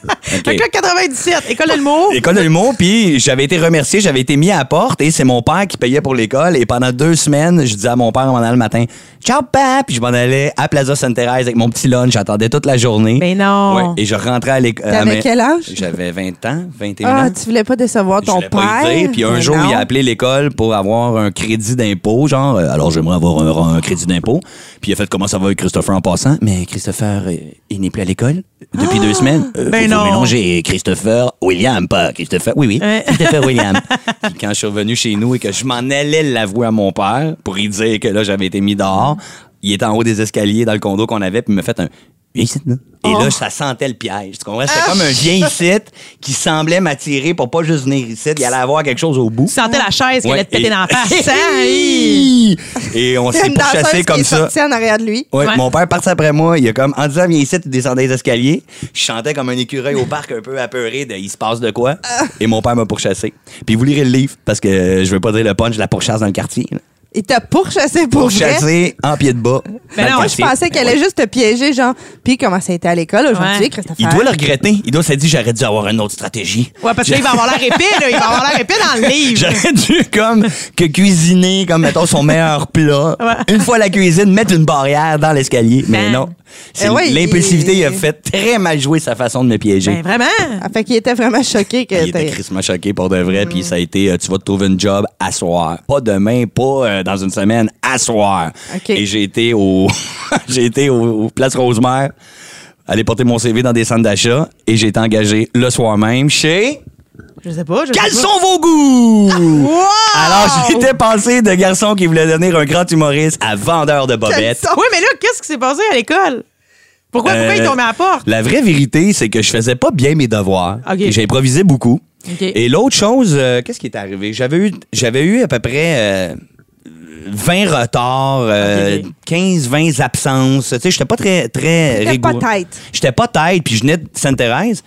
[SPEAKER 3] OK.
[SPEAKER 4] Fait que là, 97, école de l'humour.
[SPEAKER 3] École de l'humour, puis j'avais été remercié, j'avais été mis à la porte et c'est mon père qui payait pour l'école. Et pendant deux semaines, je disais à mon père en m'en allant le matin, Ciao, papa! Puis je m'en allais à Plaza Sainte-Thérèse avec mon petit lunch, j'attendais toute la journée.
[SPEAKER 4] Mais non.
[SPEAKER 3] Ouais, et je rentrais à l'école.
[SPEAKER 2] T'avais quel âge?
[SPEAKER 3] J'avais 20 ans, 21
[SPEAKER 2] Ah,
[SPEAKER 3] ans.
[SPEAKER 2] tu voulais pas décevoir
[SPEAKER 3] Je
[SPEAKER 2] ton
[SPEAKER 3] l'ai
[SPEAKER 2] père.
[SPEAKER 3] pas été. Puis un
[SPEAKER 2] Mais
[SPEAKER 3] jour,
[SPEAKER 2] non.
[SPEAKER 3] il a appelé l'école pour avoir un crédit d'impôt, genre, euh, alors j'aimerais avoir un, un crédit d'impôt. Puis il a fait comment ça va avec Christopher en passant. Mais Christopher, euh, il n'est plus à l'école depuis
[SPEAKER 2] Ah!
[SPEAKER 3] deux semaines. Euh,
[SPEAKER 4] Ben
[SPEAKER 3] faut vous
[SPEAKER 4] non.
[SPEAKER 3] mélanger Christopher William, pas Christopher. Oui, oui,
[SPEAKER 4] Ouais.
[SPEAKER 3] Christopher William. Puis quand je suis revenu chez nous et que je m'en allais l'avouer à mon père pour lui dire que là, j'avais été mis dehors, il était en haut des escaliers dans le condo qu'on avait, puis il m'a fait un. Viens ici, là. Et
[SPEAKER 4] Oh.
[SPEAKER 3] là, ça sentait le piège. Tu comprends?
[SPEAKER 4] Ah.
[SPEAKER 3] C'était comme un vieil site qui semblait m'attirer pour pas juste venir ici. Il allait avoir quelque chose au bout.
[SPEAKER 4] Tu sentais la chaise qu'elle
[SPEAKER 3] Ouais,
[SPEAKER 4] allait te péter
[SPEAKER 3] et-
[SPEAKER 4] dans la face. hein? Aïe!
[SPEAKER 3] Hey! Et on
[SPEAKER 2] C'est
[SPEAKER 3] s'est
[SPEAKER 2] une danseuse
[SPEAKER 3] pourchassés
[SPEAKER 2] qui
[SPEAKER 3] comme
[SPEAKER 2] est
[SPEAKER 3] ça.
[SPEAKER 2] sortie en arrière de lui.
[SPEAKER 3] Ouais,
[SPEAKER 4] Ouais.
[SPEAKER 3] Mon père partait après moi. Il a comme, en disant, viens ici, tu descendais les escaliers. Je chantais comme un écureuil au parc un peu apeuré de, il se passe de quoi. Et mon père m'a pourchassé. Puis vous lirez le livre, parce que euh, je veux pas dire le punch, la pourchasse dans le quartier. là.
[SPEAKER 2] Il t'a pourchassé pour vrai.
[SPEAKER 3] Pourchassé en pied de bas.
[SPEAKER 4] Ben
[SPEAKER 3] dans le
[SPEAKER 4] non,
[SPEAKER 2] Moi, je
[SPEAKER 3] quartier.
[SPEAKER 2] pensais qu'elle allait juste te piéger, genre, puis comment ça a été à l'école aujourd'hui,
[SPEAKER 4] Ouais.
[SPEAKER 2] Christopher?
[SPEAKER 3] Il doit le regretter. Il doit se dire, j'aurais dû avoir une autre stratégie.
[SPEAKER 4] Ouais, parce que là, il va avoir l'air épais, là. Il va avoir l'air épais dans le livre.
[SPEAKER 3] J'aurais dû comme que cuisiner comme mettons son meilleur plat.
[SPEAKER 4] Ouais.
[SPEAKER 3] Une fois la cuisine, mettre une barrière dans l'escalier. Mais
[SPEAKER 4] Ben.
[SPEAKER 3] non. C'est
[SPEAKER 2] Eh ouais,
[SPEAKER 3] l'impulsivité,
[SPEAKER 2] il-
[SPEAKER 3] il a fait très mal jouer sa façon de me piéger.
[SPEAKER 4] Ben, vraiment.
[SPEAKER 2] Ah, fait qu'il était vraiment choqué que
[SPEAKER 3] il était
[SPEAKER 2] t'aies-
[SPEAKER 3] crissement choqué pour de vrai, puis ça a été euh, tu vas te trouver une job à soir, pas demain, pas euh, dans une semaine, à soir.
[SPEAKER 2] OK.
[SPEAKER 3] Et j'ai été au j'ai été au, au Place Rosemère aller porter mon CV dans des centres d'achat et j'ai été engagé le soir même chez
[SPEAKER 4] Je sais pas. Je sais
[SPEAKER 3] Quels
[SPEAKER 4] pas.
[SPEAKER 3] sont vos goûts?
[SPEAKER 4] Wow!
[SPEAKER 3] Alors, j'étais passé de garçon qui voulait devenir un grand humoriste à vendeur de bobettes.
[SPEAKER 4] Oui, mais là, qu'est-ce qui s'est passé à l'école? Pourquoi, pourquoi
[SPEAKER 3] Euh,
[SPEAKER 4] ils t'ont mis à la porte?
[SPEAKER 3] La vraie vérité, c'est que je faisais pas bien mes devoirs.
[SPEAKER 4] OK.
[SPEAKER 3] Et J'ai improvisé beaucoup.
[SPEAKER 4] OK.
[SPEAKER 3] Et l'autre chose, euh, qu'est-ce qui est arrivé? J'avais eu, j'avais eu à peu près euh, 20 retards, euh,
[SPEAKER 4] OK.
[SPEAKER 3] 15-20 absences. Tu sais, j'étais pas très, très
[SPEAKER 2] T'étais pas
[SPEAKER 3] rigoureux.
[SPEAKER 2] tête.
[SPEAKER 3] J'étais pas tête, puis je venais de Sainte-Thérèse.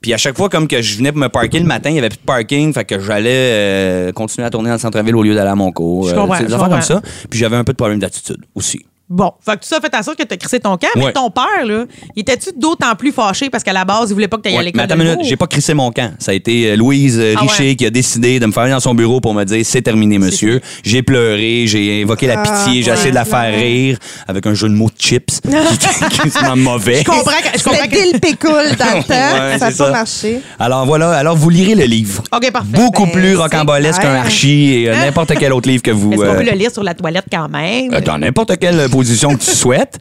[SPEAKER 3] Puis à chaque fois, comme que je venais pour me parker le matin, il y avait plus de parking, fait que j'allais euh, continuer à tourner dans le centre-ville au lieu d'aller à mon cours. Euh,
[SPEAKER 4] Je comprends,
[SPEAKER 3] tu sais, des
[SPEAKER 4] je
[SPEAKER 3] affaires comme
[SPEAKER 4] comprends.
[SPEAKER 3] ça. Puis j'avais un peu de problème d'attitude aussi.
[SPEAKER 4] Bon, fait que tout ça fait en sorte que t'as crissé ton camp,
[SPEAKER 3] Ouais.
[SPEAKER 4] mais ton père, là, il était-tu d'autant plus fâché parce qu'à la base, il voulait pas que t'ailles à
[SPEAKER 3] Ouais, mais
[SPEAKER 4] l'école?
[SPEAKER 3] attends
[SPEAKER 4] de
[SPEAKER 3] une minute,
[SPEAKER 4] l'humour?
[SPEAKER 3] j'ai pas crissé mon camp. Ça a été euh, Louise euh,
[SPEAKER 4] Ah ouais.
[SPEAKER 3] Richer qui a décidé de me faire aller dans son bureau pour me dire c'est terminé, monsieur. J'ai pleuré, j'ai invoqué la
[SPEAKER 2] Ah,
[SPEAKER 3] pitié, j'ai
[SPEAKER 2] ouais.
[SPEAKER 3] essayé de la faire rire avec un jeu de mots de chips qui était quasiment mauvais.
[SPEAKER 4] Je comprends que- je comprends
[SPEAKER 2] C'était
[SPEAKER 4] que-
[SPEAKER 2] Bill Pickle dans le temps.
[SPEAKER 3] Ouais,
[SPEAKER 2] ça a
[SPEAKER 3] c'est
[SPEAKER 2] pas marché.
[SPEAKER 3] Alors voilà, alors vous lirez le livre.
[SPEAKER 4] OK, parfait.
[SPEAKER 3] Beaucoup
[SPEAKER 2] Ben,
[SPEAKER 3] plus
[SPEAKER 2] c'est
[SPEAKER 3] rocambolesque
[SPEAKER 2] clair.
[SPEAKER 3] qu'un archi et euh, n'importe quel autre livre que vous.
[SPEAKER 4] Mais est-ce qu'on peut
[SPEAKER 3] euh,
[SPEAKER 4] le lire sur la toilette quand même?
[SPEAKER 3] euh, dans n'importe quelle position que tu souhaites.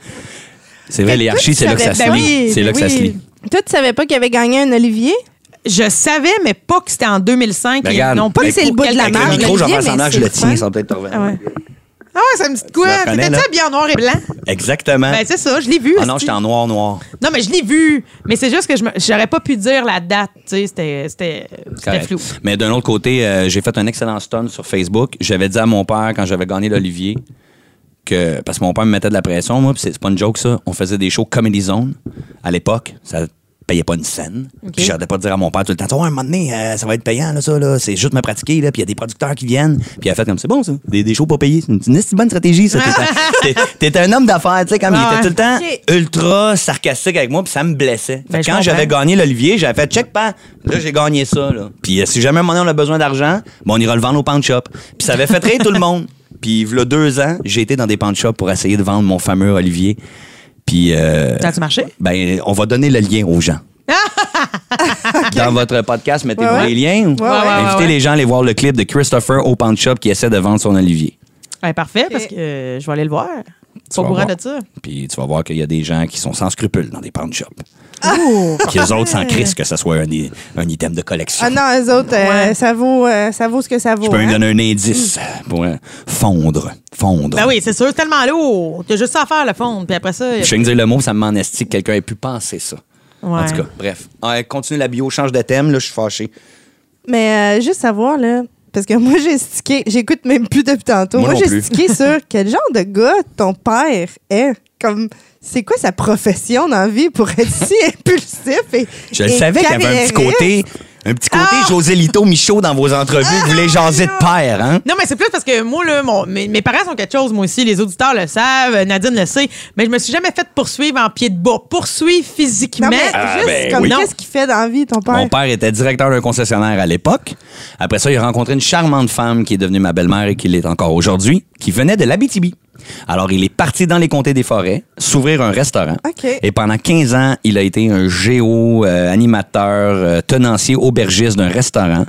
[SPEAKER 3] C'est vrai,
[SPEAKER 2] Mais
[SPEAKER 3] les
[SPEAKER 2] toi,
[SPEAKER 3] archis,
[SPEAKER 2] tu
[SPEAKER 3] c'est là que
[SPEAKER 2] savais-
[SPEAKER 3] ça se
[SPEAKER 4] ben
[SPEAKER 3] lit.
[SPEAKER 4] oui,
[SPEAKER 3] C'est là que ça
[SPEAKER 4] ben
[SPEAKER 3] se
[SPEAKER 4] oui.
[SPEAKER 3] lit.
[SPEAKER 2] Toi, tu savais pas qu'il avait gagné un Olivier?
[SPEAKER 4] Je savais, mais pas que c'était en 2005.
[SPEAKER 3] Ben,
[SPEAKER 4] Ils
[SPEAKER 3] regarde,
[SPEAKER 4] n'ont pas
[SPEAKER 3] mais
[SPEAKER 4] laissé
[SPEAKER 2] pour
[SPEAKER 4] bout de la
[SPEAKER 2] quelqu'un
[SPEAKER 3] Avec
[SPEAKER 4] marge.
[SPEAKER 3] le micro,
[SPEAKER 2] Olivier,
[SPEAKER 3] j'en fais un
[SPEAKER 2] mais
[SPEAKER 3] sandage,
[SPEAKER 2] c'est
[SPEAKER 3] je le
[SPEAKER 2] le fun.
[SPEAKER 3] tiens, ça va peut-être te revenir.
[SPEAKER 4] Ah ouais. Ah ouais, ça me dit de quoi?
[SPEAKER 3] Tu la connais,
[SPEAKER 4] T'étais-tu
[SPEAKER 3] là?
[SPEAKER 4] habillé en noir et blanc?
[SPEAKER 3] Exactement.
[SPEAKER 4] Ben, c'est ça, je l'ai vu.
[SPEAKER 3] ah non,
[SPEAKER 4] esti.
[SPEAKER 3] j'étais en noir, noir.
[SPEAKER 4] Non, mais je l'ai vu. Mais c'est juste que je me- j'aurais pas pu dire la date. Tu sais, c'était- c'était c'était
[SPEAKER 3] Correct.
[SPEAKER 4] flou.
[SPEAKER 3] Mais d'un autre côté, euh, j'ai fait un excellent stun sur Facebook. J'avais dit à mon père quand j'avais gagné l'Olivier que parce que mon père me mettait de la pression, moi, puis c'est c'est pas une joke ça. On faisait des shows Comedy Zone à l'époque. Ça payait pas une scène. Puis j'arrêtais pas de dire à mon père tout le temps, ouais, un moment donné, euh, ça va être payant là, ça là. C'est juste me pratiquer là. Puis il y a des producteurs qui viennent. Puis il a fait comme c'est bon ça. Des, des shows pas payés. C'est une, une esti bonne stratégie ça. T'es un- t'es- T'es un homme d'affaires, tu sais, comme il
[SPEAKER 4] Ouais.
[SPEAKER 3] était tout le temps
[SPEAKER 2] Ok.
[SPEAKER 3] ultra sarcastique avec moi, puis ça me blessait. Fait
[SPEAKER 4] Ben,
[SPEAKER 3] que
[SPEAKER 4] je
[SPEAKER 3] quand j'avais
[SPEAKER 4] comprends.
[SPEAKER 3] gagné l'Olivier, j'avais fait check pan. Là, j'ai gagné ça. Là. Puis euh, si jamais à un moment donné, on a besoin d'argent, ben, on ira le vendre au pawn shop. Puis ça avait fait rire tout le monde. Puis, il y a deux ans, j'ai été dans des pan shops pour essayer de vendre mon fameux Olivier. Puis. euh,
[SPEAKER 4] Ça a-tu marché?
[SPEAKER 3] Ben, on va donner le lien aux gens. Dans votre podcast, mettez-vous
[SPEAKER 2] Ouais, ouais.
[SPEAKER 3] les liens. ou-
[SPEAKER 2] Ouais, ouais, ouais,
[SPEAKER 3] Invitez
[SPEAKER 4] ouais.
[SPEAKER 3] les gens à aller voir le clip de Christopher au pan shop qui essaie de vendre son Olivier.
[SPEAKER 4] Ouais, parfait, parce que euh, je vais aller le voir. Pas
[SPEAKER 3] vas
[SPEAKER 4] au courant
[SPEAKER 3] voir.
[SPEAKER 4] de ça.
[SPEAKER 3] Puis tu vas voir qu'il y a des gens qui sont sans scrupules dans des pawn shops. Puis les autres s'en crissent que ça soit un, i- un item de collection.
[SPEAKER 2] Ah non, eux autres, euh,
[SPEAKER 4] Ouais.
[SPEAKER 2] ça, vaut, euh, ça vaut ce que ça vaut.
[SPEAKER 3] Je peux même
[SPEAKER 2] hein.
[SPEAKER 3] donner un indice pour euh, fondre. Fondre.
[SPEAKER 4] Ben oui, c'est sûr, c'est tellement lourd. T'as juste ça à faire, le fond. Puis après ça. y a-
[SPEAKER 3] Je viens de dire le mot, ça me m'en estique que quelqu'un ait pu penser ça. En
[SPEAKER 4] Ouais.
[SPEAKER 3] tout cas, bref. Ah, continue la bio, change de thème, là, je suis fâché.
[SPEAKER 2] Mais euh, juste savoir, là, parce que moi, j'ai stické, j'écoute même plus depuis tantôt.
[SPEAKER 3] Moi
[SPEAKER 2] Moi,
[SPEAKER 3] non
[SPEAKER 2] j'ai
[SPEAKER 3] plus.
[SPEAKER 2] stické sur quel genre de gars ton père est. Comme, c'est quoi sa profession dans la vie pour être si impulsif et.
[SPEAKER 3] Je le
[SPEAKER 2] et
[SPEAKER 3] savais qu'il y avait un petit
[SPEAKER 2] carriériste?
[SPEAKER 3] côté, un petit côté
[SPEAKER 4] Ah!
[SPEAKER 3] José Lito Michaud dans vos entrevues. vous voulez jaser de père, hein?
[SPEAKER 4] Non, mais c'est plus parce que moi, là, mon- mes, mes parents sont quelque chose, moi aussi. Les auditeurs le savent, euh, Nadine le sait. Mais je me suis jamais fait poursuivre en pied de bas. Poursuivre physiquement.
[SPEAKER 2] Non, mais
[SPEAKER 3] Ah,
[SPEAKER 2] juste
[SPEAKER 3] ben
[SPEAKER 2] comme
[SPEAKER 3] oui.
[SPEAKER 2] qu'est-ce qu'il fait dans la vie, ton père?
[SPEAKER 3] Mon père était directeur d'un concessionnaire à l'époque. Après ça, il a rencontré une charmante femme qui est devenue ma belle-mère et qui l'est encore aujourd'hui, qui venait de l'Abitibi. Alors, il est parti dans les comtés des forêts, s'ouvrir un restaurant.
[SPEAKER 2] OK.
[SPEAKER 3] Et pendant 15 ans, il a été un géo-animateur, euh, tenancier, aubergiste d'un restaurant.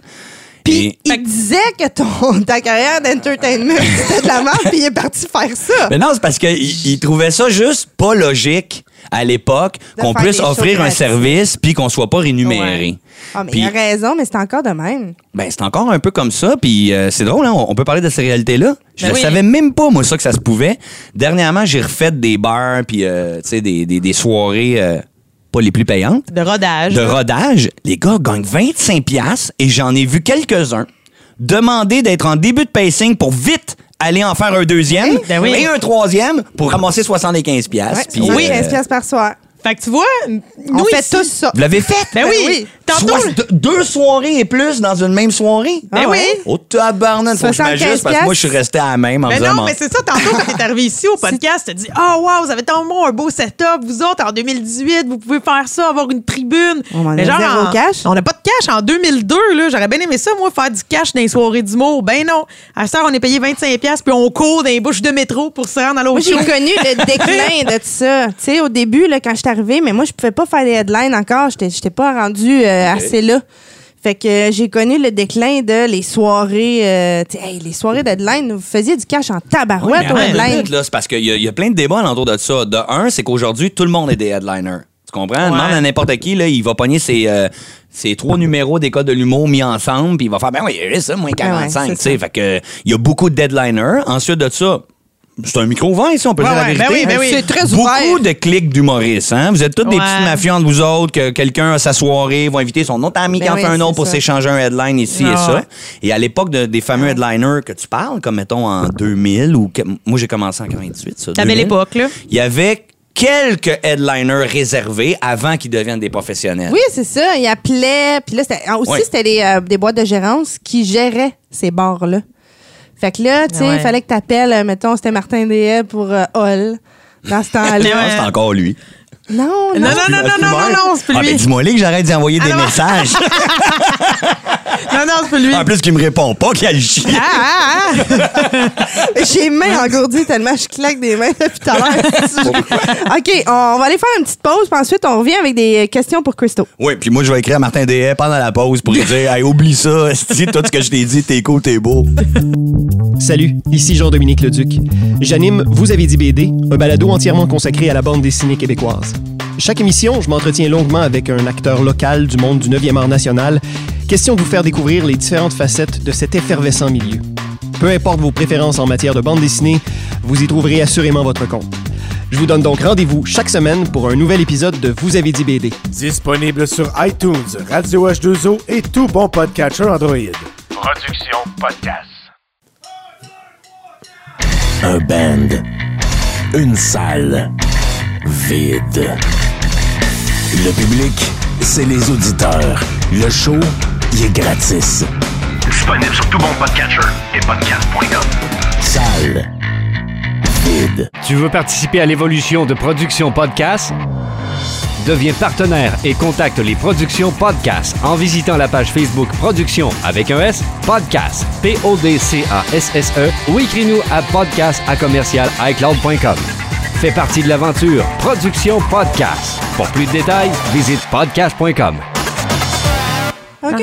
[SPEAKER 3] Et-
[SPEAKER 2] Il disait que ton, ta carrière d'entertainment, c'était de la merde, puis il est parti faire ça.
[SPEAKER 3] Mais non, c'est parce qu'il il trouvait ça juste pas logique à l'époque
[SPEAKER 2] De
[SPEAKER 3] qu'on
[SPEAKER 2] faire
[SPEAKER 3] puisse
[SPEAKER 2] des shows
[SPEAKER 3] offrir un
[SPEAKER 2] gratuits.
[SPEAKER 3] service puis qu'on soit pas rémunéré.
[SPEAKER 4] Ouais.
[SPEAKER 2] Ah, mais
[SPEAKER 3] Puis-
[SPEAKER 2] il a raison, mais c'est encore de même.
[SPEAKER 3] Ben, c'est encore un peu comme ça, puis euh, c'est drôle, hein, on on peut parler de ces réalités-là. Je
[SPEAKER 4] Ben
[SPEAKER 3] ne
[SPEAKER 4] oui.
[SPEAKER 3] savais même pas, moi, ça, que ça se pouvait. Dernièrement, j'ai refait des bars, puis euh, tu sais, des, des, des soirées euh, pas les plus payantes,
[SPEAKER 4] De rodage.
[SPEAKER 3] de rodage. Les gars gagnent 25 piastres, et j'en ai vu quelques-uns demander d'être en début de pacing pour vite aller en faire un deuxième
[SPEAKER 4] Ben oui.
[SPEAKER 3] et un troisième pour ramasser 75
[SPEAKER 2] Ouais,
[SPEAKER 3] piastres. puis,
[SPEAKER 2] oui,
[SPEAKER 3] euh,
[SPEAKER 2] 15 piastres par soir.
[SPEAKER 4] Fait que tu vois, nous
[SPEAKER 2] On fait
[SPEAKER 4] ici-
[SPEAKER 2] tous ça.
[SPEAKER 3] Vous l'avez fait?
[SPEAKER 4] Ben oui. Tantôt,
[SPEAKER 3] Soit
[SPEAKER 4] là-
[SPEAKER 3] deux- deux soirées et plus dans une même soirée.
[SPEAKER 2] Ben Ah oui. ouais.
[SPEAKER 3] Au Oh, tabarnak, faut que je
[SPEAKER 2] 75
[SPEAKER 3] m'ajuste parce que moi, je suis resté à la même en
[SPEAKER 4] Mais
[SPEAKER 3] faisant
[SPEAKER 4] non,
[SPEAKER 3] mon-
[SPEAKER 4] mais c'est ça, tantôt, quand t'es arrivé ici au podcast, t'as dit Ah, oh, wow, vous avez tellement un beau setup, vous autres, en 2018, vous pouvez faire ça, avoir une tribune.
[SPEAKER 2] On en a zéro
[SPEAKER 4] en-
[SPEAKER 2] cash.
[SPEAKER 4] On n'a pas de cash en 2002, là. J'aurais bien aimé ça, moi, faire du cash dans les soirées d'humour. Ben non. À cette heure, on est payé 25$, puis on court dans les bouches de métro pour se rendre à
[SPEAKER 2] Moi,
[SPEAKER 4] l'autre
[SPEAKER 2] j'ai
[SPEAKER 4] show.
[SPEAKER 2] connu le déclin de ça. Tu sais, au début, là, quand je suis arrivée, mais moi, je pouvais pas faire des headlines encore. J'étais, j'étais pas rendue euh, assez là. Fait que euh, j'ai connu le déclin de les soirées. euh, tu sais, hey, les soirées d'headline, vous faisiez du cash en tabarouette
[SPEAKER 3] Mais
[SPEAKER 2] aux
[SPEAKER 3] en
[SPEAKER 2] headlines.
[SPEAKER 3] fait, là, C'est parce qu'il y, a- il y a plein de débats alentour de ça. De un, c'est qu'aujourd'hui, tout le monde est des headliners. Tu comprends? Demande à n'importe qui, là, il va pogner ses, euh, ses trois numéros des codes de l'humour mis ensemble, puis il va faire, ben oui, c'est ça, moins 45.
[SPEAKER 2] Ouais, ouais,
[SPEAKER 3] tu sais. fait que, il y a beaucoup de deadliners. Ensuite de ça, c'est un micro ouvert ici, on peut
[SPEAKER 4] Ouais,
[SPEAKER 3] dire la
[SPEAKER 4] ouais,
[SPEAKER 3] vérité.
[SPEAKER 4] ben oui, ben oui.
[SPEAKER 2] C'est très
[SPEAKER 3] Beaucoup
[SPEAKER 2] ouvert.
[SPEAKER 3] de clics d'humoristes. Hein? Vous êtes tous des
[SPEAKER 4] Ouais.
[SPEAKER 3] petites mafias entre vous autres, que quelqu'un a sa soirée, va inviter son autre ami
[SPEAKER 2] Ben
[SPEAKER 3] qui en
[SPEAKER 2] oui,
[SPEAKER 3] fait un
[SPEAKER 2] c'est
[SPEAKER 3] autre pour
[SPEAKER 2] ça.
[SPEAKER 3] s'échanger un headline ici
[SPEAKER 4] Ah
[SPEAKER 3] et ça.
[SPEAKER 4] ouais.
[SPEAKER 3] Et à l'époque de- des fameux headliners que tu parles, comme mettons en 2000 ou que- moi j'ai commencé en 98, ça.
[SPEAKER 4] La belle
[SPEAKER 3] 2000,
[SPEAKER 4] époque, là.
[SPEAKER 3] Il y avait quelques headliners réservés avant qu'ils deviennent des professionnels.
[SPEAKER 2] Oui, c'est ça. Ils appelaient. Puis là, c'était- ah, aussi,
[SPEAKER 3] Ouais.
[SPEAKER 2] c'était des, euh, des boîtes de gérance qui géraient ces bars-là. Fait que là, tu sais, il
[SPEAKER 4] Ouais.
[SPEAKER 2] fallait que tu appelles, mettons, c'était Martin Dehaye pour euh, Hall dans ce
[SPEAKER 3] Je
[SPEAKER 2] temps-là.
[SPEAKER 3] pense que Ah, c'est encore lui.
[SPEAKER 2] non, non.
[SPEAKER 4] Non, non, non, non, non, non, non, c'est plus
[SPEAKER 3] Ah,
[SPEAKER 4] lui.
[SPEAKER 3] ben, dis-moi les que j'arrête d'y envoyer des
[SPEAKER 4] Alors-
[SPEAKER 3] messages.
[SPEAKER 4] Non, non, c'est plus lui.
[SPEAKER 3] en plus qu'il me répond pas, qu'il a le chien.
[SPEAKER 4] Ah, ah, ah.
[SPEAKER 2] J'ai les
[SPEAKER 3] Hein?
[SPEAKER 2] mains engourdies tellement je claque des mains depuis tout à l'heure. OK, on, on va aller faire une petite pause, puis ensuite, on revient avec des euh, questions pour Christo.
[SPEAKER 3] Oui, puis moi, je vais écrire à Martin Dehaye pendant la pause pour lui dire Hey, oublie ça, esti, tout ce que je t'ai dit, t'es cool, t'es beau.
[SPEAKER 5] Salut, ici Jean-Dominique Leduc. J'anime Vous avez dit BD, un balado entièrement consacré à la bande dessinée québécoise. Chaque émission, je m'entretiens longuement avec un acteur local du monde du 9e art national. Question de vous faire découvrir les différentes facettes de cet effervescent milieu. Peu importe vos préférences en matière de bande dessinée, vous y trouverez assurément votre compte. Je vous donne donc rendez-vous chaque semaine pour un nouvel épisode de Vous avez dit BD.
[SPEAKER 1] Disponible sur iTunes, Radio H2O et tout bon podcatcher Android.
[SPEAKER 6] Production Podcast.
[SPEAKER 1] Un band. Une salle. Vide. Le public, c'est les auditeurs. Le show, il est gratis.
[SPEAKER 6] Disponible sur tout bon podcatcher et podcast.com.
[SPEAKER 1] Salle. Vide.
[SPEAKER 7] Tu veux participer à l'évolution de Production Podcast? Deviens partenaire et contacte les productions Podcast en visitant la page Facebook Productions avec un S Podcast P-O-D-C-A-S-S-E E, ou écris-nous à podcast à commercial iCloud.com. Fais partie de l'aventure Productions Podcast. Pour plus de détails, visite podcast.com.
[SPEAKER 4] Ah.
[SPEAKER 2] OK,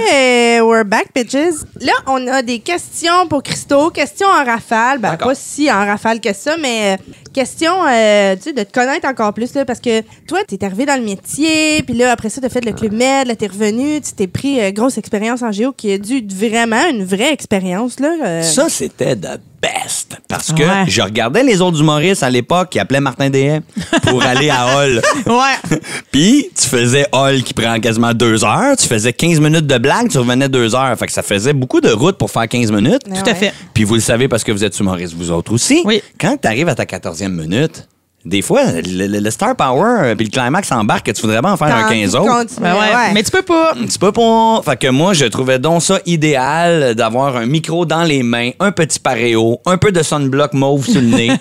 [SPEAKER 2] we're back, bitches. Là, on a des questions pour Christo, questions en rafale. Ben, pas si en rafale que ça, mais euh, questions euh, tu sais, de te connaître encore plus, là, parce que toi, t'es arrivé dans le métier, puis là, après ça, t'as fait le Club Med, là, t'es revenu, tu t'es pris euh, grosse expérience en géo qui a dû être vraiment une vraie expérience, là. euh.
[SPEAKER 3] Ça, c'était the best. Parce que
[SPEAKER 4] Ouais.
[SPEAKER 3] je regardais les autres humoristes à l'époque qui appelaient Martin DM pour aller à Hall.
[SPEAKER 4] Ouais.
[SPEAKER 3] Puis, tu faisais Hall qui prend quasiment deux heures. Tu faisais 15 minutes de blague, tu revenais deux heures. Fait que ça faisait beaucoup de route pour faire 15 minutes.
[SPEAKER 2] Ah
[SPEAKER 4] Tout à
[SPEAKER 2] ouais.
[SPEAKER 4] fait.
[SPEAKER 3] Puis vous le savez parce que vous êtes humoriste, vous autres aussi.
[SPEAKER 4] Oui.
[SPEAKER 3] Quand tu arrives à ta 14e minute, des fois, le, le- le star power euh, puis le climax embarque que tu voudrais bien en faire
[SPEAKER 2] T'as
[SPEAKER 3] un
[SPEAKER 2] envie
[SPEAKER 3] 15
[SPEAKER 2] de
[SPEAKER 3] autres.
[SPEAKER 2] continuer,
[SPEAKER 4] Ben ouais.
[SPEAKER 2] ouais.
[SPEAKER 4] Mais tu peux pas.
[SPEAKER 3] Tu peux pas. Fait que moi, je trouvais donc ça idéal d'avoir un micro dans les mains, un petit paréo, un peu de sunblock mauve sur le nez,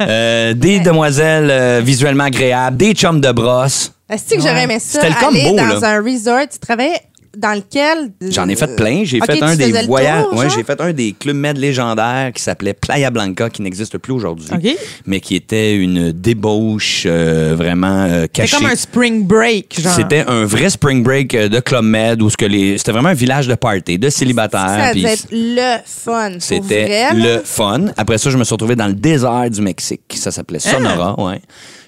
[SPEAKER 3] euh, des demoiselles euh, visuellement agréables, des chums de brosse.
[SPEAKER 2] Est-ce que j'aurais aimé ça?
[SPEAKER 3] C'était le
[SPEAKER 2] aller
[SPEAKER 3] combo,
[SPEAKER 2] dans
[SPEAKER 3] là.
[SPEAKER 2] un resort, tu travaillais dans lequel?
[SPEAKER 3] J'en ai fait plein. J'ai
[SPEAKER 2] Euh, Ok,
[SPEAKER 3] fait
[SPEAKER 2] tu
[SPEAKER 3] un des
[SPEAKER 2] faisais le
[SPEAKER 3] voyages.
[SPEAKER 2] tour,
[SPEAKER 3] ouais,
[SPEAKER 2] genre?
[SPEAKER 3] j'ai fait un des clubs med légendaires qui s'appelait Playa Blanca, qui n'existe plus aujourd'hui,
[SPEAKER 4] OK.
[SPEAKER 3] mais qui était une débauche euh, vraiment euh,
[SPEAKER 4] C'est
[SPEAKER 3] cachée.
[SPEAKER 4] comme un spring break, genre.
[SPEAKER 3] C'était un vrai spring break euh, de club med où ce que les c'était vraiment un village de party, de célibataires.
[SPEAKER 2] Ça
[SPEAKER 3] puis
[SPEAKER 2] devait être le fun. pour
[SPEAKER 3] C'était
[SPEAKER 2] vrai, là.
[SPEAKER 3] le fun. Après ça, je me suis retrouvé dans le désert du Mexique. Ça s'appelait
[SPEAKER 4] Ah!
[SPEAKER 3] Sonora, ouais.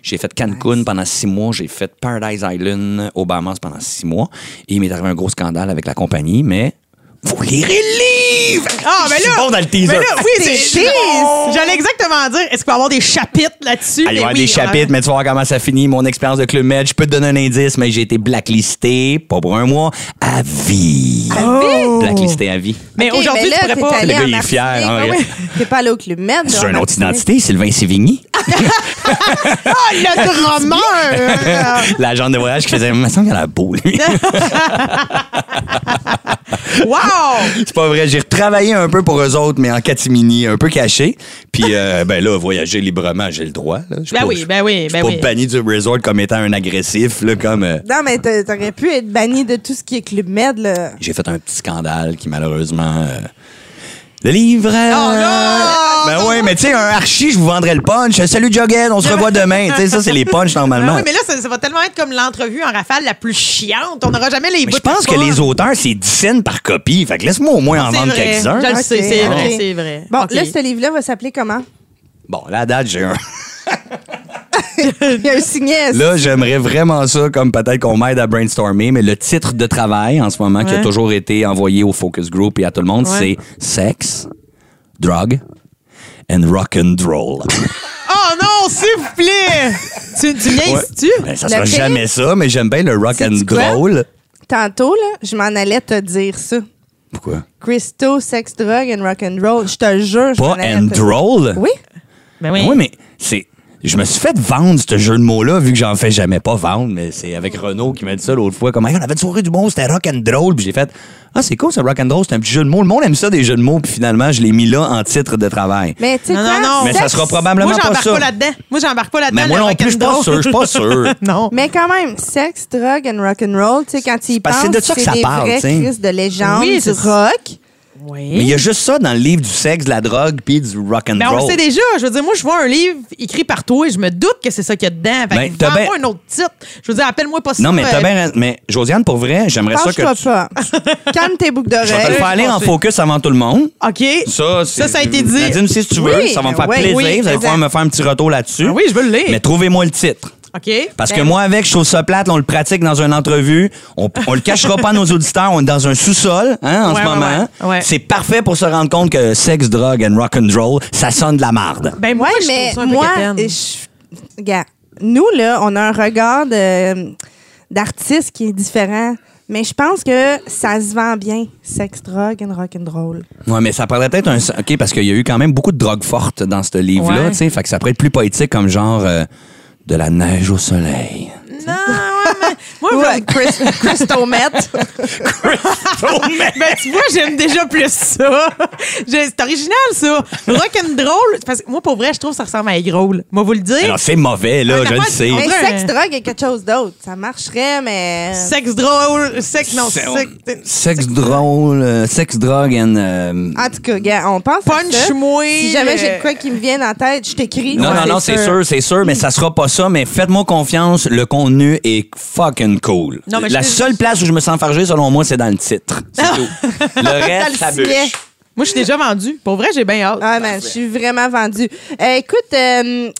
[SPEAKER 3] J'ai fait Cancun pendant six mois. J'ai fait Paradise Island au Bahamas pendant six mois. Et il m'est arrivé un gros scandale avec la compagnie, mais... Vous lirez le livre!
[SPEAKER 4] Ah, mais
[SPEAKER 3] Je suis
[SPEAKER 4] là.
[SPEAKER 3] bon dans le teaser.
[SPEAKER 4] Mais là, oui,
[SPEAKER 2] Ah, C'est
[SPEAKER 4] c'est
[SPEAKER 2] cheese.
[SPEAKER 4] J'allais exactement dire, est-ce qu'il peut y avoir des chapitres
[SPEAKER 3] Ah,
[SPEAKER 4] là-dessus?
[SPEAKER 3] Il va y
[SPEAKER 4] Mais
[SPEAKER 3] avoir
[SPEAKER 4] oui,
[SPEAKER 3] des chapitres,
[SPEAKER 4] hein.
[SPEAKER 3] mais tu vas voir comment ça finit. Mon expérience de Club Med, je peux te donner un indice, mais j'ai été blacklisté, pas pour un mois, à vie.
[SPEAKER 2] Oh!
[SPEAKER 3] Blacklisté à vie.
[SPEAKER 4] Mais
[SPEAKER 2] Ok,
[SPEAKER 4] aujourd'hui,
[SPEAKER 2] ben
[SPEAKER 4] tu
[SPEAKER 2] là,
[SPEAKER 4] pourrais
[SPEAKER 2] t'es
[SPEAKER 4] pas.
[SPEAKER 2] allé
[SPEAKER 3] Le gars,
[SPEAKER 2] en
[SPEAKER 3] il est fier,
[SPEAKER 2] Martinique,
[SPEAKER 3] hein,
[SPEAKER 2] ben
[SPEAKER 3] regarde.
[SPEAKER 2] oui. T'es pas allé au Club Med.
[SPEAKER 3] C'est
[SPEAKER 2] là, en
[SPEAKER 3] une autre
[SPEAKER 2] Martinique.
[SPEAKER 3] identité, Sylvain Sévigny.
[SPEAKER 4] Ah, le drummer!
[SPEAKER 3] L'agent de voyage qui faisait, il me semble qu'il a l'air beau, lui.
[SPEAKER 4] wow!
[SPEAKER 3] C'est pas vrai, j'ai retravaillé un peu pour eux autres, mais en catimini, un peu caché. Puis, euh, ben là, voyager librement, j'ai le droit. Là. Je suis
[SPEAKER 4] Ben
[SPEAKER 3] pas-
[SPEAKER 4] oui,
[SPEAKER 3] je-
[SPEAKER 4] ben oui,
[SPEAKER 3] je suis
[SPEAKER 4] ben
[SPEAKER 3] pas
[SPEAKER 4] oui.
[SPEAKER 3] banni du resort comme étant un agressif, là, comme... euh,
[SPEAKER 2] Non, mais t'a- t'aurais pu être banni de tout ce qui est Club Med, là.
[SPEAKER 3] j'ai fait un petit scandale qui, malheureusement... euh, le livre... euh,
[SPEAKER 4] Oh
[SPEAKER 3] ben oui, mais tu sais, un archi, je vous vendrais le punch. Salut, Jughead, on se revoit demain. tu sais, ça, c'est les punchs,
[SPEAKER 4] Ah
[SPEAKER 3] normalement.
[SPEAKER 4] oui, mais là, ça, ça va tellement être comme l'entrevue en rafale la plus chiante. On n'aura jamais
[SPEAKER 3] Mais
[SPEAKER 4] les bouts
[SPEAKER 3] je
[SPEAKER 4] de
[SPEAKER 3] pense que
[SPEAKER 4] fun.
[SPEAKER 3] les auteurs, c'est 10 scènes par copie. Fait que laisse-moi au moins en
[SPEAKER 4] C'est
[SPEAKER 3] vendre
[SPEAKER 4] vrai.
[SPEAKER 3] quelques-uns.
[SPEAKER 4] Je
[SPEAKER 2] Ok,
[SPEAKER 4] le sais, Ah, c'est
[SPEAKER 2] ok.
[SPEAKER 4] vrai, c'est vrai.
[SPEAKER 2] Bon,
[SPEAKER 4] Ok.
[SPEAKER 2] là, ce livre-là va s'appeler comment?
[SPEAKER 3] Bon, la date, j'ai un...
[SPEAKER 2] Il y a un signet.
[SPEAKER 3] Là, j'aimerais vraiment ça, comme peut-être qu'on m'aide à brainstormer, mais le titre de travail en ce moment qui a
[SPEAKER 4] Ouais.
[SPEAKER 3] toujours été envoyé au focus group et à tout le monde,
[SPEAKER 4] Ouais.
[SPEAKER 3] c'est sexe, drogue and rock and roll.
[SPEAKER 4] Oh non, s'il vous plaît! tu tu niaises-tu?
[SPEAKER 3] Ben, ça
[SPEAKER 2] Le
[SPEAKER 3] sera
[SPEAKER 2] pire-
[SPEAKER 3] jamais ça, mais j'aime bien le rock and
[SPEAKER 2] Sais-tu quoi?
[SPEAKER 3] roll.
[SPEAKER 2] Tantôt, là, je m'en allais te dire ça.
[SPEAKER 3] Pourquoi?
[SPEAKER 2] Christo, sex, drug and rock and roll. Je te jure, je m'en
[SPEAKER 3] Pas
[SPEAKER 2] allais
[SPEAKER 3] and
[SPEAKER 2] te-
[SPEAKER 3] roll.
[SPEAKER 2] Oui.
[SPEAKER 4] Ben
[SPEAKER 3] Oui, mais c'est. Je me suis fait vendre ce jeu de mots-là, vu que j'en fais jamais pas vendre, mais c'est avec Renaud qui m'a dit ça l'autre fois. Comme, Hey, on avait une soirée du monde, c'était rock and roll. Puis j'ai fait, ah, c'est cool, ce rock and roll, c'est un petit jeu de mots. Le monde aime ça, des jeux de mots. Puis finalement, je l'ai mis là en titre de travail.
[SPEAKER 2] Mais tu sais
[SPEAKER 4] Non,
[SPEAKER 2] quoi?
[SPEAKER 4] non, non.
[SPEAKER 3] Mais ça
[SPEAKER 2] Sexe-
[SPEAKER 3] sera probablement
[SPEAKER 4] Moi,
[SPEAKER 3] pas
[SPEAKER 4] j'embarque
[SPEAKER 3] ça.
[SPEAKER 4] pas là-dedans. Moi, j'embarque pas là-dedans.
[SPEAKER 3] Mais moi
[SPEAKER 4] le
[SPEAKER 3] non plus, je suis pas
[SPEAKER 4] rock'n'roll.
[SPEAKER 3] sûr, je suis pas sûr.
[SPEAKER 4] non.
[SPEAKER 2] Mais quand même, sexe, drogue and rock and roll, tu sais, quand tu y
[SPEAKER 3] parce que
[SPEAKER 2] penses,
[SPEAKER 3] c'est de ça que ça
[SPEAKER 2] des
[SPEAKER 3] parle,
[SPEAKER 2] vraies
[SPEAKER 3] tu sais.
[SPEAKER 2] crises de légende,
[SPEAKER 4] Oui,
[SPEAKER 2] du
[SPEAKER 4] c'est-
[SPEAKER 2] rock.
[SPEAKER 3] Mais il y a juste ça dans le livre du sexe, de la drogue, puis du rock and
[SPEAKER 4] Mais Ben, on
[SPEAKER 3] roll.
[SPEAKER 4] le sait déjà. Je veux dire, moi, je vois un livre écrit par toi et je me doute que c'est ça qu'il y a dedans. Fait
[SPEAKER 3] Ben,
[SPEAKER 4] que
[SPEAKER 3] t'as
[SPEAKER 4] vends-moi
[SPEAKER 3] ben-
[SPEAKER 4] un autre titre. Je veux dire, appelle-moi pas ça.
[SPEAKER 3] Non, mais t'as ben
[SPEAKER 4] euh,
[SPEAKER 3] bien raison. Mais Josiane, pour vrai, j'aimerais ça que.
[SPEAKER 2] Penche-toi
[SPEAKER 3] tu-
[SPEAKER 2] pas. Calme tes boucles
[SPEAKER 3] Je vais te le
[SPEAKER 2] d'oreilles.
[SPEAKER 3] faire aller en
[SPEAKER 4] pensé.
[SPEAKER 3] focus avant tout le monde.
[SPEAKER 4] OK.
[SPEAKER 3] Ça, c'est-
[SPEAKER 4] ça, ça a été dit.
[SPEAKER 3] Nadine, si tu veux,
[SPEAKER 2] Oui,
[SPEAKER 3] ça va me faire
[SPEAKER 2] oui,
[SPEAKER 3] plaisir.
[SPEAKER 2] oui,
[SPEAKER 3] vous allez pouvoir
[SPEAKER 2] exact.
[SPEAKER 3] me faire un petit retour là-dessus.
[SPEAKER 4] Ah oui, je veux le lire.
[SPEAKER 3] Mais trouvez-moi le titre.
[SPEAKER 4] OK. Ben,
[SPEAKER 3] Parce que moi, avec, je trouve ça plate. On le pratique dans une entrevue. On, on le cachera pas à nos auditeurs. On est dans un sous-sol hein, en
[SPEAKER 4] Ouais,
[SPEAKER 3] ce
[SPEAKER 4] ouais,
[SPEAKER 3] moment.
[SPEAKER 4] ouais. Ouais.
[SPEAKER 3] C'est parfait pour se rendre compte que sexe, drogue and rock and roll, ça sonne de la marde.
[SPEAKER 4] Ben, moi,
[SPEAKER 2] Ouais,
[SPEAKER 4] je trouve
[SPEAKER 2] mais
[SPEAKER 4] ça un peu
[SPEAKER 2] moi,
[SPEAKER 4] quétaine.
[SPEAKER 2] je- regarde, nous, là, on a un regard de- d'artiste qui est différent. Mais je pense que ça se vend bien, sex, drogue and rock'n'roll.
[SPEAKER 3] Ouais, mais ça prendrait peut-être un. OK, parce qu'il y a eu quand même beaucoup de drogues fortes dans ce livre-là.
[SPEAKER 4] Ouais.
[SPEAKER 3] tu sais. Fait que ça pourrait être plus poétique comme genre euh, de la neige au soleil.
[SPEAKER 4] Non, Ah, mais Moi,
[SPEAKER 2] Ou,
[SPEAKER 4] je-
[SPEAKER 2] euh, Chris, Chris Tomette.
[SPEAKER 4] Ben, tu vois, j'aime déjà plus ça. Je- C'est original, ça. Rock'n'roll, parce que moi, pour vrai, je trouve que ça ressemble à Aigrole. Moi, vous le dire.
[SPEAKER 3] Alors, c'est mauvais, là,
[SPEAKER 4] Ouais,
[SPEAKER 3] je le
[SPEAKER 4] Ah, t'as pas-
[SPEAKER 3] sais.
[SPEAKER 4] on
[SPEAKER 2] Mais
[SPEAKER 4] dirait-
[SPEAKER 2] sexe, drogue et quelque chose d'autre. Ça marcherait, mais.
[SPEAKER 4] Sexe drôle, sexe, non, sexe.
[SPEAKER 3] Sexe drôle, euh, sexe, drogue and... euh,
[SPEAKER 2] En tout cas, gars, on pense à
[SPEAKER 4] Punch
[SPEAKER 2] ça.
[SPEAKER 4] moi,
[SPEAKER 2] Si jamais j'ai
[SPEAKER 4] euh,
[SPEAKER 2] de quoi qui me vient en tête, je t'écris.
[SPEAKER 3] Non, non, non, c'est sûr, c'est sûr, mais ça sera pas ça. Mais faites-moi confiance, le contenu est fucking cool.
[SPEAKER 4] Non, mais je
[SPEAKER 3] La
[SPEAKER 4] te-
[SPEAKER 3] seule place où je me sens fargé, selon moi, c'est dans le titre. C'est tout. Le
[SPEAKER 2] Dans
[SPEAKER 3] reste,
[SPEAKER 2] le
[SPEAKER 3] ça
[SPEAKER 2] silet.
[SPEAKER 3] bûche.
[SPEAKER 4] Ah! Moi, je suis déjà vendue. Pour vrai, j'ai bien hâte.
[SPEAKER 2] Ah, man, je suis vraiment vendue. Euh, écoute, euh,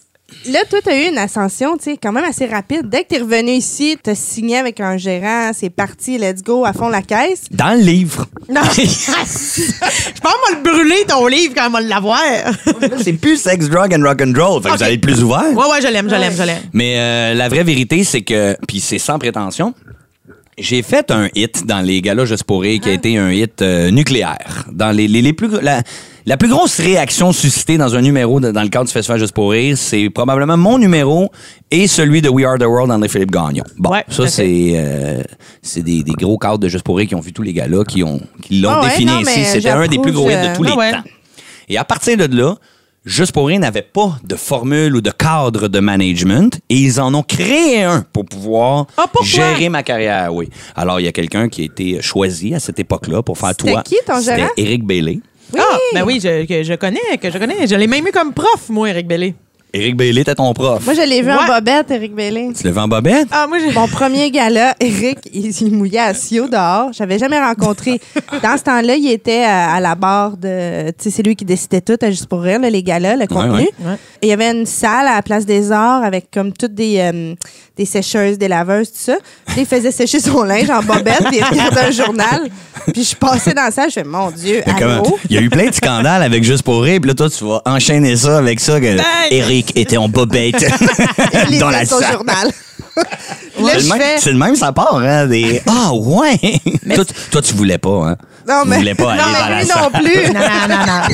[SPEAKER 2] là, toi, t'as eu une ascension, tu sais, quand même assez rapide. Dès que t'es revenu ici, t'as signé avec un gérant, c'est parti, let's go, à fond la caisse.
[SPEAKER 3] Dans le livre.
[SPEAKER 4] Non. je pense qu'on va le brûler, ton livre, quand on va l'avoir. ouais,
[SPEAKER 3] c'est plus sex, drug and rock and roll. Fait que
[SPEAKER 4] Ok.
[SPEAKER 3] vous allez être plus ouvert.
[SPEAKER 4] ouais, je l'aime, je l'aime, je l'aime.
[SPEAKER 3] Mais euh, la vraie vérité, c'est que, puis c'est sans prétention, j'ai fait un hit dans les galas Juste pour rire qui
[SPEAKER 4] Ah.
[SPEAKER 3] a été un hit euh, nucléaire. Dans les, les, les plus, gros- la, la plus grosse réaction suscitée dans un numéro de- dans le cadre du Festival Juste pour rire, c'est probablement mon numéro et celui de We Are the World d'André Philippe Gagnon. Bon,
[SPEAKER 4] Ouais, tout à
[SPEAKER 3] ça, c'est euh, c'est des, des gros cadres de Juste pour rire qui ont vu tous les galas, qui ont qui l'ont
[SPEAKER 2] Ah ouais,
[SPEAKER 3] défini
[SPEAKER 2] non,
[SPEAKER 3] ainsi.
[SPEAKER 2] mais
[SPEAKER 3] C'était un des plus gros hits de tous
[SPEAKER 2] j'approuve,
[SPEAKER 3] les
[SPEAKER 4] euh, ah ouais.
[SPEAKER 3] temps. Et à partir de là, Juste pour rien n'avait pas de formule ou de cadre de management et ils en ont créé un pour pouvoir
[SPEAKER 4] Ah, pourquoi?
[SPEAKER 3] gérer ma carrière, oui. Alors, il y a quelqu'un qui a été choisi à cette époque-là pour faire
[SPEAKER 2] C'était
[SPEAKER 3] toi.
[SPEAKER 2] qui, ton
[SPEAKER 3] C'était
[SPEAKER 2] gérant?
[SPEAKER 3] Éric Bailey.
[SPEAKER 4] Ah, ben oui, je, que je connais, que je connais. Je l'ai même eu comme prof, moi, Eric Bellé.
[SPEAKER 3] Éric Bailey était ton prof.
[SPEAKER 2] Moi, je l'ai vu en
[SPEAKER 4] Ouais.
[SPEAKER 2] bobette, Eric Bellin.
[SPEAKER 3] Tu le vends bobette?
[SPEAKER 4] Ah, moi, j'ai.
[SPEAKER 2] Mon premier gala, Eric, il, il mouillait à Sio dehors. J'avais jamais rencontré. Dans ce temps-là, il était euh, à, à la barre de. Tu sais, c'est lui qui décidait tout, à juste pour rire, là, les galas, le contenu.
[SPEAKER 3] ouais.
[SPEAKER 4] Ouais.
[SPEAKER 2] Et il y avait une salle à la place des arts avec comme toutes des, euh, des sécheuses, des laveuses, tout ça. Puis il faisait sécher son linge en bobette, puis il regardait un journal. Puis je passais dans la salle, je fais mon Dieu,
[SPEAKER 3] Mais comment-
[SPEAKER 2] allô?
[SPEAKER 3] Il y a eu plein de scandales avec Juste pour rire, puis là, toi, tu vas enchaîner ça avec ça que Éric était en bobette
[SPEAKER 2] Il lisait
[SPEAKER 3] dans la
[SPEAKER 2] son
[SPEAKER 3] salle.
[SPEAKER 2] journal. Puis là,
[SPEAKER 3] C'est le,
[SPEAKER 2] je
[SPEAKER 3] même,
[SPEAKER 2] fais.
[SPEAKER 3] c'est le même, ça part, hein? Des... Ah, ouais! toi, tu- toi, tu voulais pas, hein?
[SPEAKER 2] Non,
[SPEAKER 3] tu
[SPEAKER 2] mais.
[SPEAKER 3] voulais pas
[SPEAKER 2] non,
[SPEAKER 3] aller dans
[SPEAKER 2] mais
[SPEAKER 3] la
[SPEAKER 2] lui
[SPEAKER 3] salle.
[SPEAKER 2] non plus.
[SPEAKER 4] Non,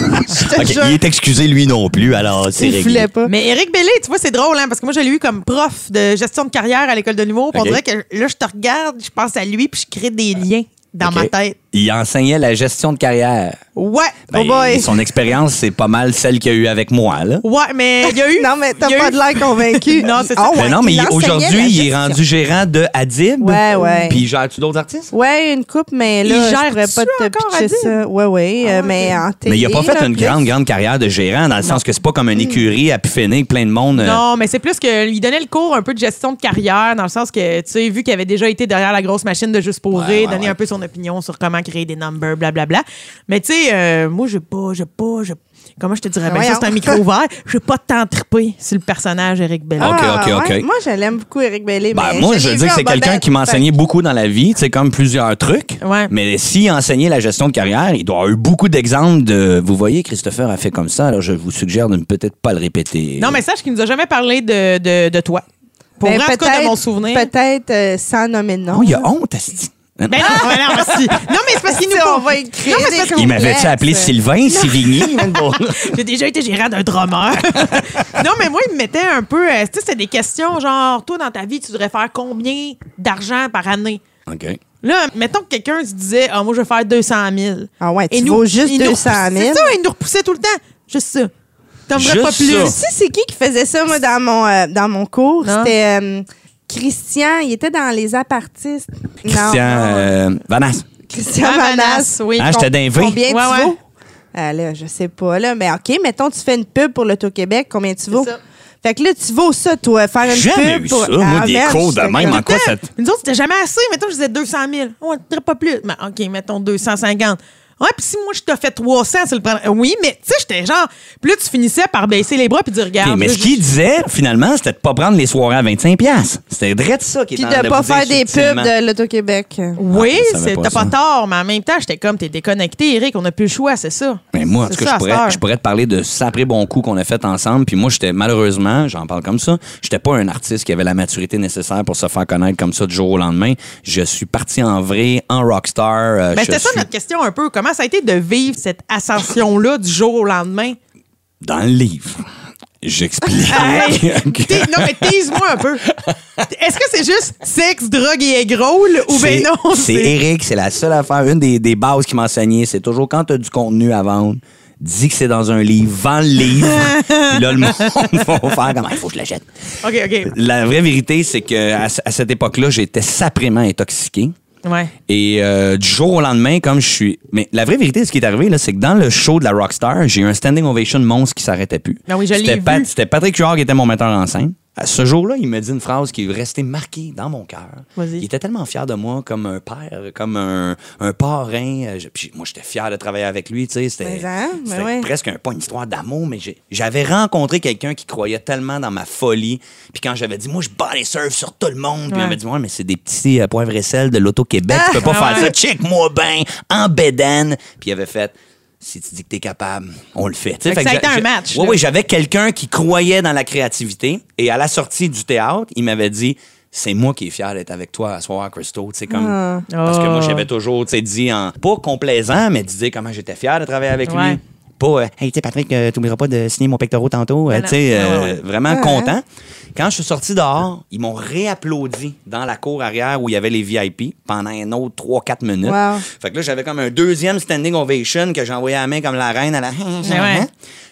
[SPEAKER 4] non, non, non.
[SPEAKER 2] Je te
[SPEAKER 3] Ok,
[SPEAKER 2] jure.
[SPEAKER 3] Il est excusé, lui non plus, alors c'est
[SPEAKER 2] Il
[SPEAKER 3] réglé.
[SPEAKER 2] voulait pas.
[SPEAKER 4] Mais Eric Bellé, tu vois, c'est drôle, hein, parce que moi, je l'ai eu comme prof de gestion de carrière à l'école de l'humour. puis On
[SPEAKER 3] Ok.
[SPEAKER 4] dirait que là, je te regarde, je pense à lui, puis je crée des liens dans
[SPEAKER 3] Ok.
[SPEAKER 4] ma tête.
[SPEAKER 3] Il enseignait la gestion de carrière.
[SPEAKER 4] Ouais.
[SPEAKER 3] Ben,
[SPEAKER 4] oh boy.
[SPEAKER 3] Son expérience, c'est pas mal celle qu'il a eu avec moi. Là.
[SPEAKER 4] Ouais, mais il y a eu.
[SPEAKER 2] Non, mais t'as
[SPEAKER 4] il y a
[SPEAKER 2] pas
[SPEAKER 4] eu-
[SPEAKER 2] de l'air convaincu.
[SPEAKER 4] Non, c'est ça.
[SPEAKER 2] Ah ouais,
[SPEAKER 3] Ben non, mais il-
[SPEAKER 2] enseignait
[SPEAKER 3] aujourd'hui,
[SPEAKER 2] la
[SPEAKER 3] il est
[SPEAKER 2] gestion.
[SPEAKER 3] rendu gérant de Adib.
[SPEAKER 2] Ouais, ouais.
[SPEAKER 3] Puis gère-tu d'autres artistes?
[SPEAKER 2] Ouais, une coupe, mais là,
[SPEAKER 4] Il
[SPEAKER 2] je
[SPEAKER 4] gère
[SPEAKER 2] pourrais pas
[SPEAKER 4] dessus
[SPEAKER 2] te
[SPEAKER 4] encore, Ah,
[SPEAKER 2] pitcher
[SPEAKER 4] Adib?
[SPEAKER 2] ça. Ouais, ouais, euh, mais en télé.
[SPEAKER 3] Mais il a pas fait
[SPEAKER 2] là,
[SPEAKER 3] une
[SPEAKER 2] plus.
[SPEAKER 3] grande, grande carrière de gérant, dans le sens que c'est pas comme
[SPEAKER 2] Hmm.
[SPEAKER 3] une écurie à piffiner plein de monde. euh,
[SPEAKER 4] Non, mais c'est plus que lui donnait le cours un peu de gestion de carrière, dans le sens que, tu sais, vu qu'il avait déjà été derrière la grosse machine de Juste pour rire, donner un peu son opinion sur comment créer des numbers, blablabla. Mais tu sais, euh, moi, j'ai pas, j'ai pas, j'ai- Comment je te dirais? Ben, ça, c'est un
[SPEAKER 2] Voyons.
[SPEAKER 4] micro ouvert. J'ai pas tant trippé sur le personnage Eric Bellé.
[SPEAKER 3] Ah,
[SPEAKER 2] Ah,
[SPEAKER 3] Ok, ok, ok.
[SPEAKER 2] ouais, Moi, je l'aime beaucoup, Eric Bellé.
[SPEAKER 3] Ben,
[SPEAKER 2] mais
[SPEAKER 3] moi,
[SPEAKER 2] Eh l'ai
[SPEAKER 3] je veux
[SPEAKER 2] vu
[SPEAKER 3] dire que
[SPEAKER 2] en ben,
[SPEAKER 3] c'est quelqu'un
[SPEAKER 2] bobette.
[SPEAKER 3] qui m'enseignait beaucoup dans la vie, tu sais, comme plusieurs trucs.
[SPEAKER 4] Ouais.
[SPEAKER 3] Mais s'il enseignait la gestion de carrière, il doit avoir eu beaucoup d'exemples de. Vous voyez, Christopher a fait comme ça, alors je vous suggère de ne peut-être pas le répéter.
[SPEAKER 4] Non, mais sache qu'il nous a jamais parlé de, de, de toi. Pour
[SPEAKER 2] Ben,
[SPEAKER 4] vrai, en tout cas, de
[SPEAKER 2] peut-être-
[SPEAKER 4] mon souvenir.
[SPEAKER 2] Peut-être euh, sans nommer de nom.
[SPEAKER 3] Oh, il a honte, asti.
[SPEAKER 4] Ben non, ben non, si. non, mais c'est parce qu'il nous
[SPEAKER 2] Ça, on
[SPEAKER 4] con-
[SPEAKER 2] va écrire
[SPEAKER 4] Non, mais c'est parce
[SPEAKER 2] des
[SPEAKER 4] qu'il-
[SPEAKER 3] Il m'avait-tu appelé
[SPEAKER 2] complexe.
[SPEAKER 3] Sylvain, Sivigny? même pas.
[SPEAKER 4] J'ai déjà été gérant d'un drummer. non, mais moi, il me mettait un peu. euh, tu sais, c'était des questions genre, toi, dans ta vie, tu devrais faire combien d'argent par année?
[SPEAKER 3] OK.
[SPEAKER 4] Là, mettons que quelqu'un se disait, ah, moi, je vais faire 200 000.
[SPEAKER 2] Ah ouais, tu vaux juste
[SPEAKER 4] il nous
[SPEAKER 2] 200 000.
[SPEAKER 4] repoussait- C'est ça, il nous repoussait tout le temps. Juste ça. T'aimerais
[SPEAKER 3] Juste
[SPEAKER 4] pas plus.
[SPEAKER 3] ça.
[SPEAKER 2] Tu sais, c'est qui qui faisait ça, moi, dans mon, euh, dans mon cours?
[SPEAKER 4] Non.
[SPEAKER 2] C'était euh, Christian. Il était dans les apartistes. Non,
[SPEAKER 3] Christian
[SPEAKER 2] non.
[SPEAKER 3] euh, Vanasse.
[SPEAKER 2] Christian
[SPEAKER 4] Ah,
[SPEAKER 2] Manasse.
[SPEAKER 4] Manasse, oui.
[SPEAKER 3] Ah, j'étais dinvé.
[SPEAKER 2] Combien
[SPEAKER 4] Ouais,
[SPEAKER 2] tu
[SPEAKER 4] ouais.
[SPEAKER 2] vaux? Ah, là, je sais pas, là. Mais OK, mettons, tu fais une pub pour l'Auto-Québec. Combien tu vaux?
[SPEAKER 4] ça.
[SPEAKER 2] Fait que là, tu vaux ça, toi, faire une
[SPEAKER 3] Jamais
[SPEAKER 2] pub.
[SPEAKER 3] eu
[SPEAKER 2] pour-
[SPEAKER 3] ça, moi,
[SPEAKER 2] Ah,
[SPEAKER 3] des
[SPEAKER 2] merde,
[SPEAKER 3] cours de
[SPEAKER 2] j'étais
[SPEAKER 3] même.
[SPEAKER 2] comme-
[SPEAKER 3] En quoi ça...
[SPEAKER 4] Mais Nous autres, c'était jamais assez. Mettons, je disais 200 000. On ne dirait pas plus. Mais OK, mettons 250. Ouais, puis si moi, je te fais 300, c'est le problème. Oui, mais tu sais, j'étais genre. Puis là, tu finissais par baisser les bras puis dire, regarde.
[SPEAKER 3] Ok, mais
[SPEAKER 4] là,
[SPEAKER 3] ce
[SPEAKER 4] je-
[SPEAKER 3] qu'il disait, finalement, c'était de pas prendre les soirées à 25$. piastres. C'était direct ça qui
[SPEAKER 2] Puis
[SPEAKER 3] était en
[SPEAKER 2] de
[SPEAKER 3] train
[SPEAKER 2] pas
[SPEAKER 3] vous dire
[SPEAKER 2] faire des pubs
[SPEAKER 3] subtilement.
[SPEAKER 2] de l'Auto-Québec.
[SPEAKER 4] Oui,
[SPEAKER 3] Ah, je savais
[SPEAKER 4] c'est-
[SPEAKER 3] pas
[SPEAKER 4] t'as pas,
[SPEAKER 3] ça.
[SPEAKER 4] tort, mais en même temps, j'étais comme, t'es déconnecté, Eric, on n'a plus le choix, c'est ça.
[SPEAKER 3] Mais moi, en
[SPEAKER 4] C'est
[SPEAKER 3] tout cas, je
[SPEAKER 4] ça, à cette heure.
[SPEAKER 3] pourrais, je pourrais te parler de sapré bon coup qu'on a fait ensemble. Puis moi, j'étais malheureusement, j'en parle comme ça, j'étais pas un artiste qui avait la maturité nécessaire pour se faire connaître comme ça du jour au lendemain. Je suis parti en vrai, en rockstar. euh,
[SPEAKER 4] Ben,
[SPEAKER 3] je
[SPEAKER 4] c'était ça
[SPEAKER 3] suis
[SPEAKER 4] notre question un peu. Comment ça a été de vivre cette ascension-là du jour au lendemain?
[SPEAKER 3] dans le livre. J'explique.
[SPEAKER 4] Ah, Hey, t'es- non, mais tease-moi un peu. Est-ce que c'est juste sexe, drogue et aigrole ou ben
[SPEAKER 3] C'est-
[SPEAKER 4] non?
[SPEAKER 3] C'est Eric, c'est la seule affaire, une des, des bases qui m'enseignait, c'est toujours quand tu as du contenu à vendre, dis que c'est dans un livre, vends le livre, puis là, le monde va faire comment il faut que je l'achète.
[SPEAKER 4] OK, OK.
[SPEAKER 3] La vraie vérité, c'est que à, ce- à cette époque-là, j'étais saprément intoxiqué.
[SPEAKER 4] Ouais.
[SPEAKER 3] Et euh, du jour au lendemain, comme je suis. Mais la vraie vérité, ce qui est arrivé, là, c'est que dans le show de la Rockstar, j'ai eu un standing ovation monstre qui s'arrêtait plus.
[SPEAKER 4] Ah oui, je l'ai
[SPEAKER 3] C'était
[SPEAKER 4] vu.
[SPEAKER 3] C'était Patrick Huard qui était mon metteur en scène. À ce jour-là, il me dit une phrase qui est restée marquée dans mon cœur.
[SPEAKER 4] Vas-y.
[SPEAKER 3] Il était tellement fier de moi comme un père, comme un, un parrain. Euh, je- puis moi, j'étais fier de travailler avec lui. tu sais, C'était
[SPEAKER 2] Mais hein, mais
[SPEAKER 3] c'était
[SPEAKER 2] ouais.
[SPEAKER 3] presque un, pas une histoire d'amour, mais j'ai- j'avais rencontré quelqu'un qui croyait tellement dans ma folie. Puis quand j'avais dit, moi, je bats les surf sur tout le monde, puis
[SPEAKER 4] Ouais.
[SPEAKER 3] on m'a dit, ouais, mais c'est des petits euh, poivres et sel de l'Auto-Québec. tu peux pas
[SPEAKER 4] Ah,
[SPEAKER 3] faire ça. Check-moi ben, en bédaine. Puis il avait fait. Si tu dis que t'es capable, on le fait. Tu sais,
[SPEAKER 4] Fait que ça a
[SPEAKER 3] j'a-
[SPEAKER 4] été un
[SPEAKER 3] j'a-
[SPEAKER 4] match,
[SPEAKER 3] Ouais,
[SPEAKER 4] là.
[SPEAKER 3] ouais, j'avais quelqu'un qui croyait dans la créativité et à la sortie du théâtre, il m'avait dit c'est moi qui est fier d'être avec toi à soir, Christo. Tu sais, comme,
[SPEAKER 4] Ah.
[SPEAKER 3] Parce que moi, j'avais toujours tu sais, dit, en, pas complaisant, mais disais comment j'étais fier de travailler avec
[SPEAKER 4] Ouais.
[SPEAKER 3] lui. Pas, euh, hey, tu sais, Patrick, euh, t'oublieras pas de signer mon pectoral tantôt. Euh,
[SPEAKER 4] Ah Non,
[SPEAKER 3] tu sais,
[SPEAKER 4] non.
[SPEAKER 3] euh,
[SPEAKER 4] Ouais, ouais, ouais. hein?
[SPEAKER 3] Vraiment content. Quand je suis sorti dehors, ils m'ont réapplaudi dans la cour arrière où il y avait les VIP pendant un autre 3-4 minutes.
[SPEAKER 2] Wow.
[SPEAKER 3] Fait que là, j'avais comme un deuxième standing ovation que j'envoyais à la main comme la reine à la. Hein?
[SPEAKER 4] ouais.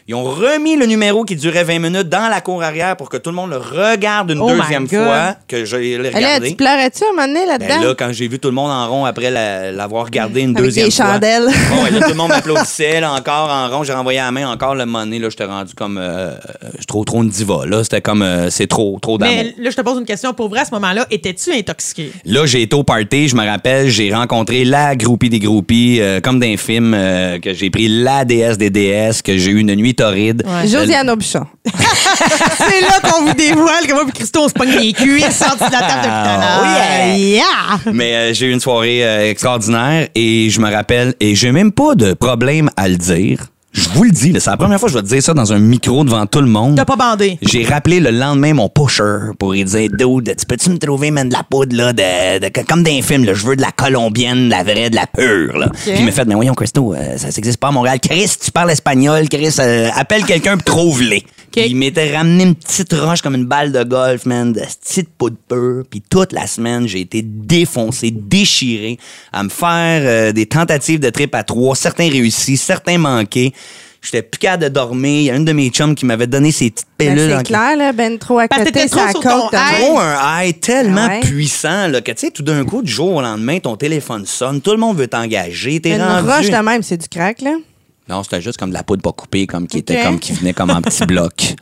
[SPEAKER 3] Ils ont remis le numéro qui durait 20 minutes dans la cour arrière pour que tout le monde le regarde une
[SPEAKER 4] Oh my
[SPEAKER 3] deuxième
[SPEAKER 4] God.
[SPEAKER 3] fois que je l'ai regardé.
[SPEAKER 2] Elle là, tu pleurais-tu à un moment donné
[SPEAKER 3] Ben
[SPEAKER 2] là-dedans?
[SPEAKER 3] là, quand j'ai vu tout le monde en rond après la- l'avoir regardé une
[SPEAKER 2] Avec
[SPEAKER 3] deuxième
[SPEAKER 2] des
[SPEAKER 3] fois.
[SPEAKER 2] chandelles.
[SPEAKER 3] Bon, ouais, là, tout le monde m'applaudissait, là, encore en rond. J'ai renvoyé à la main encore le money. Là, j'étais rendu comme. euh, euh, je trop, trop une diva. Là, c'était comme. euh, c'est trop, trop d'amour.
[SPEAKER 4] Ben, Mais là, je te pose une question. Pour vrai, à ce moment-là, étais-tu intoxiqué?
[SPEAKER 3] Là, j'ai été au party, je me rappelle, j'ai rencontré la groupie des groupies, euh, comme d'un film, euh, que j'ai pris la déesse des déesses, que j'ai eu une nuit torride.
[SPEAKER 4] Ouais.
[SPEAKER 2] Josiane Aubuchon.
[SPEAKER 4] Ah, C'est là qu'on vous dévoile que moi et Christo, on se pogne les cuisses sortis de la table de
[SPEAKER 3] Ah,
[SPEAKER 4] tout
[SPEAKER 2] yeah.
[SPEAKER 3] Mais euh, j'ai eu une soirée euh, extraordinaire et je me rappelle, et j'ai même pas de problème à le dire. Je vous le dis, là, c'est la première fois que je vais te dire ça dans un micro devant tout le monde.
[SPEAKER 4] T'as pas bandé.
[SPEAKER 3] J'ai rappelé le lendemain mon pusher pour lui dire Dude, tu peux-tu me trouver même de la poudre là, de, de- comme d'un film, là, je veux de la colombienne, de la vraie, de la pure. Là. Puis il m'a fait Mais voyons, Christo, euh, ça n'existe pas à Montréal. Chris, tu parles espagnol, Chris, euh, appelle quelqu'un pour trouve-les. Puis Il m'était ramené une petite roche comme une balle de golf, man, de cette petite poudre pure. Puis toute la semaine, j'ai été défoncé, déchiré à me faire euh, des tentatives de trip à trois, certains réussis, certains manqués. J'étais plus capable de dormir. Il y a une de mes chums qui m'avait donné ses petites
[SPEAKER 2] Ben,
[SPEAKER 3] pellules. en-
[SPEAKER 2] c'est clair, là, ben trop à
[SPEAKER 4] Parce que
[SPEAKER 2] côté,
[SPEAKER 4] t'étais
[SPEAKER 2] ça
[SPEAKER 4] trop sur ton
[SPEAKER 2] compte. hein.
[SPEAKER 4] high.
[SPEAKER 3] Trop oh, un high tellement
[SPEAKER 2] Ah ouais.
[SPEAKER 3] puissant là, que tu sais, tout d'un coup, du jour au lendemain, ton téléphone sonne, tout le monde veut t'engager, t'es
[SPEAKER 2] Une
[SPEAKER 3] rendu.
[SPEAKER 2] roche de même, c'est du crack, là.
[SPEAKER 3] Non, c'était juste comme de la poudre pas coupée, comme qui était
[SPEAKER 2] Ok.
[SPEAKER 3] comme qui venait comme en petit bloc.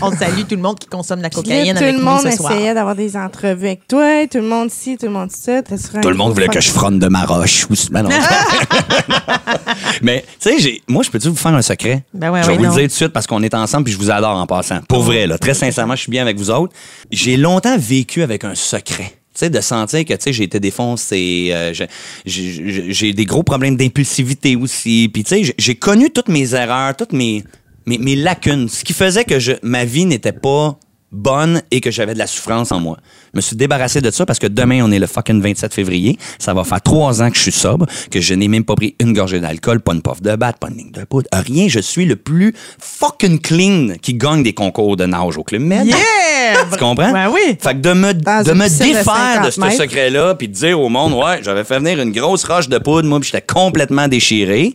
[SPEAKER 4] On salue tout le monde qui consomme de la
[SPEAKER 2] Puis là,
[SPEAKER 4] cocaïne
[SPEAKER 2] tout
[SPEAKER 4] avec
[SPEAKER 2] le
[SPEAKER 4] nous
[SPEAKER 2] monde
[SPEAKER 4] ce soir.
[SPEAKER 2] essayait d'avoir des entrevues avec toi, tout le monde ci, tout le monde ça. Tout
[SPEAKER 3] Tout le monde voulait que je fronde de ma roche. Ou- Ben non. Mais tu sais, j'ai- moi, je peux-tu vous faire un secret?
[SPEAKER 4] Ben ouais,
[SPEAKER 3] je vais
[SPEAKER 4] ouais,
[SPEAKER 3] vous
[SPEAKER 4] non.
[SPEAKER 3] le dire tout de suite parce qu'on est ensemble puis je vous adore en passant. Pour vrai, là, très sincèrement, je suis bien avec vous autres. J'ai longtemps vécu avec un secret. Tu sais, de sentir que tu sais, j'ai été défoncé, euh, je- j'ai- j'ai j'ai des gros problèmes d'impulsivité aussi. Puis tu sais, j'ai- j'ai connu toutes mes erreurs, toutes mes, mes, mes lacunes, ce qui faisait que je, ma vie n'était pas bonne et que j'avais de la souffrance en moi. Je me suis débarrassé de ça parce que demain, on est le fucking 27 février. Ça va faire trois ans que je suis sobre, que je n'ai même pas pris une gorgée d'alcool, pas une pof de batte, pas une ligne de poudre, rien. Je suis le plus fucking clean qui gagne des concours de nage au Club Med.
[SPEAKER 4] Yeah!
[SPEAKER 3] Tu comprends?
[SPEAKER 4] Ben oui.
[SPEAKER 3] Fait que de me,
[SPEAKER 2] Dans
[SPEAKER 3] de
[SPEAKER 2] une
[SPEAKER 3] me
[SPEAKER 2] piscine de
[SPEAKER 3] défaire de,
[SPEAKER 2] 50
[SPEAKER 3] ce
[SPEAKER 2] mètres.
[SPEAKER 3] secret-là, puis de dire au monde, ouais, j'avais fait venir une grosse roche de poudre, moi, puis j'étais complètement déchiré.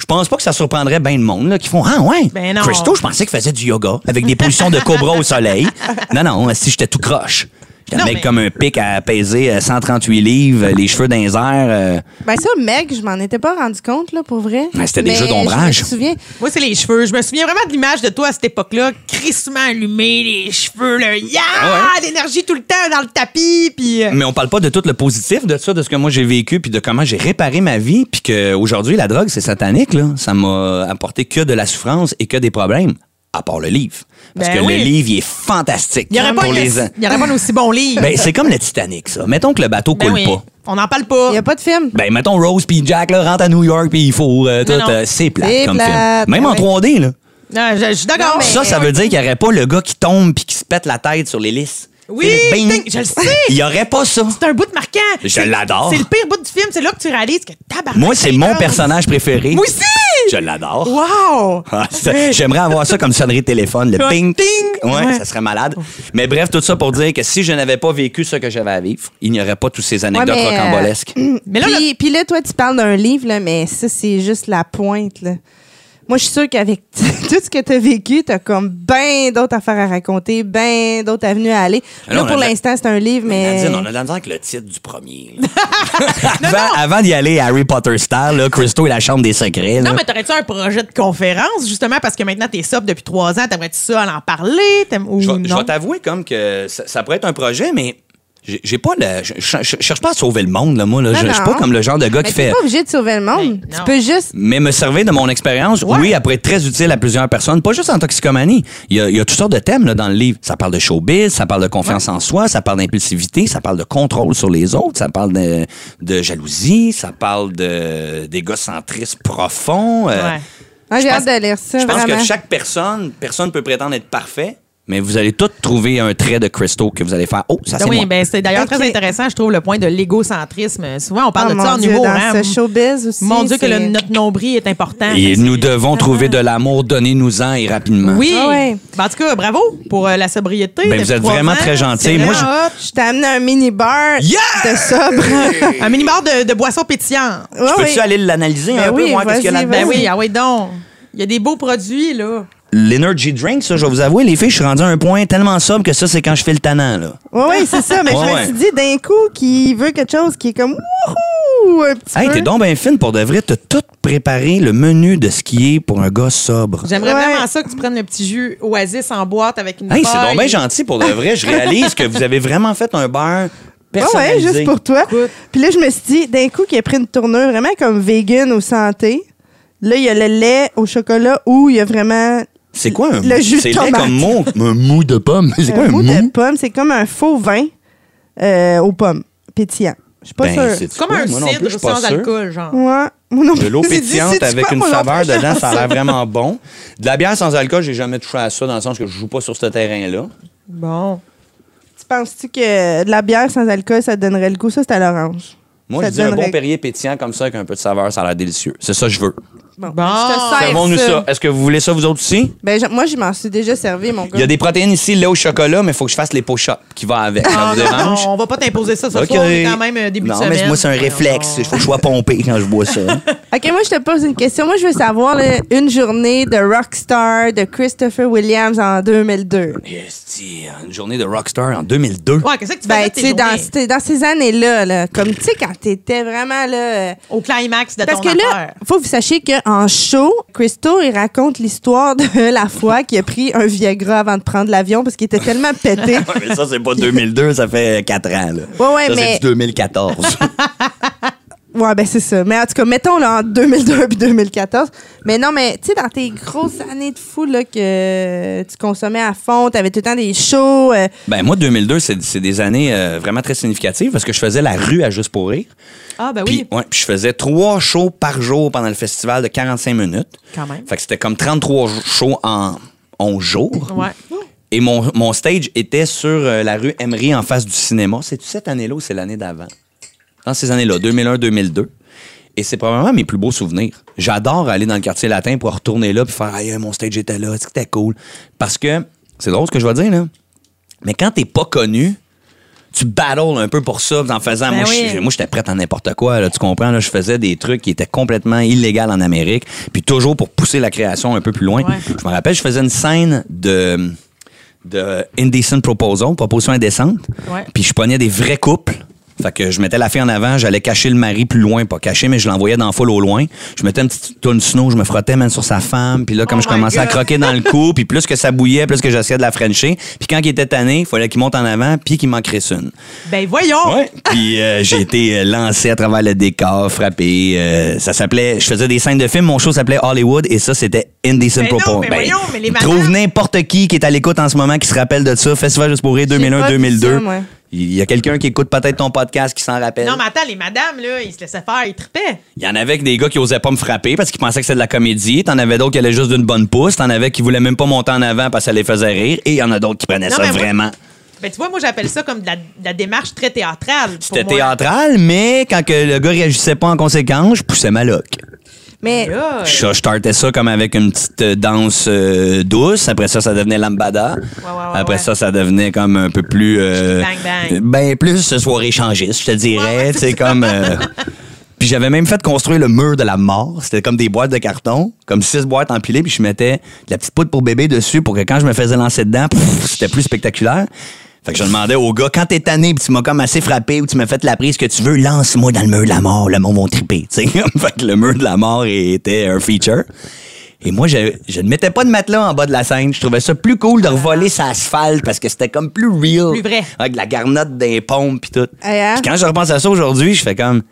[SPEAKER 3] Je pense pas que ça surprendrait bien le monde, là, qui font, ah ouais,
[SPEAKER 4] Ben non.
[SPEAKER 3] Christo, je pensais qu'il faisait du yoga avec des positions de cobra au soleil. Non, non, si j'étais tout croche. J'étais un
[SPEAKER 4] Non,
[SPEAKER 3] mec
[SPEAKER 4] mais-
[SPEAKER 3] comme un pic à peser euh, 138 livres, euh, les cheveux dans les airs. euh,
[SPEAKER 2] Ben ça, mec, je m'en étais pas rendu compte, là, pour vrai.
[SPEAKER 3] Ben, c'était des
[SPEAKER 2] Mais
[SPEAKER 3] jeux d'ombrage.
[SPEAKER 2] Je me souviens.
[SPEAKER 4] Moi, c'est les cheveux. Je me souviens vraiment de l'image de toi à cette époque-là, crissement allumé, les cheveux, le yeah!
[SPEAKER 3] Ah
[SPEAKER 4] L'énergie tout le temps dans le tapis, puis. euh,
[SPEAKER 3] Mais on parle pas de tout le positif de ça, de ce que moi j'ai vécu, puis de comment j'ai réparé ma vie, puis qu'aujourd'hui, la drogue, c'est satanique, là. Ça m'a apporté que de la souffrance et que des problèmes, à part le livre. Parce
[SPEAKER 4] Ben
[SPEAKER 3] que
[SPEAKER 4] oui.
[SPEAKER 3] le livre, il est fantastique. hein,
[SPEAKER 4] Il n'y aurait, pas
[SPEAKER 3] pour
[SPEAKER 4] une-
[SPEAKER 3] les...
[SPEAKER 4] il y aurait pas un aussi bon livre.
[SPEAKER 3] Ben, c'est comme le Titanic, ça. Mettons que le bateau
[SPEAKER 4] Ben
[SPEAKER 3] coule
[SPEAKER 4] oui.
[SPEAKER 3] pas.
[SPEAKER 4] On n'en parle
[SPEAKER 2] Il
[SPEAKER 4] pas.
[SPEAKER 2] n'y a pas de film.
[SPEAKER 3] Ben, mettons Rose puis Jack, là, rentre à New York puis il faut euh, tout.
[SPEAKER 4] Non, Ah non.
[SPEAKER 3] euh, c'est plate
[SPEAKER 2] C'est
[SPEAKER 3] comme
[SPEAKER 2] plate,
[SPEAKER 3] film. Même en
[SPEAKER 2] ouais.
[SPEAKER 3] 3D, là.
[SPEAKER 4] Non, Ah, je, je suis d'accord.
[SPEAKER 2] Non, mais-
[SPEAKER 3] Ça, ça veut dire qu'il n'y aurait pas le gars qui tombe puis qui se pète la tête sur l'hélice.
[SPEAKER 4] Oui,
[SPEAKER 3] Et le bing.
[SPEAKER 4] ding, je le sais.
[SPEAKER 3] Il n'y aurait pas ça.
[SPEAKER 4] C'est un bout de marquant.
[SPEAKER 3] Je
[SPEAKER 4] C'est-
[SPEAKER 3] l'adore.
[SPEAKER 4] C'est le pire bout du film. C'est là que tu réalises que tabarnak.
[SPEAKER 3] Moi, c'est mon personnage préféré.
[SPEAKER 4] Moi aussi!
[SPEAKER 3] Je l'adore.
[SPEAKER 4] Wow!
[SPEAKER 3] Ah, ça- J'aimerais avoir ça comme sonnerie de téléphone, le
[SPEAKER 4] Ouais.
[SPEAKER 3] ping ting. Ouais,
[SPEAKER 4] Ouais.
[SPEAKER 3] ça serait malade. Mais bref, tout ça pour dire que si je n'avais pas vécu ce que j'avais à vivre, il n'y aurait pas toutes ces anecdotes
[SPEAKER 2] mais, euh,
[SPEAKER 3] rocambolesques.
[SPEAKER 4] Mais là,
[SPEAKER 2] puis, puis là, toi, tu parles d'un livre, là, mais ça, c'est juste la pointe. là. Moi, je suis sûre qu'avec tout ce que tu as vécu, tu as comme bien d'autres affaires à raconter, bien d'autres avenues à aller.
[SPEAKER 3] Ah
[SPEAKER 2] là,
[SPEAKER 3] non, on
[SPEAKER 2] pour
[SPEAKER 3] a-
[SPEAKER 2] l'instant, c'est un livre, mais.
[SPEAKER 3] Nadine, on a de la misère avec le titre du premier. là. avant avant d'y aller Harry Potter style, là, Christo et la chambre des secrets. là.
[SPEAKER 4] Non, mais t'aurais-tu un projet de conférence, justement, parce que maintenant, t'es sobre depuis trois ans. T'aimerais-tu ça en parler? T'aimes- Ou
[SPEAKER 3] Je vais- je
[SPEAKER 4] non?
[SPEAKER 3] vais t'avouer comme que ça, ça pourrait être un projet, mais j'ai j'ai pas le. Je, je- je- je cherche pas à sauver le monde, là, moi. là.
[SPEAKER 2] Non,
[SPEAKER 3] je, je suis pas
[SPEAKER 2] non.
[SPEAKER 3] comme le genre de gars
[SPEAKER 2] Mais
[SPEAKER 3] qui
[SPEAKER 2] t'es
[SPEAKER 3] fait.
[SPEAKER 2] pas obligé de sauver le monde.
[SPEAKER 4] Ben,
[SPEAKER 2] tu
[SPEAKER 4] non.
[SPEAKER 2] peux juste.
[SPEAKER 3] Mais me servir de mon expérience,
[SPEAKER 4] Ouais.
[SPEAKER 3] oui, elle pourrait être très utile à plusieurs personnes, pas juste en toxicomanie. Il y a, il y a toutes sortes de thèmes là, dans le livre. Ça parle de showbiz, ça parle de confiance en soi, ça parle d'impulsivité, ça parle de contrôle sur les autres, ça parle de, de jalousie, ça parle de d'égocentrisme profond. euh,
[SPEAKER 4] Ouais. Ben
[SPEAKER 2] Ah, j'ai
[SPEAKER 3] je
[SPEAKER 2] hâte
[SPEAKER 3] pense-
[SPEAKER 2] de lire ça.
[SPEAKER 3] Je pense
[SPEAKER 2] vraiment.
[SPEAKER 3] que chaque personne, personne peut prétendre être parfait, mais vous allez tous trouver un trait de cristaux que vous allez faire. Oh,
[SPEAKER 2] Ah
[SPEAKER 3] ça c'est
[SPEAKER 4] oui,
[SPEAKER 3] moi.
[SPEAKER 4] ben, c'est d'ailleurs très
[SPEAKER 2] Ok.
[SPEAKER 4] intéressant, je trouve, le point de l'égocentrisme. Souvent, on parle
[SPEAKER 2] Oh,
[SPEAKER 4] de ça
[SPEAKER 2] mon
[SPEAKER 4] en
[SPEAKER 2] Dieu,
[SPEAKER 4] humour.
[SPEAKER 2] dans ce
[SPEAKER 4] hein.
[SPEAKER 2] showbiz aussi.
[SPEAKER 4] Mon Dieu, que le-
[SPEAKER 2] c'est-
[SPEAKER 4] notre nombril est important.
[SPEAKER 3] Et
[SPEAKER 4] Fait que
[SPEAKER 3] nous
[SPEAKER 4] c'est-
[SPEAKER 3] devons trouver de l'amour, donnez-nous-en et rapidement.
[SPEAKER 4] Oui.
[SPEAKER 2] Ah ouais.
[SPEAKER 4] Ben, en tout cas, bravo pour euh, la sobriété.
[SPEAKER 3] Ben,
[SPEAKER 4] depuis
[SPEAKER 3] vous êtes
[SPEAKER 4] trois
[SPEAKER 3] vraiment
[SPEAKER 4] ans.
[SPEAKER 3] très gentils.
[SPEAKER 4] C'est
[SPEAKER 3] Moi,
[SPEAKER 4] vraiment
[SPEAKER 2] Ah, Je t'ai amené un mini-bar
[SPEAKER 3] Yeah!
[SPEAKER 2] de sobre.
[SPEAKER 4] hot. Un mini-bar de, de boissons pétillantes.
[SPEAKER 2] Ouais,
[SPEAKER 3] Je peux-tu
[SPEAKER 2] oui.
[SPEAKER 3] aller l'analyser
[SPEAKER 2] Ben
[SPEAKER 3] un peu,
[SPEAKER 2] oui,
[SPEAKER 3] moi, qu'est-ce qu'il y a
[SPEAKER 2] vas-y,
[SPEAKER 3] là-dedans?
[SPEAKER 4] Ben
[SPEAKER 2] Vas-y.
[SPEAKER 4] oui, ah oui, donc. Il y a des beaux produits, là.
[SPEAKER 3] l'energy drink, ça, je vais vous avouer, les filles, je suis rendu à un point tellement sobre que ça, c'est quand je fais le tannant, là.
[SPEAKER 2] Oui, oui, c'est ça. Mais
[SPEAKER 3] Ouais,
[SPEAKER 2] je me
[SPEAKER 3] ouais.
[SPEAKER 2] suis dit d'un coup qu'il veut quelque chose qui est comme wouhou! Un petit
[SPEAKER 3] Hey,
[SPEAKER 2] peu.
[SPEAKER 3] t'es donc bien fine pour de vrai. T'as tout préparé le menu de ce qui est pour un gars sobre.
[SPEAKER 4] J'aimerais
[SPEAKER 2] Ouais.
[SPEAKER 4] vraiment ça que tu prennes le petit jus Oasis en boîte avec une
[SPEAKER 3] Hey, c'est donc
[SPEAKER 4] paille.
[SPEAKER 3] bien gentil pour de vrai. Je réalise que vous avez vraiment fait un beurre
[SPEAKER 2] Ah Ouais, ouais,
[SPEAKER 3] personnalisé.
[SPEAKER 2] juste pour toi.
[SPEAKER 4] Écoute.
[SPEAKER 2] Puis là, je me suis dit d'un coup qu'il a pris une tournure vraiment comme vegan ou santé. Là, il y a le lait au chocolat ou il y a vraiment
[SPEAKER 3] C'est quoi un
[SPEAKER 2] Le jus de
[SPEAKER 3] C'est laid
[SPEAKER 2] tomate.
[SPEAKER 3] comme mot. Un mou de pomme. C'est quoi un
[SPEAKER 2] un
[SPEAKER 3] mou?
[SPEAKER 2] mou de pomme. C'est comme un faux vin euh, aux pommes, pétillant. Je suis pas
[SPEAKER 3] Ben,
[SPEAKER 2] sûre.
[SPEAKER 3] c'est-tu
[SPEAKER 4] C'est comme
[SPEAKER 3] quoi?
[SPEAKER 4] un
[SPEAKER 3] Moi non plus, je
[SPEAKER 4] cidre
[SPEAKER 3] suis pas
[SPEAKER 4] sans
[SPEAKER 3] sûr.
[SPEAKER 4] alcool, genre.
[SPEAKER 2] Ouais, moi non
[SPEAKER 3] De l'eau
[SPEAKER 2] plus. J'ai dit,
[SPEAKER 3] pétillante
[SPEAKER 2] sais-tu
[SPEAKER 3] avec
[SPEAKER 2] quoi,
[SPEAKER 3] une
[SPEAKER 2] moi non
[SPEAKER 3] saveur
[SPEAKER 2] plus,
[SPEAKER 3] dedans,
[SPEAKER 2] j'en
[SPEAKER 3] ça a
[SPEAKER 2] sais.
[SPEAKER 3] l'air vraiment bon. De la bière sans alcool, j'ai jamais touché à ça dans le sens que je joue pas sur ce terrain-là.
[SPEAKER 4] Bon.
[SPEAKER 2] Tu penses-tu que de la bière sans alcool, ça te donnerait le goût? Ça, c'est à l'orange.
[SPEAKER 3] Moi,
[SPEAKER 2] Ça
[SPEAKER 3] je
[SPEAKER 2] te
[SPEAKER 3] dis un bon
[SPEAKER 2] donnerait-
[SPEAKER 3] Perrier pétillant comme ça avec un peu de saveur, ça a l'air délicieux. C'est ça que je veux.
[SPEAKER 2] Bon,
[SPEAKER 4] Bon.
[SPEAKER 2] je te sers
[SPEAKER 3] Servons-nous
[SPEAKER 2] ça.
[SPEAKER 3] ça. Est-ce que vous voulez ça, vous autres aussi?
[SPEAKER 2] Ben, je- moi, je m'en suis déjà servi, mon gars.
[SPEAKER 3] Il y a des protéines ici, là, au chocolat, mais il faut que je fasse les push-ups qui va avec. Ça
[SPEAKER 4] Ah,
[SPEAKER 3] vous
[SPEAKER 4] non,
[SPEAKER 3] dérange?
[SPEAKER 4] non, on va pas t'imposer ça ce
[SPEAKER 3] Ok.
[SPEAKER 4] soir. On est quand même euh, début
[SPEAKER 3] non,
[SPEAKER 4] de semaine.
[SPEAKER 3] mais moi, c'est un
[SPEAKER 4] Voyons
[SPEAKER 3] réflexe. Il
[SPEAKER 4] donc.
[SPEAKER 3] faut que je sois pompé quand je bois ça.
[SPEAKER 2] OK, moi, je te pose une question. Moi, je veux savoir là, une journée de rockstar de Christopher Williams en 2002.
[SPEAKER 3] Esti, une journée de rockstar en 2002.
[SPEAKER 4] Ouais, qu'est-ce que tu fais
[SPEAKER 2] Ben, tu sais, dans, c'était- dans ces années-là, là, comme, tu sais, quand t'étais vraiment là... euh,
[SPEAKER 4] au climax de
[SPEAKER 2] Parce
[SPEAKER 4] ton
[SPEAKER 2] que là,
[SPEAKER 4] affaire.
[SPEAKER 2] faut que vous sachiez qu'en show, Christo, il raconte l'histoire de la fois qu'il a pris un Viagra avant de prendre l'avion parce qu'il était tellement pété.
[SPEAKER 3] mais ça, c'est pas 2002, ça fait 4 ans. Là.
[SPEAKER 2] Ouais, ouais,
[SPEAKER 3] ça,
[SPEAKER 2] mais-
[SPEAKER 3] c'est du 2014.
[SPEAKER 2] Ouais, ben c'est ça. Mais en tout cas, mettons là, en 2002 puis 2014. Mais non, mais tu sais, dans tes grosses années de fou là, que tu consommais à fond, t'avais tout le temps des shows. euh,
[SPEAKER 3] ben, moi, 2002, c'est c'est des années euh, vraiment très significatives parce que je faisais la rue à Juste pour rire.
[SPEAKER 4] Ah, ben
[SPEAKER 3] Puis,
[SPEAKER 4] oui.
[SPEAKER 3] ouais, puis je faisais trois shows par jour pendant le festival de 45 minutes.
[SPEAKER 4] Quand même.
[SPEAKER 3] Fait que c'était comme 33 jo- shows en 11 jours.
[SPEAKER 4] Ouais.
[SPEAKER 3] Et mon, mon stage était sur euh, la rue Emery en face du cinéma. C'est cette année-là ou c'est l'année d'avant? Dans ces années-là, 2001-2002. Et c'est probablement mes plus beaux souvenirs. J'adore aller dans le quartier latin pour retourner là puis faire Aïe, mon stage était là, c'était cool. Parce que, c'est drôle ce que je vais dire, là. Mais quand t'es pas connu, tu battles un peu pour ça en faisant.
[SPEAKER 4] Ben
[SPEAKER 3] moi,
[SPEAKER 4] oui.
[SPEAKER 3] je- moi, j'étais prête à n'importe quoi, là, tu comprends? Là, je faisais des trucs qui étaient complètement illégaux en Amérique, puis toujours pour pousser la création un peu plus loin.
[SPEAKER 4] Ouais.
[SPEAKER 3] Je me rappelle, je faisais une scène de, de Indecent Proposal, proposition indécente,
[SPEAKER 4] Ouais.
[SPEAKER 3] puis je prenais des vrais couples. Fait que je mettais la fille en avant, j'allais cacher le mari plus loin, pas cacher, mais je l'envoyais dans la foule au loin. Je mettais une petite tonne snow, je me frottais même sur sa femme, puis là, comme
[SPEAKER 4] Oh
[SPEAKER 3] je
[SPEAKER 4] my
[SPEAKER 3] commençais à
[SPEAKER 4] God.
[SPEAKER 3] croquer embarqué dans le coup, puis plus que ça bouillait, plus que j'essayais de la frencher. Puis quand il était tanné, il fallait qu'il monte en avant, puis qu'il m'en crisse une.
[SPEAKER 4] Ben voyons.
[SPEAKER 3] Ouais. Puis euh, j'ai été euh, lancé à travers le décor, frappé. euh, ça s'appelait, je faisais des scènes de films, mon show s'appelait Hollywood et ça c'était Indecent
[SPEAKER 4] Ben non,
[SPEAKER 3] Proposal.
[SPEAKER 4] mais voyons, mais les malades-
[SPEAKER 3] trouve n'importe qui qui est à l'écoute en ce moment qui se rappelle de ça, Festival juste pour rire
[SPEAKER 2] pas vu
[SPEAKER 3] 2001-2002.
[SPEAKER 2] ça, moi.
[SPEAKER 3] il y a quelqu'un qui écoute peut-être ton podcast qui s'en rappelle.
[SPEAKER 4] Non, mais attends, les madames, là, ils se laissaient faire, ils tripaient.
[SPEAKER 3] Il y en avait que des gars qui osaient pas me frapper parce qu'ils pensaient que c'était de la comédie. T'en avais d'autres qui allaient juste d'une bonne pouce. T'en avais qui voulaient même pas monter en avant parce que ça les faisait rire. Et il y en a d'autres qui prenaient
[SPEAKER 4] Non,
[SPEAKER 3] ça
[SPEAKER 4] mais moi-
[SPEAKER 3] vraiment.
[SPEAKER 4] Ben, tu vois, moi, j'appelle ça comme de la, de la démarche très théâtrale. pour
[SPEAKER 3] C'était
[SPEAKER 4] moi.
[SPEAKER 3] théâtral, mais quand que le gars réagissait pas en conséquence, je poussais ma loque.
[SPEAKER 2] Mais
[SPEAKER 4] Ben, Là,
[SPEAKER 3] Je, je startais ça comme avec une petite euh, danse euh, douce. Après ça, ça devenait lambada.
[SPEAKER 4] ouais,
[SPEAKER 3] Après
[SPEAKER 4] ouais.
[SPEAKER 3] ça, ça devenait comme un peu plus... euh,
[SPEAKER 4] Bang, bang.
[SPEAKER 3] Ben, plus soirée échangiste, je te
[SPEAKER 4] Ouais, ouais,
[SPEAKER 3] dirais. Tu sais, comme... euh, puis j'avais même fait construire le mur de la mort. C'était comme des boîtes de carton, comme six boîtes empilées, puis je mettais de la petite poudre pour bébé dessus pour que quand je me faisais lancer dedans, pff, c'était plus spectaculaire. Fait que je demandais au gars, quand t'es tanné, puis tu m'as comme assez frappé ou tu m'as fait la prise que tu veux, lance-moi dans le mur de la mort, le monde va triper. tu sais. fait que le mur de la mort était un feature. Et moi, je, je ne mettais pas de matelas en bas de la scène. Je trouvais ça plus cool de revoler sa asphalte parce que c'était comme plus real.
[SPEAKER 4] Ah. Plus vrai.
[SPEAKER 3] Avec la garnotte des pompes puis tout.
[SPEAKER 2] Hey, hein?
[SPEAKER 3] Puis quand je repense à ça aujourd'hui, je fais comme...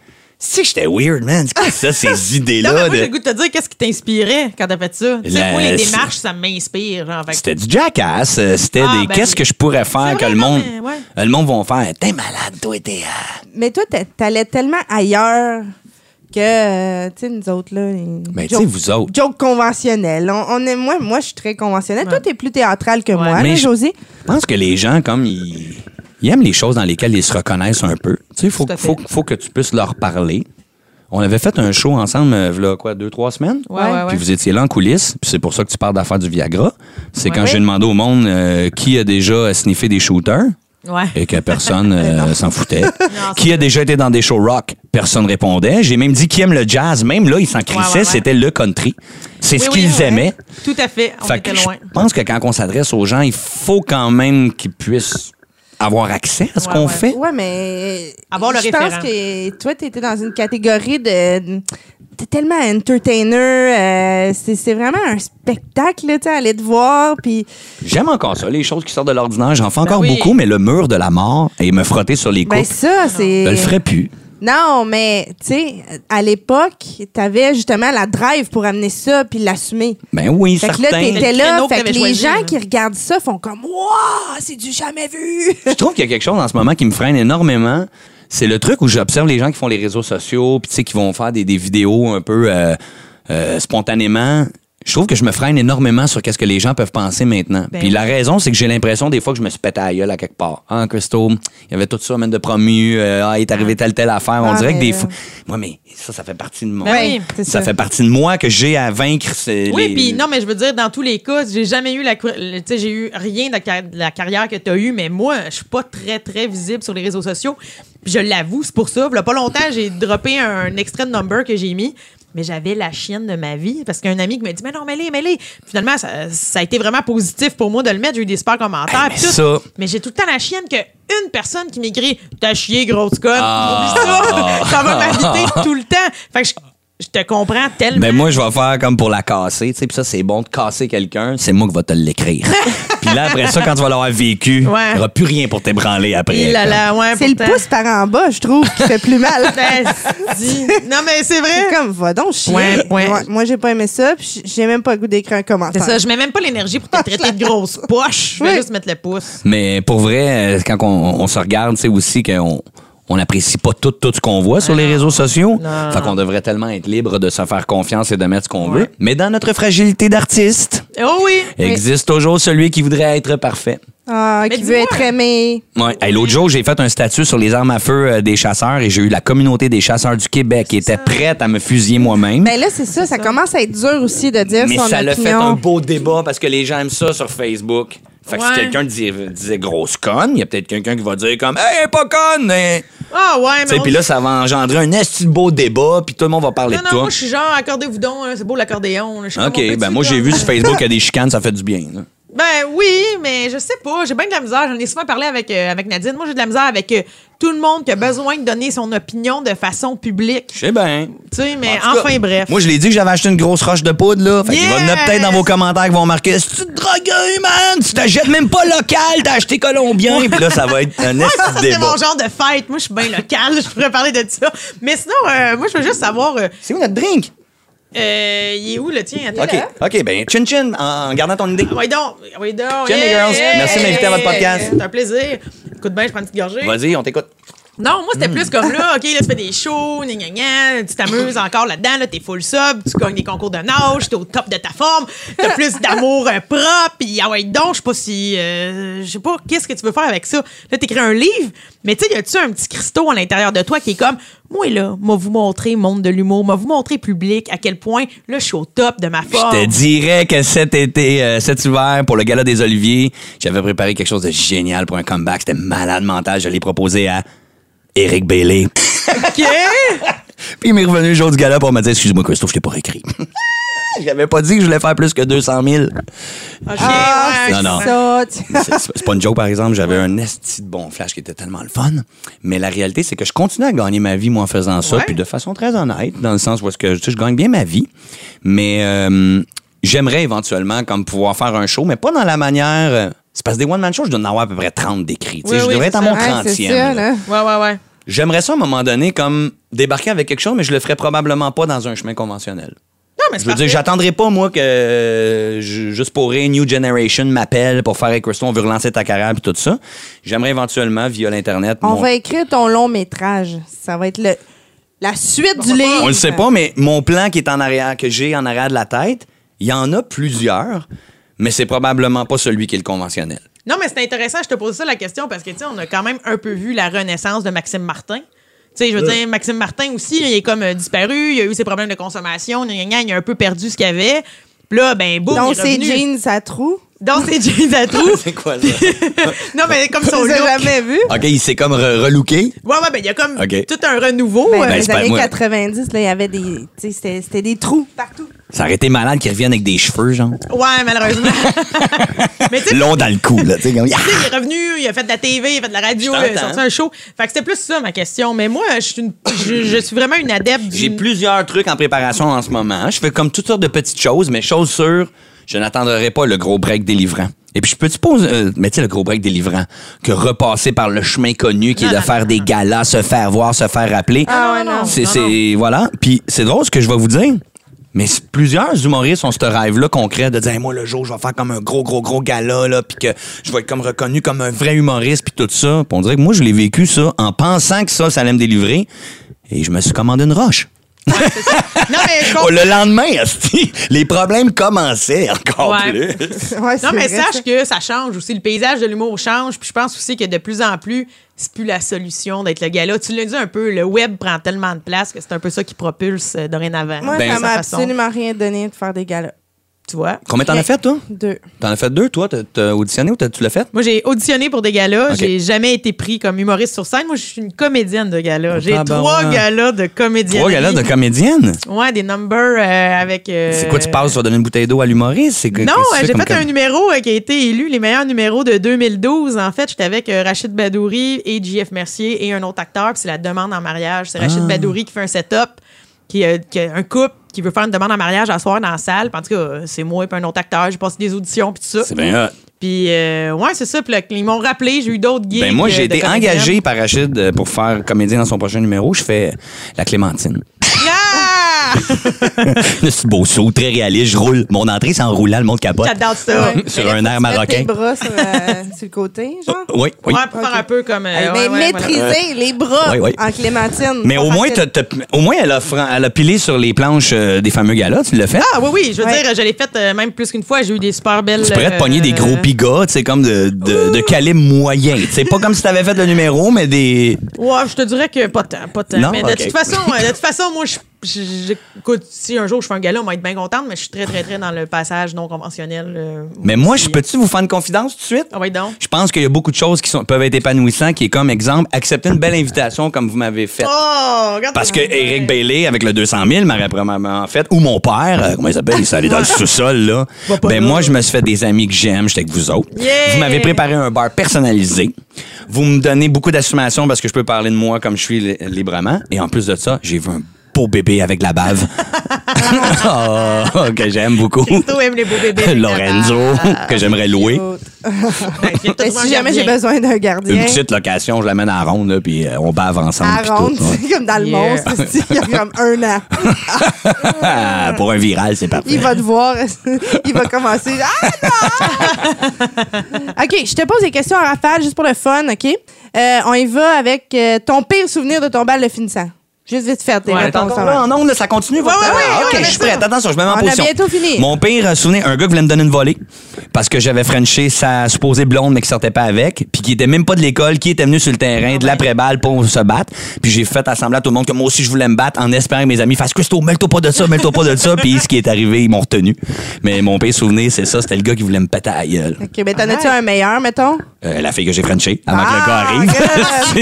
[SPEAKER 3] C'est que j'étais weird, man. C'est quoi ça, ces
[SPEAKER 4] Non, mais
[SPEAKER 3] idées-là?
[SPEAKER 4] moi, j'ai
[SPEAKER 3] de-
[SPEAKER 4] le goût de te dire qu'est-ce qui t'inspirait quand t'as fait ça. Tu sais,
[SPEAKER 3] La-
[SPEAKER 4] moi, les démarches, ça m'inspire. genre, fait que-
[SPEAKER 3] C'était du jackass. euh, C'était
[SPEAKER 4] Ah,
[SPEAKER 3] des...
[SPEAKER 4] ben,
[SPEAKER 3] Qu'est-ce que je pourrais
[SPEAKER 4] c'est
[SPEAKER 3] faire que
[SPEAKER 4] vrai,
[SPEAKER 3] le
[SPEAKER 4] non,
[SPEAKER 3] monde...
[SPEAKER 4] mais ouais.
[SPEAKER 3] euh, Le monde vont faire... T'es malade, toi, t'es... euh,
[SPEAKER 2] Mais toi, t'a- t'allais tellement ailleurs que, euh, tu sais, nous autres, là. les
[SPEAKER 3] Mais tu
[SPEAKER 2] jokes-
[SPEAKER 3] sais, vous autres.
[SPEAKER 2] Joke conventionnel. On, on est, moi, moi je suis très conventionnelle. Toi, t'es plus théâtrale que moi,
[SPEAKER 3] Mais
[SPEAKER 2] là,
[SPEAKER 3] je-
[SPEAKER 2] José.
[SPEAKER 3] Je pense que les gens, comme ils, ils aiment les choses dans lesquelles ils se reconnaissent un peu. Tu sais, il faut,
[SPEAKER 4] Tout à fait.
[SPEAKER 3] faut, faut que tu puisses leur parler. On avait fait un show ensemble, euh, v'là quoi, deux, trois semaines?
[SPEAKER 4] Ouais, ouais, ouais.
[SPEAKER 3] Puis vous étiez là en coulisses, puis c'est pour ça que tu parles d'affaires du Viagra. C'est quand
[SPEAKER 4] Ouais.
[SPEAKER 3] j'ai demandé au monde euh, qui a déjà sniffé des shooters
[SPEAKER 4] Ouais.
[SPEAKER 3] et que personne euh, s'en foutait. qui
[SPEAKER 4] c'est
[SPEAKER 3] a déjà été dans des shows rock? Personne répondait. J'ai même dit qui aime le jazz. Même là, ils s'en crissaient,
[SPEAKER 4] ouais.
[SPEAKER 3] c'était le country. C'est ce
[SPEAKER 4] Oui, oui,
[SPEAKER 3] qu'ils
[SPEAKER 4] ouais.
[SPEAKER 3] aimaient.
[SPEAKER 4] Tout à fait. On
[SPEAKER 3] Fait
[SPEAKER 4] était
[SPEAKER 3] que je
[SPEAKER 4] loin.
[SPEAKER 3] pense que quand on s'adresse aux gens, il faut quand même qu'ils puissent avoir accès à ce
[SPEAKER 4] Ouais,
[SPEAKER 3] qu'on
[SPEAKER 4] ouais.
[SPEAKER 3] fait.
[SPEAKER 2] Ouais, mais.
[SPEAKER 4] Avoir le
[SPEAKER 2] je
[SPEAKER 4] référent.
[SPEAKER 2] pense que toi, t'étais dans une catégorie de. T'es tellement entertainer. euh, c'est c'est vraiment un spectacle, là, tu sais, aller te voir. Puis.
[SPEAKER 3] J'aime encore ça, les choses qui sortent de l'ordinaire. J'en fais encore
[SPEAKER 4] Ben oui.
[SPEAKER 3] beaucoup, mais le mur de la mort et me frotter sur les
[SPEAKER 2] Ben,
[SPEAKER 3] coupes,
[SPEAKER 2] ça, c'est.
[SPEAKER 3] je le ferais plus.
[SPEAKER 2] Non, mais, tu sais, à l'époque, t'avais justement la drive pour amener ça puis l'assumer.
[SPEAKER 3] Ben oui,
[SPEAKER 2] Fait que
[SPEAKER 3] certain.
[SPEAKER 2] là, t'étais
[SPEAKER 4] Le
[SPEAKER 2] là,
[SPEAKER 4] créneau que
[SPEAKER 2] fait que les
[SPEAKER 4] t'avais choisi,
[SPEAKER 2] gens
[SPEAKER 4] là.
[SPEAKER 2] qui regardent ça font comme « Wow, c'est du jamais vu!
[SPEAKER 3] Je trouve qu'il y a quelque chose en ce moment qui me freine énormément. C'est le truc où j'observe les gens qui font les réseaux sociaux, puis tu sais, qui vont faire des, des vidéos un peu euh, euh, spontanément. Je trouve que je me freine énormément sur qu'est-ce que les gens peuvent penser maintenant.
[SPEAKER 4] Ben
[SPEAKER 3] puis la
[SPEAKER 4] oui.
[SPEAKER 3] raison, c'est que j'ai l'impression des fois que je me suis pété à la gueule à quelque part. Ah, Christo, il y avait tout ça, même de promu, euh, ah, il est arrivé telle, telle affaire. On
[SPEAKER 2] Ah,
[SPEAKER 3] dirait que
[SPEAKER 2] ben,
[SPEAKER 3] des
[SPEAKER 2] euh.
[SPEAKER 3] fois... Moi, mais ça, ça fait partie de mon...
[SPEAKER 4] Ben oui,
[SPEAKER 2] c'est
[SPEAKER 3] ça
[SPEAKER 2] ça.
[SPEAKER 3] fait partie de moi que j'ai à vaincre. c'est
[SPEAKER 4] Oui,
[SPEAKER 3] les-
[SPEAKER 4] puis non, mais je veux dire, dans tous les cas, j'ai jamais eu la. cou- le- Tu sais, j'ai eu rien de la, car- de la carrière que tu as eue, mais moi, je suis pas très, très visible sur les réseaux sociaux. Puis je l'avoue, c'est pour ça. Il pas longtemps, j'ai droppé un, extrait de number que j'ai mis. Mais j'avais la chienne de ma vie parce qu'un ami qui m'a dit Mais non, mais les, mais les. Finalement, ça, ça a été vraiment positif pour moi de le mettre. J'ai eu des super commentaires.
[SPEAKER 3] Hey, mais
[SPEAKER 4] puis tout.
[SPEAKER 3] ça-
[SPEAKER 4] Mais j'ai tout le temps la chienne que une personne qui m'écrit T'as chié, grosse conne.
[SPEAKER 3] Ah.
[SPEAKER 4] Oublie ça. ça va m'habiter tout le temps. Fait que je, je te comprends tellement.
[SPEAKER 3] Ben moi, je vais faire comme pour la casser, tu sais, puis ça, c'est bon de casser quelqu'un, c'est moi qui vais te l'écrire. puis là, après ça, quand tu vas l'avoir vécu, il
[SPEAKER 4] Ouais.
[SPEAKER 3] n'y aura plus rien pour t'ébranler après.
[SPEAKER 4] Il a
[SPEAKER 3] comme.
[SPEAKER 4] la- ouais,
[SPEAKER 2] C'est le
[SPEAKER 4] pourtant.
[SPEAKER 2] pouce par en bas, je trouve, qui fait plus mal.
[SPEAKER 4] Ben, si. non, mais c'est
[SPEAKER 2] C'est
[SPEAKER 4] vrai.
[SPEAKER 2] comme « Va donc chier!
[SPEAKER 4] Ouais, ouais.
[SPEAKER 2] Moi, moi, j'ai pas aimé ça, puis j'ai même pas le goût d'écrire un
[SPEAKER 4] C'est
[SPEAKER 2] commentaire.
[SPEAKER 4] ça, je mets même pas l'énergie pour te traiter de grosse poche. Je vais
[SPEAKER 2] Oui.
[SPEAKER 4] juste mettre le pouce.
[SPEAKER 3] Mais pour vrai, euh, quand on, on se regarde, c'est aussi qu'on on n'apprécie pas tout, tout ce qu'on voit sur les réseaux sociaux.
[SPEAKER 4] Non.
[SPEAKER 3] Fait qu'on devrait tellement être libre de se faire confiance et de mettre ce qu'on veut. Mais dans notre fragilité d'artiste,
[SPEAKER 4] Oh oui!
[SPEAKER 3] existe toujours celui qui voudrait être parfait.
[SPEAKER 2] Ah,
[SPEAKER 4] Mais
[SPEAKER 2] qui veut
[SPEAKER 4] dis-moi.
[SPEAKER 2] être aimé.
[SPEAKER 3] Ouais. Hey, L'autre jour, j'ai fait un statut sur les armes à feu euh, des chasseurs et j'ai eu la communauté des chasseurs du Québec qui était prête à me fusiller moi-même.
[SPEAKER 2] Ben là, c'est ça, ça commence à être dur aussi de dire
[SPEAKER 3] Mais
[SPEAKER 2] son
[SPEAKER 3] ça l'a fait
[SPEAKER 2] opinion.
[SPEAKER 3] un beau débat parce que les gens aiment ça sur Facebook. Fait que
[SPEAKER 4] Ouais.
[SPEAKER 3] si quelqu'un dis- disait grosse conne, il y a peut-être quelqu'un qui va dire comme Hey, elle est pas conne! hein.
[SPEAKER 4] Ah ouais,
[SPEAKER 3] Tu sais,
[SPEAKER 4] mais. on-
[SPEAKER 3] Puis là, ça va engendrer un esti de beau débat, puis tout le monde va parler
[SPEAKER 4] non,
[SPEAKER 3] de
[SPEAKER 4] non,
[SPEAKER 3] toi.
[SPEAKER 4] moi, je suis genre, accordez-vous donc, hein, c'est beau l'accordéon. là. Je suis comme, on
[SPEAKER 3] OK,
[SPEAKER 4] peut-tu,
[SPEAKER 3] ben moi, j'ai
[SPEAKER 4] genre-
[SPEAKER 3] vu sur Facebook qu'il y a des chicanes, ça fait du bien. là.
[SPEAKER 4] Ben oui, mais je sais pas, j'ai bien de la misère. J'en ai souvent parlé avec, euh, avec Nadine. Moi, j'ai de la misère avec euh, tout le monde qui a besoin de donner son opinion de façon publique.
[SPEAKER 3] Je sais bien.
[SPEAKER 4] Tu sais, mais
[SPEAKER 3] En tout cas,
[SPEAKER 4] enfin, bref.
[SPEAKER 3] Moi, je l'ai dit que j'avais acheté une grosse roche de poudre, là. Fait qu'il va y en a
[SPEAKER 4] Yes!
[SPEAKER 3] peut-être dans vos commentaires qui vont marquer Si tu te drogues, man, tu t'achètes même pas local, t'as acheté colombien. Puis là, ça va être un
[SPEAKER 4] Ouais, ça,
[SPEAKER 3] esti de
[SPEAKER 4] c'est
[SPEAKER 3] débat.
[SPEAKER 4] mon genre de fête. Moi, je suis bien locale. Je pourrais parler de ça. Mais sinon, euh, moi, je veux juste savoir, euh,
[SPEAKER 3] C'est où notre drink?
[SPEAKER 4] euh, il est où le tien? Attends.
[SPEAKER 3] OK, OK, ben chin-chin en en gardant ton idée.
[SPEAKER 4] Oui donc, oui donc.
[SPEAKER 3] Tiens, les girls, merci de m'inviter à votre podcast.
[SPEAKER 4] C'est un plaisir. Écoute bien, je prends une petite gorgée.
[SPEAKER 3] Vas-y, on t'écoute.
[SPEAKER 4] Non, moi, c'était
[SPEAKER 3] Hmm.
[SPEAKER 4] plus comme là, OK, là, tu fais des shows, gna, gna, gna, tu t'amuses encore là-dedans, là, t'es full sub, tu gagnes des concours de nage, t'es au top de ta forme, t'as plus d'amour euh, propre, puis ah ouais, donc, je sais pas si. euh, je sais pas, qu'est-ce que tu veux faire avec ça? Là, t'écris un livre, mais tu sais, y a-tu un petit cristaux à l'intérieur de toi qui est comme, moi, là, m'a vous montrer monde de l'humour, m'a vous montrer public à quel point, là, je suis au top de ma forme.
[SPEAKER 3] Je te dirais que cet été, euh, cet hiver, pour le gala des Oliviers, j'avais préparé quelque chose de génial pour un comeback. C'était malade mental. Je l'ai proposé à Eric Bailey.
[SPEAKER 4] OK?
[SPEAKER 3] Puis il m'est revenu le jour du gala pour me dire Excuse-moi, Christophe, je t'ai pas écrit. J'avais pas dit que je voulais faire plus que 200 000.
[SPEAKER 4] OK,
[SPEAKER 2] Ah,
[SPEAKER 4] ouais.
[SPEAKER 3] Non, non.
[SPEAKER 2] ça, tu-
[SPEAKER 3] C'est- C'est pas une joke, par exemple. J'avais un esti de bon flash qui était tellement le fun. Mais la réalité, c'est que je continue à gagner ma vie, moi, en faisant ça.
[SPEAKER 4] Ouais.
[SPEAKER 3] Puis de façon très honnête, dans le sens où est-ce que tu sais, je gagne bien ma vie. Mais euh, j'aimerais éventuellement comme pouvoir faire un show, mais pas dans la manière. euh, C'est parce que des one-man shows, je dois en avoir à peu près 30 décrits. tu sais.
[SPEAKER 4] Oui,
[SPEAKER 3] je
[SPEAKER 4] oui,
[SPEAKER 3] devrais être à
[SPEAKER 4] c'est
[SPEAKER 3] mon
[SPEAKER 4] ça.
[SPEAKER 2] Ouais,
[SPEAKER 3] 30e.
[SPEAKER 2] c'est ça,
[SPEAKER 3] là.
[SPEAKER 2] là.
[SPEAKER 4] Ouais, ouais, ouais.
[SPEAKER 3] J'aimerais ça, à un moment donné, comme débarquer avec quelque chose, mais je le ferais probablement pas dans un chemin conventionnel.
[SPEAKER 4] Non, mais
[SPEAKER 3] Je
[SPEAKER 4] c'est
[SPEAKER 3] veux dire,
[SPEAKER 4] parfait.
[SPEAKER 3] j'attendrai pas, moi, que euh, ju- juste pour rien, New Generation m'appelle pour faire avec Christo, on veut relancer ta carrière et tout ça. J'aimerais éventuellement, via l'Internet.
[SPEAKER 2] On
[SPEAKER 3] mon-
[SPEAKER 2] va écrire ton long métrage. Ça va être le, la suite du livre.
[SPEAKER 3] On le sait pas, mais mon plan qui est en arrière, que j'ai en arrière de la tête, il y en a plusieurs, mais c'est probablement pas celui qui est le conventionnel.
[SPEAKER 4] Non, mais c'est intéressant, je te pose ça la question parce que, tu sais, on a quand même un peu vu la renaissance de Maxime Martin. Tu sais, je veux
[SPEAKER 3] Euh.
[SPEAKER 4] dire, Maxime Martin aussi, il est comme euh, disparu, il a eu ses problèmes de consommation, gna, gna, gna, il a un peu perdu ce qu'il avait. Puis là, ben, boum,
[SPEAKER 2] Dans
[SPEAKER 4] il est
[SPEAKER 2] ses
[SPEAKER 4] revenu.
[SPEAKER 2] jeans à trous.
[SPEAKER 4] Dans ses jeans à trous.
[SPEAKER 3] C'est quoi, là?
[SPEAKER 4] non, mais comme
[SPEAKER 2] Tu
[SPEAKER 4] son
[SPEAKER 2] les
[SPEAKER 4] look.
[SPEAKER 2] as jamais vu?
[SPEAKER 3] OK, il s'est comme re- relooké.
[SPEAKER 4] Ouais, ouais, ben, il y a comme
[SPEAKER 3] Ok.
[SPEAKER 4] tout un renouveau.
[SPEAKER 2] Ben,
[SPEAKER 4] euh,
[SPEAKER 2] dans
[SPEAKER 3] ben,
[SPEAKER 2] les
[SPEAKER 3] c'est pas-
[SPEAKER 2] années
[SPEAKER 3] moi-
[SPEAKER 2] 90, là, il y avait des. tu sais, C'était c'était des trous partout.
[SPEAKER 3] Ça aurait été malade qu'il revienne avec des cheveux, genre,
[SPEAKER 4] Ouais, malheureusement. mais tu sais,
[SPEAKER 3] long dans le cou, là. tu sais, comme- Ah!
[SPEAKER 4] Tu sais, il est revenu, il a fait de la TV, il a fait de la radio,
[SPEAKER 3] Je
[SPEAKER 4] il a
[SPEAKER 3] t'entends.
[SPEAKER 4] sorti un show. Fait que c'était plus ça ma question. Mais moi, je suis, une- je, je suis vraiment une adepte du.
[SPEAKER 3] J'ai plusieurs trucs en préparation en ce moment. Je fais comme toutes sortes de petites choses, mais chose sûre, je n'attendrai pas le gros break délivrant. Et puis, je peux te poser, euh, mais tu sais, le gros break délivrant, que repasser par le chemin connu qui est
[SPEAKER 4] Non,
[SPEAKER 3] de
[SPEAKER 4] non,
[SPEAKER 3] faire
[SPEAKER 4] non,
[SPEAKER 3] des
[SPEAKER 4] non.
[SPEAKER 3] galas, se faire voir, se faire rappeler.
[SPEAKER 2] Ah ouais, non.
[SPEAKER 3] C'est,
[SPEAKER 4] non,
[SPEAKER 3] c'est, voilà. Puis, c'est drôle ce que je vais vous dire. Mais c- plusieurs humoristes ont ce rêve-là concret de dire, Hey, moi, le jour, je vais faire comme un gros, gros, gros gala, là, puis que je vais être comme reconnu comme un vrai humoriste, puis tout ça. Puis on dirait que moi, je l'ai vécu, ça, en pensant que ça, ça allait me délivrer. Et je me suis commandé une roche.
[SPEAKER 4] Non, mais je
[SPEAKER 3] Oh,
[SPEAKER 4] comprends.
[SPEAKER 3] le lendemain, esti, les problèmes commençaient encore
[SPEAKER 4] Ouais.
[SPEAKER 3] plus.
[SPEAKER 2] Ouais, c'est
[SPEAKER 4] Non, mais
[SPEAKER 2] vrai,
[SPEAKER 4] sache
[SPEAKER 2] ça.
[SPEAKER 4] que ça change aussi. Le paysage de l'humour change. Puis je pense aussi que de plus en plus, c'est plus la solution d'être le gars-là. Tu l'as dit un peu, le web prend tellement de place que c'est un peu ça qui propulse euh, dorénavant.
[SPEAKER 2] Moi,
[SPEAKER 3] Ben,
[SPEAKER 2] ça
[SPEAKER 4] sa
[SPEAKER 2] m'a
[SPEAKER 4] façon.
[SPEAKER 2] absolument rien donné de faire des galas.
[SPEAKER 4] Tu vois?
[SPEAKER 3] Combien t'en as fait, toi?
[SPEAKER 2] Deux.
[SPEAKER 3] T'en as fait deux, toi? T'as- T'as auditionné ou t'as- tu l'as fait?
[SPEAKER 4] Moi, j'ai auditionné pour des galas.
[SPEAKER 3] Ok.
[SPEAKER 4] J'ai jamais été pris comme humoriste sur scène. Moi, je suis une comédienne de galas. J'ai
[SPEAKER 3] Ah, ben
[SPEAKER 4] trois
[SPEAKER 3] ouais.
[SPEAKER 4] galas de comédienne.
[SPEAKER 3] Trois galas de comédienne?
[SPEAKER 4] Ouais, des numbers euh, avec. euh,
[SPEAKER 3] C'est quoi, tu passes, tu vas donner une bouteille d'eau à l'humoriste? C'est que-
[SPEAKER 4] Non,
[SPEAKER 3] qu'est-ce que
[SPEAKER 4] euh,
[SPEAKER 3] tu
[SPEAKER 4] j'ai
[SPEAKER 3] fais
[SPEAKER 4] fait
[SPEAKER 3] comme-
[SPEAKER 4] un numéro euh, qui a été élu les meilleurs numéros de 2012. En fait, j'étais avec euh, Rachid Badouri et JF Mercier et un autre acteur. Puis c'est la demande en mariage. C'est
[SPEAKER 3] Ah.
[SPEAKER 4] Rachid Badouri qui fait un setup, qui, euh, qui a un couple qui veut faire une demande en mariage à soir dans la salle. Puis en tout cas, euh, c'est moi et un autre acteur. J'ai passé des auditions puis tout ça.
[SPEAKER 3] C'est bien hot.
[SPEAKER 4] Puis euh, ouais, c'est ça. Puis là, ils m'ont rappelé. J'ai eu d'autres gigs.
[SPEAKER 3] Ben moi, j'ai
[SPEAKER 4] euh, de
[SPEAKER 3] été
[SPEAKER 4] comédienne.
[SPEAKER 3] engagé par Rachid euh, pour faire comédien dans son prochain numéro. Je fais la Clémentine.
[SPEAKER 4] Ah!
[SPEAKER 3] C'est beau saut, très réaliste. Je roule. Mon entrée, c'est en roulant, le monde capote.
[SPEAKER 4] J'adore ça.
[SPEAKER 2] Ouais.
[SPEAKER 3] Sur
[SPEAKER 2] Mais là,
[SPEAKER 3] un
[SPEAKER 2] faut
[SPEAKER 3] air
[SPEAKER 2] que tu mettes tes
[SPEAKER 3] marocain.
[SPEAKER 2] bras sur, euh, sur le côté, genre.
[SPEAKER 3] Oui, oui.
[SPEAKER 4] Ouais, pour faire un peu comme. euh,
[SPEAKER 2] Hey, ben, mais
[SPEAKER 4] ouais, ouais, voilà.
[SPEAKER 2] maîtriser les bras
[SPEAKER 3] Ouais, ouais.
[SPEAKER 2] en clémentine.
[SPEAKER 3] Mais
[SPEAKER 2] Pas
[SPEAKER 3] au moins,
[SPEAKER 2] facile.
[SPEAKER 3] t'as- t'as- au moins elle, a, fran- elle a pilé sur les planches euh, des fameux galas. Tu l'as fait?
[SPEAKER 4] Ah oui, oui, je veux
[SPEAKER 2] Ouais.
[SPEAKER 4] dire, je l'ai faite euh, même plus qu'une fois. J'ai eu des super belles.
[SPEAKER 3] Tu pourrais te
[SPEAKER 4] euh,
[SPEAKER 3] pogner des gros pigas, tu sais, comme de, de, de calibre moyen. C'est pas comme si t'avais fait le numéro, mais des.
[SPEAKER 4] Ouais, je te dirais que pas tant, pas tant.
[SPEAKER 3] Non?
[SPEAKER 4] mais
[SPEAKER 3] Ok.
[SPEAKER 4] de toute façon, euh, de toute façon, moi, je, je- je- écoute, si un jour je fais un gala, on va être bien contente, mais je suis très, très, très dans le passage non conventionnel. euh,
[SPEAKER 3] Mais moi,
[SPEAKER 4] aussi.
[SPEAKER 3] je peux-tu vous faire une confidence tout de suite?
[SPEAKER 4] Ah oui, donc.
[SPEAKER 3] Je pense qu'il y a beaucoup de choses qui sont, peuvent être épanouissantes, qui est comme exemple, accepter une belle invitation comme vous m'avez fait.
[SPEAKER 4] Oh, regarde.
[SPEAKER 3] Parce que Eric Bailey, avec le 200 000, m'aurait probablement fait, ou mon père, euh, comment il s'appelle, il s'est allé dans le sous-sol, là.
[SPEAKER 4] Va pas
[SPEAKER 3] Ben,
[SPEAKER 4] là.
[SPEAKER 3] moi, je me suis fait des amis que j'aime, j'étais avec vous autres.
[SPEAKER 4] Yeah!
[SPEAKER 3] Vous m'avez préparé un bar personnalisé. Vous me donnez beaucoup d'assumation parce que je peux parler de moi comme je suis li- librement. Et en plus de ça, j'ai vu un beau bébé avec de la bave. oh, que j'aime beaucoup.
[SPEAKER 4] Christo aime les beaux bébés.
[SPEAKER 3] Lorenzo, que j'aimerais louer.
[SPEAKER 2] Autre.
[SPEAKER 4] Ben, je viens de te
[SPEAKER 2] Ben,
[SPEAKER 4] trouver
[SPEAKER 2] si
[SPEAKER 4] un
[SPEAKER 2] jamais j'ai
[SPEAKER 4] gardien.
[SPEAKER 2] besoin d'un
[SPEAKER 3] Une
[SPEAKER 2] gardien,
[SPEAKER 3] petite location, je l'amène à la ronde, là, puis euh, on bave ensemble.
[SPEAKER 2] à
[SPEAKER 3] puis
[SPEAKER 2] ronde,
[SPEAKER 3] tout, ouais.
[SPEAKER 2] tu sais, comme dans le
[SPEAKER 4] Yeah.
[SPEAKER 2] monstre, c'est-tu, il y a comme un an.
[SPEAKER 3] Ah, Pour un viral, c'est parfait.
[SPEAKER 2] Il va te voir, il va commencer. Ah non! OK, je te pose des questions en rafale juste pour le fun, OK? Euh, on y va avec euh, ton pire souvenir de ton bal de finissant. Juste vite faire tes
[SPEAKER 4] Ouais,
[SPEAKER 2] réponses.
[SPEAKER 3] Encore
[SPEAKER 2] avant.
[SPEAKER 3] là, en ondes, ça continue. votre
[SPEAKER 2] ouais,
[SPEAKER 3] affaire?
[SPEAKER 2] ouais,
[SPEAKER 3] ok,
[SPEAKER 2] ouais,
[SPEAKER 3] je suis prête.
[SPEAKER 2] ça.
[SPEAKER 3] Attention, je me mets en
[SPEAKER 2] On a
[SPEAKER 3] position.
[SPEAKER 2] bientôt fini.
[SPEAKER 3] Mon pire euh, souvenir, un gars qui voulait me donner une volée parce que j'avais frenché sa supposée blonde, mais qui sortait pas avec, puis qui était même pas de l'école, qui était venu sur le
[SPEAKER 2] Ah
[SPEAKER 3] terrain de l'après-balle pour se battre. Puis j'ai fait assembler à tout le monde que moi aussi je voulais me battre en espérant que mes amis fassent Christo, mêle-toi pas de ça, mêle-toi pas de ça. Puis ce qui est arrivé, ils m'ont retenu. Mais mon pire souvenir, c'est ça, c'était le gars qui voulait me péter à la gueule.
[SPEAKER 2] OK, ben t'en as-tu un meilleur, mettons?
[SPEAKER 3] Euh, la fille que j'ai frenchée avant
[SPEAKER 2] Ah,
[SPEAKER 3] que le gars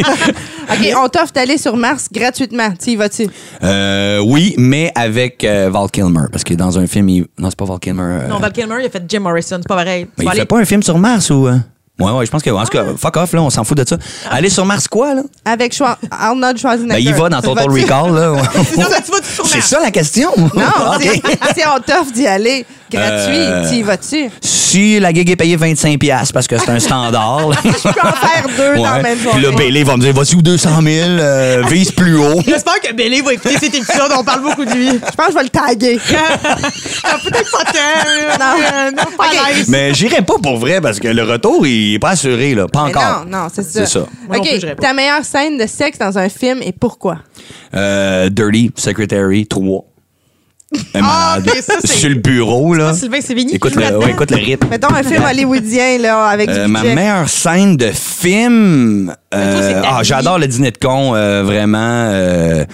[SPEAKER 3] arrive.
[SPEAKER 2] arrive. OK, on t'offre d'aller sur Mars gratuitement. Tu y vas-tu?
[SPEAKER 3] Euh, oui, mais avec euh, Val Kilmer, parce que dans un film, il... non, c'est pas Val Kilmer. euh,
[SPEAKER 4] Non, Val Kilmer, il a fait Jim Morrison. C'est pas pareil. Tu
[SPEAKER 3] Mais il
[SPEAKER 4] vas aller-
[SPEAKER 3] fait pas un film sur Mars ou. euh? Ouais, ouais, je pense que. En tout
[SPEAKER 2] Ah.
[SPEAKER 3] cas, fuck off, là, on s'en fout de ça. Aller sur Mars quoi, là?
[SPEAKER 2] Avec Schwa- Arnold Schwarzenegger.
[SPEAKER 3] Ben, il va dans
[SPEAKER 2] Tu
[SPEAKER 3] Total
[SPEAKER 2] vas-tu?
[SPEAKER 3] Recall, là.
[SPEAKER 4] Non, mais tu vas sur
[SPEAKER 3] C'est
[SPEAKER 4] Mars.
[SPEAKER 3] ça la question?
[SPEAKER 2] Non,
[SPEAKER 3] OK.
[SPEAKER 2] c'est- c'est on t'offre d'y aller gratuit.
[SPEAKER 3] Euh,
[SPEAKER 2] Tu y vas-tu?
[SPEAKER 3] Si la gig est payée 25$ piastres parce que c'est un standard. là.
[SPEAKER 2] Je peux en faire deux dans la même
[SPEAKER 3] Puis là, ben,
[SPEAKER 2] journée.
[SPEAKER 3] Bailey va me dire, vas-y ou 200 000, euh, vise plus haut.
[SPEAKER 4] J'espère que Bélé va écouter cet épisode. On parle beaucoup de lui.
[SPEAKER 2] Je pense que je vais le taguer.
[SPEAKER 4] Ah, Peut-être pas tant.
[SPEAKER 2] Non.
[SPEAKER 4] euh, Non, pas
[SPEAKER 2] Ok.
[SPEAKER 4] à l'aise.
[SPEAKER 3] Mais j'irai pas pour vrai parce que le retour, il est pas assuré, là. Pas
[SPEAKER 2] Mais
[SPEAKER 3] encore.
[SPEAKER 2] Non, non, c'est ça.
[SPEAKER 3] C'est ça.
[SPEAKER 4] Moi non plus, je
[SPEAKER 2] OK,
[SPEAKER 4] réponds.
[SPEAKER 2] ta meilleure scène de sexe dans un film et pourquoi?
[SPEAKER 3] Euh, Dirty Secretary 3.
[SPEAKER 4] Ah, mais ça, c'est-
[SPEAKER 3] Sur le bureau, là.
[SPEAKER 4] Ça, Sylvain Sévigny qui
[SPEAKER 3] Écoute
[SPEAKER 4] joue
[SPEAKER 3] le,
[SPEAKER 4] là-dedans.
[SPEAKER 3] ouais, écoute le rythme.
[SPEAKER 2] Mettons un film hollywoodien, là, avec
[SPEAKER 3] Euh,
[SPEAKER 2] du
[SPEAKER 3] ma
[SPEAKER 2] budget.
[SPEAKER 3] meilleure scène de film.
[SPEAKER 4] toi, c'est
[SPEAKER 3] euh,
[SPEAKER 4] ta
[SPEAKER 3] ah,
[SPEAKER 4] vie.
[SPEAKER 3] j'adore le dîner de con, euh, vraiment. euh,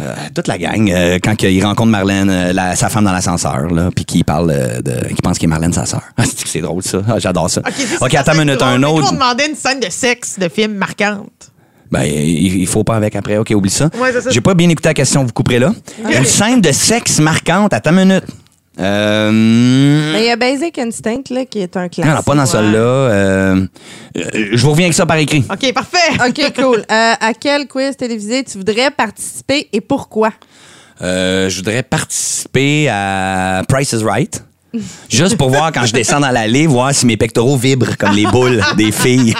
[SPEAKER 3] euh, toute la gang, euh, quand il rencontre Marlène, euh, la- sa femme dans l'ascenseur, là, puis qui parle euh, de. qui pense qu'il est Marlène, sa sœur. Ah, c'est- c'est drôle, ça. Ah, j'adore ça.
[SPEAKER 4] Ok, ça, c'est
[SPEAKER 3] OK,
[SPEAKER 4] pas
[SPEAKER 3] attends
[SPEAKER 4] ça
[SPEAKER 3] une
[SPEAKER 4] que
[SPEAKER 3] minute,
[SPEAKER 4] tu
[SPEAKER 3] un
[SPEAKER 4] demandes.
[SPEAKER 3] autre.
[SPEAKER 4] Mais toi, on demandait une scène de sexe de film marquante.
[SPEAKER 3] Ben, il, il faut pas avec après. OK, oublie ça.
[SPEAKER 4] Ouais, c'est ça.
[SPEAKER 3] J'ai pas bien écouté la question, vous couperez là. Une scène de sexe marquante, attends une minute. Euh,
[SPEAKER 2] Mais il y a Basic Instinct, là, qui est un classique.
[SPEAKER 3] non, non, pas dans celle-là. Euh, euh, je vous reviens avec ça par écrit.
[SPEAKER 4] OK, parfait.
[SPEAKER 2] OK, cool. Euh, à quel quiz télévisé tu voudrais participer et pourquoi?
[SPEAKER 3] Euh, je voudrais participer à Price is Right. Juste pour voir quand je descends dans l'allée, voir si mes pectoraux vibrent comme les boules des filles.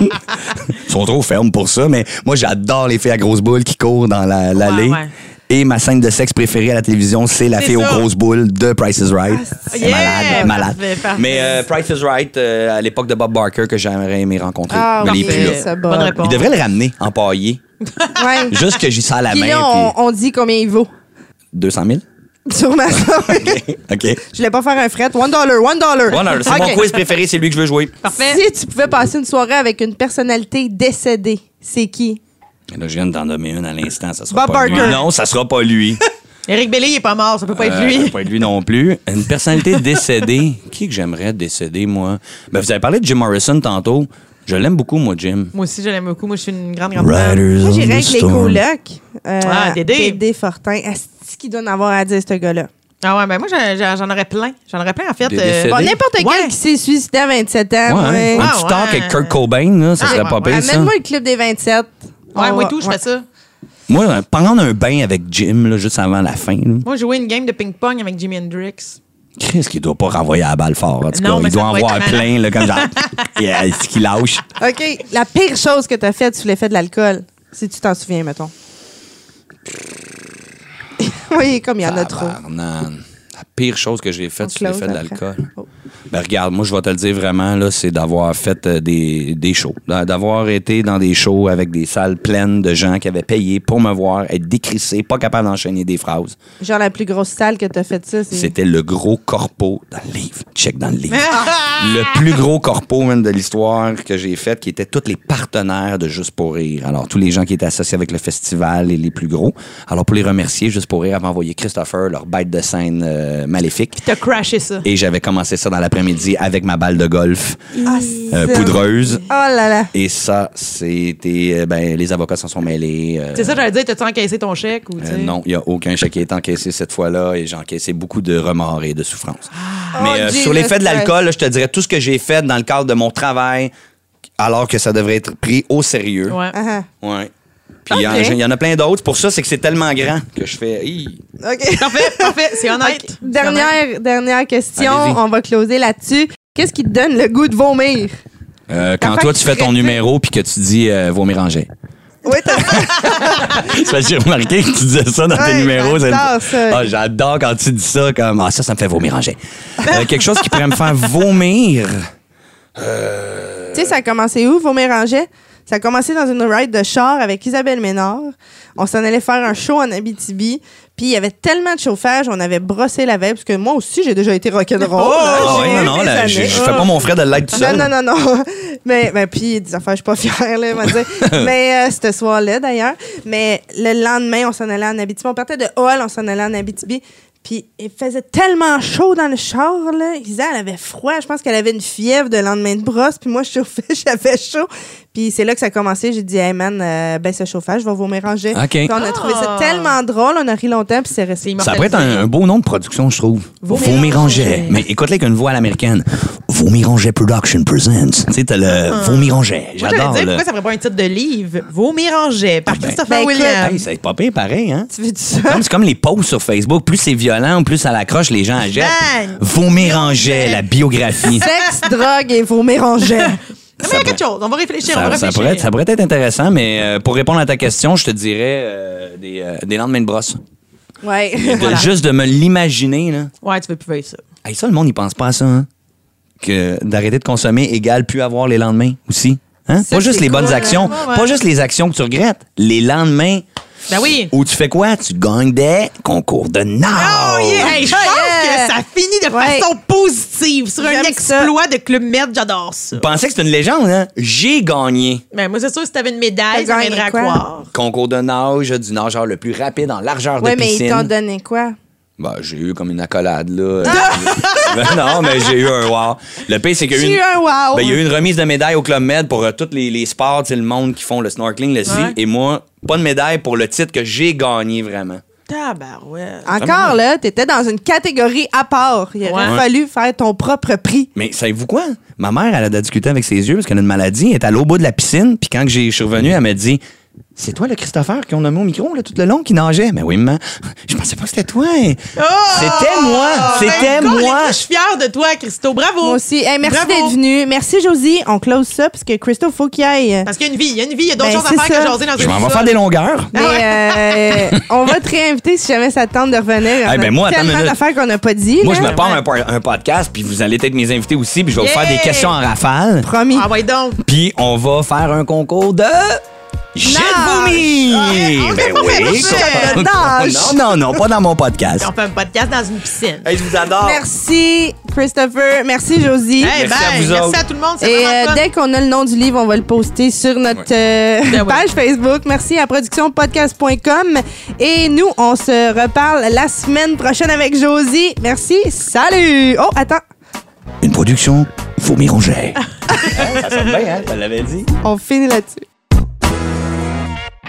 [SPEAKER 3] Ils sont trop fermes pour ça, mais moi j'adore les filles à grosses boules qui courent dans la- l'allée.
[SPEAKER 4] ouais.
[SPEAKER 3] Et ma scène de sexe préférée à la télévision, c'est la
[SPEAKER 4] C'est
[SPEAKER 3] fille
[SPEAKER 4] ça. Ah,
[SPEAKER 3] aux grosses boules de Price is Right. C'est
[SPEAKER 4] yeah,
[SPEAKER 3] malade, malade.
[SPEAKER 4] parfait, parfait.
[SPEAKER 3] Mais euh, Price is Right, euh, à l'époque de Bob Barker, que j'aimerais aimer rencontrer.
[SPEAKER 2] Ah,
[SPEAKER 3] mais il est
[SPEAKER 2] oui,
[SPEAKER 3] plus là.
[SPEAKER 2] c'est ça, Bob.
[SPEAKER 4] Bonne réponse.
[SPEAKER 3] Il devrait le ramener, empaillé.
[SPEAKER 2] Ouais.
[SPEAKER 3] Juste que j'y sers la
[SPEAKER 2] Puis
[SPEAKER 3] main.
[SPEAKER 2] là, on, on dit combien il vaut.
[SPEAKER 3] puis 200 000?
[SPEAKER 2] Sûrement ça.
[SPEAKER 3] OK.
[SPEAKER 2] Je voulais pas faire un fret. One dollar, one dollar.
[SPEAKER 3] Bon, non, c'est
[SPEAKER 2] OK.
[SPEAKER 3] mon quiz préféré, c'est lui que je veux jouer.
[SPEAKER 4] Parfait.
[SPEAKER 2] Si tu pouvais passer une soirée avec une personnalité décédée, c'est qui?
[SPEAKER 3] Et Là, je viens d'en nommer une à l'instant, ça sera
[SPEAKER 2] Bob
[SPEAKER 3] pas
[SPEAKER 2] Barker.
[SPEAKER 3] lui. Non, ça sera pas lui.
[SPEAKER 4] Éric Bellé, il est pas mort. Ça peut pas être
[SPEAKER 3] Euh, ça
[SPEAKER 4] lui.
[SPEAKER 3] va pas être lui non plus. Une personnalité décédée. Qui que j'aimerais décéder, moi? Ben, vous avez parlé de Jim Morrison tantôt. Je l'aime beaucoup, moi, Jim.
[SPEAKER 4] Moi aussi, je l'aime beaucoup. Moi, je suis une grande, grande fan.
[SPEAKER 3] Riders
[SPEAKER 2] Moi,
[SPEAKER 3] on
[SPEAKER 2] j'irais
[SPEAKER 3] the
[SPEAKER 2] avec les
[SPEAKER 3] storm.
[SPEAKER 2] colocs. Euh,
[SPEAKER 4] Ah, Dédé.
[SPEAKER 2] Dédé Fortin. Est-ce qu'il donne avoir à dire, ce gars-là?
[SPEAKER 4] Ah ouais, ben moi, j'en- j'en j'en aurais plein. J'en aurais plein, en fait. euh,
[SPEAKER 3] Des décédés.
[SPEAKER 2] Bon,
[SPEAKER 3] Dédé?
[SPEAKER 2] n'importe
[SPEAKER 4] Ouais.
[SPEAKER 2] quel qui s'est suicidé à 27 ans.
[SPEAKER 3] Ouais, hein?
[SPEAKER 2] ouais.
[SPEAKER 3] Un
[SPEAKER 4] Ah,
[SPEAKER 3] petit
[SPEAKER 4] ouais.
[SPEAKER 3] talk avec Kurt Cobain, là, ça
[SPEAKER 4] Ah,
[SPEAKER 3] serait
[SPEAKER 4] ouais,
[SPEAKER 3] pas
[SPEAKER 4] ouais.
[SPEAKER 3] pire, ça.
[SPEAKER 2] Amène-moi le club des 27.
[SPEAKER 4] Ouais,
[SPEAKER 2] On
[SPEAKER 4] moi
[SPEAKER 2] va-
[SPEAKER 4] et tout, je
[SPEAKER 2] Ah ouais.
[SPEAKER 4] fais ça.
[SPEAKER 3] Moi, euh, prendre un bain avec Jim, là, juste avant la fin. là.
[SPEAKER 4] Moi, jouer une game de ping-pong avec Jimi Hendrix.
[SPEAKER 3] Qu'est-ce qu'il doit pas renvoyer à la balle fort? En tout
[SPEAKER 4] Non,
[SPEAKER 3] cas,
[SPEAKER 4] mais
[SPEAKER 3] il doit
[SPEAKER 4] ça
[SPEAKER 3] en
[SPEAKER 4] doit être
[SPEAKER 3] voir
[SPEAKER 4] malade.
[SPEAKER 3] plein, là, comme genre. yeah, ce qu'il lâche.
[SPEAKER 2] OK. La pire chose que t'as faite, tu l'as fait de l'alcool. Si tu t'en souviens, mettons. oui, comme il y en a trop.
[SPEAKER 3] Tabarnane. La pire chose que j'ai
[SPEAKER 2] On
[SPEAKER 3] faite, c'est l'ai
[SPEAKER 2] close
[SPEAKER 3] fait de
[SPEAKER 2] après.
[SPEAKER 3] l'alcool.
[SPEAKER 2] Oh.
[SPEAKER 3] Ben regarde, moi je vais te le dire vraiment, là, c'est d'avoir fait euh, des, des shows. D'a- D'avoir été dans des shows avec des salles pleines de gens qui avaient payé pour me voir, être décrissé, pas capable d'enchaîner des phrases.
[SPEAKER 2] Genre, la plus grosse salle que t'as faite, ça, c'est.
[SPEAKER 3] C'était le gros corpo dans le livre. Check dans le livre. le plus gros corpo même de l'histoire que j'ai fait, qui étaient tous les partenaires de Juste pour rire. Alors, tous les gens qui étaient associés avec le festival et les plus gros. Alors, pour les remercier, Juste pour rire avait envoyé Christopher leur bête de scène euh, maléfique.
[SPEAKER 4] T'as crashé ça.
[SPEAKER 3] Et j'avais commencé ça dans l'après-midi avec ma balle de golf
[SPEAKER 2] Ah,
[SPEAKER 3] euh,
[SPEAKER 2] c'est-
[SPEAKER 3] poudreuse.
[SPEAKER 2] Oh là là.
[SPEAKER 3] Et ça, c'était... euh, Ben, les avocats s'en sont mêlés. euh,
[SPEAKER 4] C'est ça, j'allais dire, t'as-tu encaissé ton chèque ou tu
[SPEAKER 3] euh,
[SPEAKER 4] sais?
[SPEAKER 3] non, il n'y a aucun chèque qui est encaissé cette fois-là et j'ai encaissé beaucoup de remords et de souffrances.
[SPEAKER 2] Oh,
[SPEAKER 3] Mais euh,
[SPEAKER 2] Dieu,
[SPEAKER 3] sur
[SPEAKER 2] le
[SPEAKER 3] l'effet de
[SPEAKER 2] stress.
[SPEAKER 3] l'alcool, là, je te dirais tout ce que j'ai fait dans le cadre de mon travail alors que ça devrait être pris au sérieux.
[SPEAKER 4] Ouais.
[SPEAKER 2] Ah,
[SPEAKER 3] Ouais. Puis il y en-
[SPEAKER 2] Ok.
[SPEAKER 3] il y, en a plein d'autres. Pour ça, c'est que c'est tellement grand que je fais... Hi.
[SPEAKER 2] ah. OK.
[SPEAKER 4] Parfait, parfait. C'est honnête.
[SPEAKER 2] Ok. Dernière, dernière question.
[SPEAKER 3] Allez-y.
[SPEAKER 2] On va closer là-dessus. Qu'est-ce qui te donne le goût de vomir?
[SPEAKER 3] Euh, quand
[SPEAKER 2] L'affaire
[SPEAKER 3] toi,
[SPEAKER 2] qui
[SPEAKER 3] tu fais ton
[SPEAKER 2] serait-
[SPEAKER 3] numéro puis que tu dis euh, vomir en jet.
[SPEAKER 2] Oui, t'as
[SPEAKER 3] C'est parce que j'ai remarqué que tu disais ça dans tes
[SPEAKER 2] Ouais,
[SPEAKER 3] numéros. c'est-
[SPEAKER 2] j'adore ça.
[SPEAKER 3] Ah, j'adore quand tu dis ça. Comme, ah, ça, ça me fait vomir en jet. Euh, quelque chose qui pourrait me faire vomir.
[SPEAKER 2] Tu sais, ça a commencé où, Vomir en jet? Ça a commencé dans une ride de char avec Isabelle Ménard. On s'en allait faire un show en Abitibi. Puis il y avait tellement de chauffage, on avait brossé la veille. Parce que moi aussi, j'ai déjà été rock'n'roll. hein.
[SPEAKER 3] Ah
[SPEAKER 2] J'ai
[SPEAKER 3] ouais,
[SPEAKER 2] eu
[SPEAKER 3] non, non,
[SPEAKER 2] mes
[SPEAKER 3] là, je,
[SPEAKER 2] années.
[SPEAKER 3] je fais pas mon frère de l'être tout seul.
[SPEAKER 2] Non, non, non, non. Mais, ben, puis, des affaires, je suis pas fière, là, on va dire. Mais, euh, ce soir-là, d'ailleurs. Mais le lendemain, on s'en allait en Abitibi. On partait de Hall, on s'en allait en Abitibi. Puis, il faisait tellement chaud dans le char, là. Isa, elle avait froid. Je pense qu'elle avait une fièvre de lendemain de brosse. Puis, moi, je chauffais, j'avais chaud. Puis, c'est là que ça a commencé. J'ai dit, hey, man, euh, ben, ce chauffage, je vais vous mélanger.
[SPEAKER 3] OK.
[SPEAKER 2] Puis, on a trouvé ça tellement drôle. On a ri longtemps, puis c'est resté.
[SPEAKER 3] Ça pourrait être un, un beau nom de production, je trouve. Vomir en jet. Mais écoute-le avec une voix à l'américaine. Vomir en jet Production Presents. Tu sais, t'as le Vomir en jet.
[SPEAKER 4] Moi, j'allais
[SPEAKER 3] J'adore.
[SPEAKER 4] dire,
[SPEAKER 3] là. Ah,
[SPEAKER 4] pourquoi ça ferait pas un titre de livre? Vomir en jet par Christopher
[SPEAKER 2] Ben, écoute,
[SPEAKER 4] Williams.
[SPEAKER 3] Hey, ça est pas pire pareil, hein?
[SPEAKER 2] Tu veux du ça?
[SPEAKER 3] Comme- C'est comme les posts sur Facebook. Plus c'est violent, plus ça l'accroche, les gens en jettent.
[SPEAKER 4] Bang!
[SPEAKER 3] Vomir en jet, la biographie.
[SPEAKER 2] Sexe, drogue et vomir en jet.
[SPEAKER 4] Non, mais il y a quelque chose. On va réfléchir. on
[SPEAKER 3] Ça,
[SPEAKER 4] va
[SPEAKER 3] ça
[SPEAKER 4] réfléchir.
[SPEAKER 3] pourrait, être- ça pourrait être intéressant, mais euh, pour répondre à ta question, je te dirais euh, des, euh, des lendemains de brosse.
[SPEAKER 2] Ouais.
[SPEAKER 3] De- Juste de me l'imaginer, là.
[SPEAKER 4] Ouais, tu veux plus faire ça.
[SPEAKER 3] Hey, ça, le monde, il pense pas à ça, hein? Que d'arrêter de consommer égale plus avoir les lendemains aussi. Hein?
[SPEAKER 2] Ça,
[SPEAKER 3] pas juste
[SPEAKER 2] c'est
[SPEAKER 3] les bonnes
[SPEAKER 2] cool,
[SPEAKER 3] actions.
[SPEAKER 4] hein? Ouais, ouais.
[SPEAKER 3] Pas juste les actions que tu regrettes. Les lendemains
[SPEAKER 4] Ben oui.
[SPEAKER 3] où tu fais quoi? Tu gagnes des concours de nord.
[SPEAKER 4] Oh, yeah. Hey, je pense
[SPEAKER 2] Yeah.
[SPEAKER 4] que ça finit de
[SPEAKER 2] Ouais.
[SPEAKER 4] façon positive sur un
[SPEAKER 2] J'aime ça.
[SPEAKER 4] exploit de Club Med. J'adore ça.
[SPEAKER 3] Je pensais que c'était une légende, hein? J'ai gagné.
[SPEAKER 4] Mais Ben, moi, c'est sûr, si t'avais une médaille,
[SPEAKER 2] T'as
[SPEAKER 4] ça
[SPEAKER 2] gagné
[SPEAKER 4] m'aiderait à
[SPEAKER 2] quoi?
[SPEAKER 4] croire.
[SPEAKER 3] Concours de nage du nageur le plus rapide en largeur
[SPEAKER 2] Ouais,
[SPEAKER 3] de
[SPEAKER 2] mais ils
[SPEAKER 3] piscine.
[SPEAKER 2] t'ont donné quoi?
[SPEAKER 3] Ben, j'ai eu comme une accolade, là. Euh, ben non, mais j'ai eu un wow. Le pire, c'est qu'il y a eu
[SPEAKER 2] J'ai
[SPEAKER 3] une...
[SPEAKER 2] eu un wow.
[SPEAKER 3] Ben, il y a eu une remise de médaille au Club Med pour euh, tous les, les sports, tu sais, le monde qui font le snorkeling, le ski.
[SPEAKER 4] Ouais.
[SPEAKER 3] Et moi, pas de médaille pour le titre que j'ai gagné, vraiment.
[SPEAKER 4] Tabarouette.
[SPEAKER 2] Encore là, t'étais dans une catégorie à part. Il aurait
[SPEAKER 4] Ouais.
[SPEAKER 2] fallu faire ton propre prix.
[SPEAKER 3] Mais savez-vous quoi? Ma mère, elle a discuté avec ses yeux parce qu'elle a une maladie. Elle est allée au bout de la piscine. Puis quand j'ai- je suis revenu, elle m'a dit... C'est toi le Christopher qu'on a mis au micro là, tout le long qui nageait. Mais oui, maman. Je pensais pas que c'était toi. hein. c'était moi. C'était
[SPEAKER 4] Ben,
[SPEAKER 3] moi.
[SPEAKER 4] Je suis fière de toi, Christo. Bravo.
[SPEAKER 2] Moi aussi. Hey, merci
[SPEAKER 4] Bravo.
[SPEAKER 2] d'être venu. Merci, Josie. On close ça parce que Christophe, faut qu'il aille.
[SPEAKER 4] Parce qu'il y a une vie. Il y a une vie. Il y a d'autres
[SPEAKER 2] Ben,
[SPEAKER 4] choses à
[SPEAKER 2] c'est
[SPEAKER 4] faire
[SPEAKER 2] ça.
[SPEAKER 4] que jaser dans
[SPEAKER 3] Je
[SPEAKER 4] une Ah
[SPEAKER 3] m'en vais faire des longueurs.
[SPEAKER 2] Mais euh, on va te réinviter si jamais ça te tente de revenir.
[SPEAKER 3] Hey,
[SPEAKER 2] On a
[SPEAKER 3] ben moi, attends une
[SPEAKER 2] tellement
[SPEAKER 3] minute.
[SPEAKER 2] d'affaires qu'on n'a pas dit.
[SPEAKER 3] Moi, je
[SPEAKER 2] là.
[SPEAKER 3] me pars un, po- un podcast, puis vous allez être mes invités aussi, puis je vais vous
[SPEAKER 4] Yeah!
[SPEAKER 3] faire des questions en rafale.
[SPEAKER 2] Promis.
[SPEAKER 4] Ah ouais, donc.
[SPEAKER 3] Puis on va faire un concours de. Jet de vomi!
[SPEAKER 4] on s'est
[SPEAKER 3] Ben
[SPEAKER 4] pas fait
[SPEAKER 3] oui!
[SPEAKER 4] jet
[SPEAKER 2] de nage.
[SPEAKER 3] Non, non, non, pas dans mon podcast.
[SPEAKER 4] On fait un podcast dans une piscine.
[SPEAKER 3] Hey, je vous adore!
[SPEAKER 2] Merci, Christopher. Merci, Josie.
[SPEAKER 4] Eh
[SPEAKER 3] Merci à vous
[SPEAKER 4] merci
[SPEAKER 3] autres.
[SPEAKER 4] à tout le monde. C'est
[SPEAKER 2] Et
[SPEAKER 4] vraiment
[SPEAKER 2] euh,
[SPEAKER 4] fun.
[SPEAKER 2] dès qu'on a le nom du livre, on va le poster sur notre euh,
[SPEAKER 4] Ben oui.
[SPEAKER 2] page Facebook. Merci à productionpodcast.com. Et nous, on se reparle la semaine prochaine avec Josie. Merci. Salut. Oh, attends.
[SPEAKER 3] Une production, Vomi Ronget. ça sonne bien, hein? Tu l'avais dit?
[SPEAKER 2] On finit là-dessus.